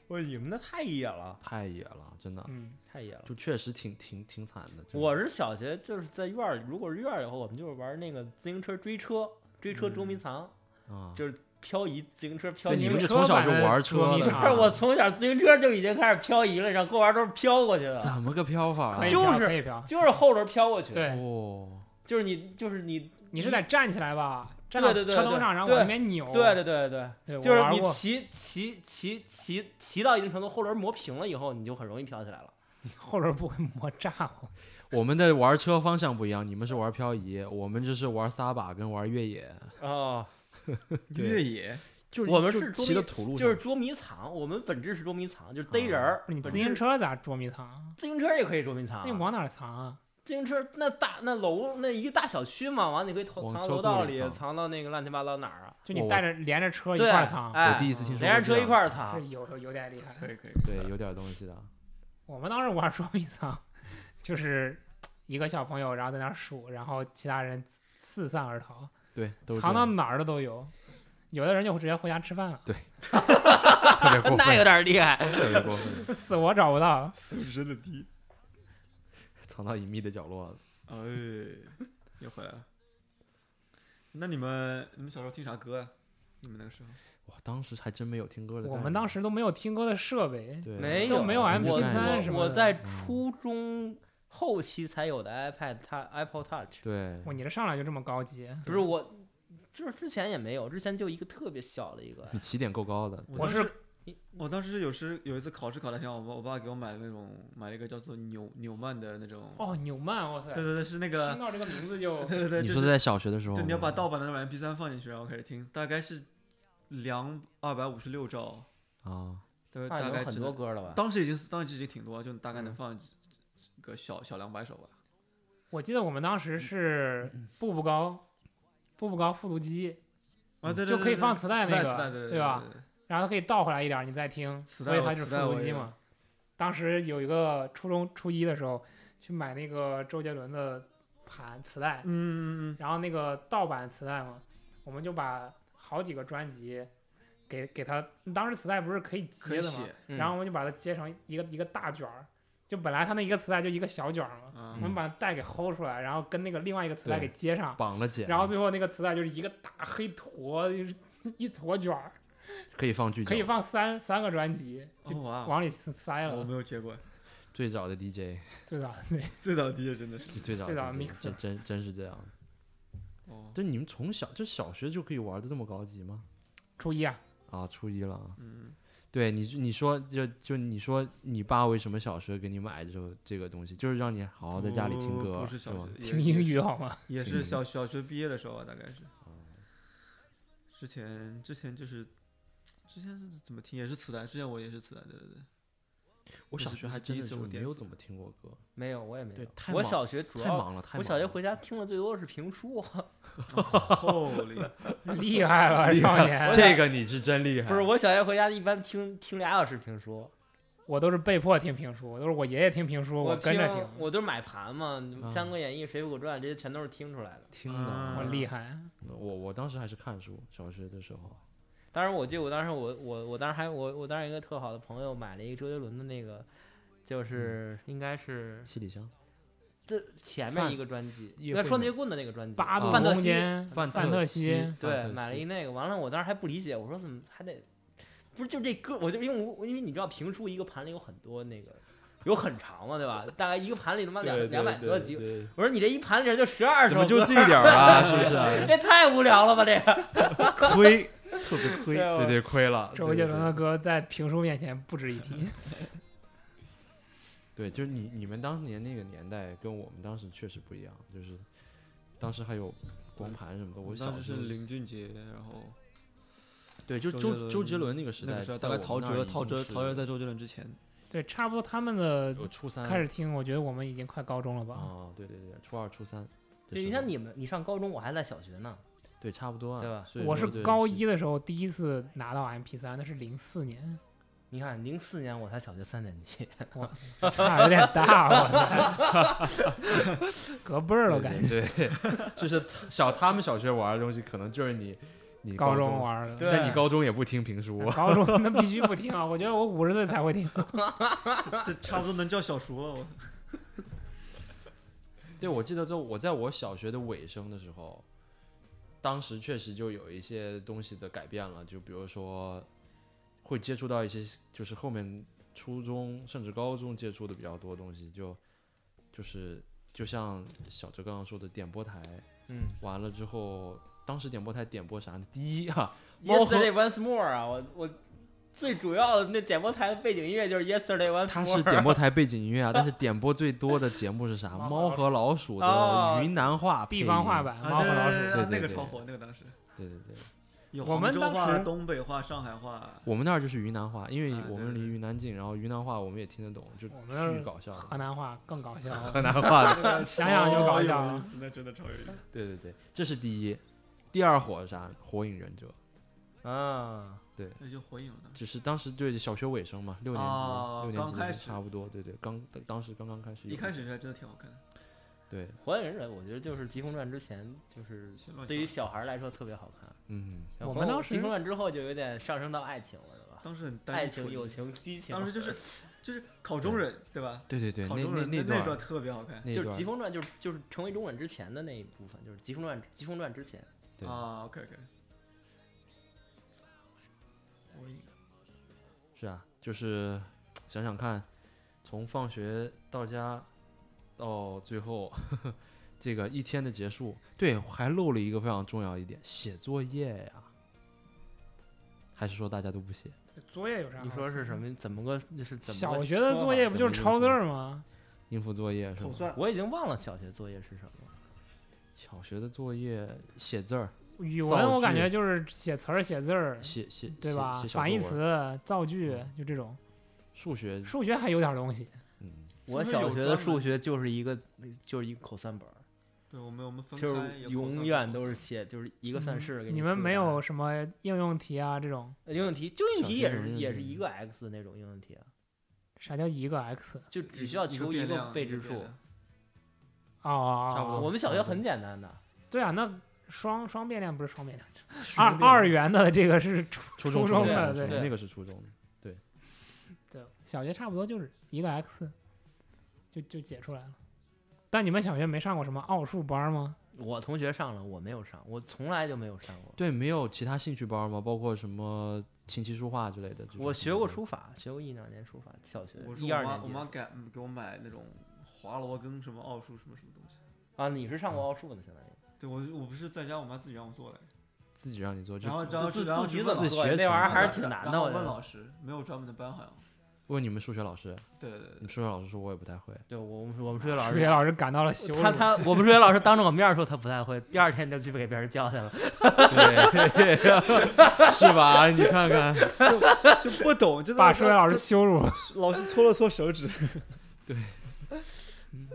B: 我你们那太野了，
A: 太野了，真的，
C: 嗯，
B: 太野了。
A: 就确实挺挺挺惨的。真的
B: 我是小学就是在院儿里，如果是院儿以后，我们就是玩那个自行车追车，追车捉迷藏，
A: 啊，
B: 就是漂移自行车漂
A: 对你
B: 移
A: 们。
C: 自
A: 这
C: 行车
A: 从小
C: 啊
A: 就
C: 版的
A: 玩
C: 捉
A: 车
C: 迷
A: 的
C: 藏
B: 不是我从小自行车就已经开始漂移了，然后过玩都是飘过去的，
A: 怎么个飘法啊？
C: 可以
B: 就
C: 嫖
B: 是
C: 可以嫖。
B: 就是后轮飘过去，
C: 对
A: 哦，
B: 就是你就是你，
C: 你是得站起来吧，站到
B: 对对对
C: 车头上，
B: 对
C: 然后往那边扭。
B: 对对对对，
C: 对，
B: 就
C: 哦我
B: 是
C: 玩
B: 你
C: 过。
B: 骑骑骑骑骑到一定程度，后轮磨平了以后，你就很容易飘起来了。
C: 后轮不会磨炸我。
A: 我们的玩车方向不一样，你们是玩漂移，我们这是玩撒把跟玩越野，
B: 哦，
A: 对
D: 越 野
A: 就是
B: 我们
A: 就是
B: 捉
A: 骑
B: 迷
A: 的土路上，
B: 就是捉迷藏，我们本质是捉迷藏，就是逮人儿。
C: 不是你
B: 本
C: 自行
B: 质
C: 车咋捉迷藏？啊
B: 自行车也可以捉迷藏
C: 那你
B: 啊，
C: 往哪儿藏啊？
B: 自行车那大那楼那一个大小区嘛，完了你可以偷
A: 往
B: 藏
A: 车
B: 楼
A: 库
B: 道
A: 里
B: 里，
A: 藏
B: 藏到那个乱七八糟哪儿啊？
C: 就
A: 我
C: 你带着连着车一
B: 对
C: 块儿藏，
A: 我
B: 哎，
A: 第一次听说
B: 连
A: 过
B: 着
A: 这
B: 车一
A: 样
B: 块儿
A: 的
B: 藏
C: 是，有有有点厉害。
D: 可以可以，
A: 对，有点东西的，
C: 我们当时玩捉迷藏，就是一个小朋友，然后在那儿数，然后其他人四散而逃，
A: 对，都是
C: 藏
A: 这
C: 到
A: 样
C: 哪儿的都有。有的人就直接回家吃饭了，
A: 特别过
B: 那
A: 分，
B: 有点厉害。
A: 特别过 分，
C: 死活找不到。
D: 素质真的低。
A: 藏到隐秘的角落。
D: 哎，又回来了。那你们你们小时候听啥歌啊？你们那个时候？
A: 我当时还真没有听歌的概念，
C: 我们当时都没有听歌的设备，
A: 对
B: 没
C: 都
B: 有
C: 没有
A: 我
C: MP3
B: 我
C: 什么
B: 我
C: 的
B: 在初中后期才有的 iPad，它 Apple Touch，
A: 对，
C: 哇，你这上来就这么高级。
B: 不是我，就是之前也没有，之前就一个特别小的一个。
A: 你起点够高的，
C: 我
D: 当
C: 是
D: 时我当时有时有一次考试考得挺好，我爸我爸给我买了那种买了一个叫做纽纽曼的那种，
C: 哦，纽曼，哇塞，
D: 对对对，是那
C: 听
D: 个，
C: 到这个名 字就
D: 对对对，
A: 你
D: 就
A: 说
D: 是
A: 在小学的时候吗，
D: 对，你要把盗版的那种 MP 3放进去，然后开始听，大概是两二百五十六兆，
A: 啊，
D: 大概
B: 那
D: 大
B: 有
D: 概
B: 很
D: 只
B: 多
D: 能，
B: 歌了吧？
D: 当时已经当时已经挺多，就大概能
B: 嗯
D: 放几几个小小两百首吧。
C: 我记得我们当时是
A: 嗯
C: 步步高，步步高复读机，
D: 啊，对对
C: 嗯就可以
D: 对
C: 放
D: 对
C: 磁带
D: 磁
C: 那
D: 带
C: 个
D: 磁带对对
C: 对吧？
D: 对
C: 然后它可以倒回来一点儿，你再听，
D: 磁
C: 所
D: 带
C: 以
D: 我
C: 它就是
D: 磁
C: 复
D: 带
C: 读
D: 我
C: 机
D: 也
C: 嘛。当时有一个初中初一的时候去买那个周杰伦的盘磁带，
D: 嗯嗯嗯
C: 然后那个盗版磁带嘛，我们就把好几个专辑给给它，当时磁带不是可以
D: 嗯，可
C: 接
D: 以
C: 的嘛，
D: 写，
B: 嗯
C: 然后我们就把它接成一个一个大卷儿，就本来它那一个磁带就一个小卷儿嘛，我
D: 嗯
C: 们把带给薅出来，然后跟那个另外一个磁带
A: 对
C: 给接上，
A: 绑了剪，
C: 然后最后那个磁带就是一个大黑坨，就是 一坨卷儿，
A: 可以放剧
C: 可以
A: 集。
C: 放三三个专辑，就
D: 哦哇，
C: 往里塞
D: 我
C: 了。
D: 没有接过，
A: 最早的 DJ，
C: 最早对，
D: 最早的 DJ 真的是，
A: 就最早
C: 最
A: 的
C: 早的
A: DJ，
C: mixer
A: 真真真是这样的。
D: 哦，
A: 就你们从小就小学就可以玩的这么高级吗？
C: 初一啊，
A: 啊，初一了啊。
D: 嗯，
A: 对你，你说就就你说你爸为什么小时候给你买这个这个东西，就是让你好哦好在家里听
D: 不
A: 歌，
D: 哦不是小
A: 吗
D: 学，也
C: 听英，
D: 也
C: 语
D: 是
C: 好吗？
D: 也
A: 听英
D: 是
A: 语
D: 小小学毕业的时候啊，大概是，
A: 哦
D: 之前之前就是。之前是怎么听？也是磁带。之前我也是磁带，对对对。
A: 我
D: 这
A: 小
D: 是
A: 学
D: 这
A: 还
D: 是第
A: 真
D: 一
A: 的
D: 次
A: 是
D: 我
A: 没
D: 电
A: 有
D: 子
A: 怎么听过歌，
B: 没有，我也没
A: 对
B: 有
A: 太。
B: 我
A: 忙
B: 小学主
A: 太
B: 要，
A: 忙了，太
B: 我
A: 忙
B: 小学
A: 了。
B: 回家听的最多是评书，
D: 后里
C: 厉害了，少年，
A: 这个你是真厉害，
B: 不是我小学回家一般听听俩小时评书，
C: 我都是被迫听评书，都是我爷爷听评书，跟
B: 听
C: 着
B: 我都是买盘嘛，《
A: 啊
B: 三国演义》《水浒传》这些全都是听出来的。
A: 听
D: 啊
C: 我
A: 的。
C: 厉害。
A: 我我当时还是看书，小学的时候。
B: 当时我记得我当时我我我当时还我我当时一个特好的朋友买了一个周杰伦的那个，就是应该是
A: 七里香，
B: 这前面一个专辑，
A: 夜
B: 那
A: 会
B: 双
A: 吗
B: 截棍的那个专辑，
C: 八度
A: 啊
B: 范特
C: 空
B: 西，
C: 间，
A: 范
C: 范
A: 特
C: 特
A: 西
C: 西，
A: 范
B: 对，
A: 特
B: 买了
A: 西
B: 一那个，完了我当时还不理解，我说怎么还得，不是就这歌，我就因为我因为你知道评书一个盘里有很多那个，有很长嘛，对吧？大概一个盘里他妈两两百多集，
A: 集，
B: 我说你这一盘里就十二
A: 怎
B: 首
A: 么就
B: 歌
A: 这点儿 啊？是不是啊？
B: 这太无聊了吧？这个，
A: 亏，特别亏，
B: 对
A: 对对，亏了。
C: 周
A: 对
C: 杰
A: 对
C: 伦的歌在评书面前不值一提。
A: 对，就是你你们当年那个年代跟我们当时确实不一样，就是当时还有光盘什么的。我小
D: 当时
A: 时
D: 是
A: 候
D: 林俊杰，然后
A: 对，就
D: 周杰
A: 周周杰
D: 伦
A: 伦那个时
D: 那
A: 代
D: 个时候
A: 在
D: 大
A: 我
D: 概
A: 们
D: 陶
A: 那儿
D: 喆，
A: 已
D: 陶
A: 经
D: 喆，
A: 是
D: 陶喆在周杰伦之前，
C: 对，差不多他们的
A: 有初三
C: 开始听，我觉得我们已经快高中了吧？
A: 啊，对对对，初二初三的时候。
B: 对，你像你们，你上高中，我还在小学呢，
A: 对差不多啊，
B: 对吧
A: 所以
C: 我
A: 说
C: 是
A: 对
C: 高一的时候第一次拿到 MP 3那是零四年，
B: 你看零四年我才小学三年级，
C: 差有点大，我操， 隔辈儿了
A: 对
C: 感觉。
A: 对，对就是小他们小学玩的东西，可能就是你你
C: 高
A: 中
C: 中，玩的，哎
B: 对
A: 但你高中也不听评 书，
C: 高中那必须不听啊！我觉得我五十岁才会听。
D: 这差不多能叫小熟了。我
A: 对，我记得在我在我小学的尾声的时候，当时确实就有一些东西的改变了，就比如说会接触到一些就是后面初中甚至高中接触的比较多的东西，就就是就像小哲刚刚说的点播台，
B: 嗯，
A: 完了之后。当时点播台点播啥呢？第一啊， 猫和
B: Yesterday Once More 啊，我我最主要的那点播台的背景音乐就是 Yesterday Once More，
A: 它是点播台背景音乐啊，但是点播最多的节目是啥？
C: 猫和
A: 猫和
C: 老
A: 老鼠
B: 哦
A: 的云南话配
C: 地方话
A: 音。
C: 版《猫
D: 啊，
C: 和老鼠》，
A: 对
D: 对
A: 对
D: 那个
A: 对
D: 超火，那个当时
A: 对对对，
D: 有
C: 我
D: 杭
C: 们
D: 州
C: 当
D: 话、
C: 时
D: 东北话、上海话。
A: 我们那儿就是云南话，因为
D: 啊
A: 我
D: 对
A: 们离
D: 对对
A: 云南近，然后云南话我们也听得懂，就
C: 我们那儿
A: 巨搞笑的。
C: 河南话更搞笑。
A: 南话，
D: 那个
C: 想想就
D: 超
C: 搞
D: 有
C: 笑
D: 意思，那真的超有意思。
A: 对对对，这是第一。第二火是啥？火影忍者，
B: 啊，
D: 那就火影了。
A: 只是当时对小学尾声嘛，六年级，
D: 哦
A: 六年级
D: 刚
A: 的
D: 开
A: 时
D: 始
A: 候差不多，对对，刚当时刚刚开始有
D: 一
A: 点，
D: 开始还真的挺好看的，
A: 对，
B: 火影忍者我觉得就是《疾风传》之前就是
D: 先乱
B: 对于
D: 讲
B: 小孩儿来说特别好看，
A: 嗯，
B: 然
C: 我
B: 后
C: 们当
B: 《疾
C: 时
B: 风传》之后就有点上升到爱情了，对吧？
D: 当时很单
B: 爱
D: 纯
B: 情、友情、激情，
D: 当时就是就是考中忍对吧？
A: 对对对，
D: 考
A: 那
D: 中
A: 那
D: 忍那
A: 段儿
D: 段特别好看
A: 那
B: 就是
A: 段
B: 《疾
A: 儿，
B: 风传》就是就是成为中忍之前的那一部分，就是《疾风传》《疾风传》之前，
A: 对
D: 啊。OK OK。火影
A: 是啊，就是想想看，从放学到家到最后 这个一天的结束，对，还漏了一个非常重要一点，写作业呀、还是说大家都不写？
C: 作业有啥？
B: 你说是什？么？怎么个就是怎么？
C: 小学的作业不就是抄字儿吗？
A: 应付作业是
D: 口
A: 吗？
D: 算
B: 我已经忘了小学作业是什么了。
A: 小学的作业写字儿，
C: 语
A: 造句
C: 文我感觉就是写词儿、写字儿，
A: 写写
C: 对
A: 写
C: 吧
A: 写？小
C: 反义
A: 作文儿，嗯
C: 词、造句，就这种。
A: 数学，
C: 数学还有点东西，
A: 嗯，
B: 我
D: 是不是有
B: 小学的
D: 专门
B: 数学就是一个就是一个口算本儿，
D: 对我们我们分
B: 就
D: 开有口算
B: 是永
D: 和
B: 远
D: 口
B: 都是
D: 算
B: 写就是一个算式给
C: 嗯你
B: 出
C: 们
B: 答
C: 没
B: 案
C: 有什么应用题啊？这种
B: 应用题，就应用
A: 小
B: 题
A: 学
B: 也
A: 有
B: 是
A: 应
B: 也
A: 用
B: 是
A: 题
B: 一个 x 那种应用题啊，
C: 啥叫一个 x
B: 就只需要
D: 一个
B: 求一
D: 变
B: 个
D: 量
B: 未
D: 一个
B: 知
D: 变
B: 数。
D: 量
C: 哦，
A: 差不多
B: 我们小
A: 差
B: 学
A: 不多
B: 很简单的，
C: 对啊，那双双变量不是双变量，
A: 数
C: 二
A: 学
C: 二元的这个是初
A: 初中
C: 中
A: 初中
C: 的，
B: 的
A: 初中
B: 对
A: 那个是初中的，
C: 对，小学差不多就是一个 x，就就解出来了。但你们小学没上过什么奥数班吗？
B: 我同学上了，我没有上，我从来就没有上过。
A: 对，没有其他兴趣班吗？包括什么琴棋书画之类的？这种
B: 我学过
A: 吗，
B: 书法，学过一两年书法，小学
D: 我是
B: 一
D: 我
B: 二
D: 妈，
B: 年
D: 我
B: 级
D: 妈给给我买那种华罗庚什么奥数什么什么东西。
B: 啊。你是上过奥数的，相当于
D: 对我我不是在家，我妈自己让我做的，
A: 自己让你做，就
D: 然后
A: 自
D: 然后
B: 自
D: 是然后
B: 自己
D: 是
B: 怎
D: 问
B: 么
A: 自
B: 做？
A: 学
B: 那玩意儿还是挺
D: 然
B: 难
D: 然
B: 的，
D: 后
B: 我觉
D: 问
B: 得。
D: 老师，没有专门的班好像。
A: 问你们数学老师，
D: 对对对
A: 你们数学老师说我也不太 会，
B: 对，我们我们数学老
C: 数
B: 师
C: 学老师感到了羞辱
B: 他。他，我们数学老师当着我面儿说他不太会，第二天就去给别人教去了。
A: 对， 是吧？你看看，
D: 对，就不懂，真的
C: 把数学老师羞辱了。
D: 老师搓了搓手指。
C: 嗯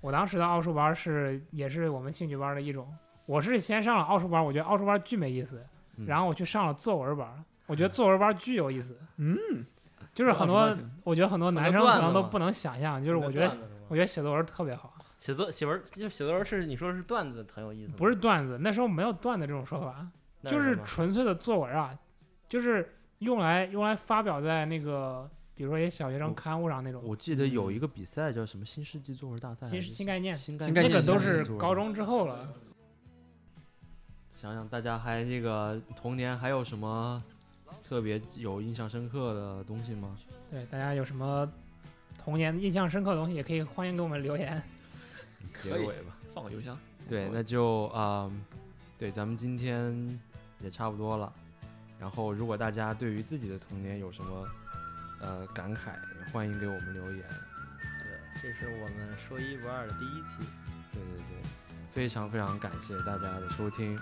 C: 我当时的奥数班是也是我们兴趣班的一种。我是先上了奥数班，我觉得奥数班巨没意思，
A: 嗯
C: 然后我去上了作文班，我觉得作文班巨有意思。
D: 嗯，
C: 就是很
D: 奥数
C: 多
D: 班挺，
C: 我觉得很多男生可能都不能想象，就是我觉得我觉得写作文特别好，
B: 写作写文就写作文是你说是段子很有意思吗，
C: 不是段子，那时候没有段子这种说法，
B: 那
C: 就是是
B: 什么
C: 纯粹的作文啊，就是用来用来发表在那个比如说一些小学生
A: 我
C: 刊物上那种
A: 我记得
D: 嗯
A: 有一个比赛叫什么新世纪作文大赛，
C: 新新概念，
A: 新
D: 新概
A: 概
C: 那
D: 念
C: 个
A: 念
C: 都
D: 上
C: 是
A: 作文
C: 高中之后了。
A: 想想大家还那个童年还有什么特别有印象深刻的东西吗？
C: 对，大家有什么童年印象深刻的东西，也可以欢迎给我们留言。
A: 结
D: 可以
A: 尾吧。
D: 放个邮箱。
A: 对，那就啊、嗯对，咱们今天也差不多了。然后，如果大家对于自己的童年有什么呃感慨，欢迎给我们留言。
B: 对，这是我们说一不二的第一期。
A: 对对对，非常非常感谢大家的收听，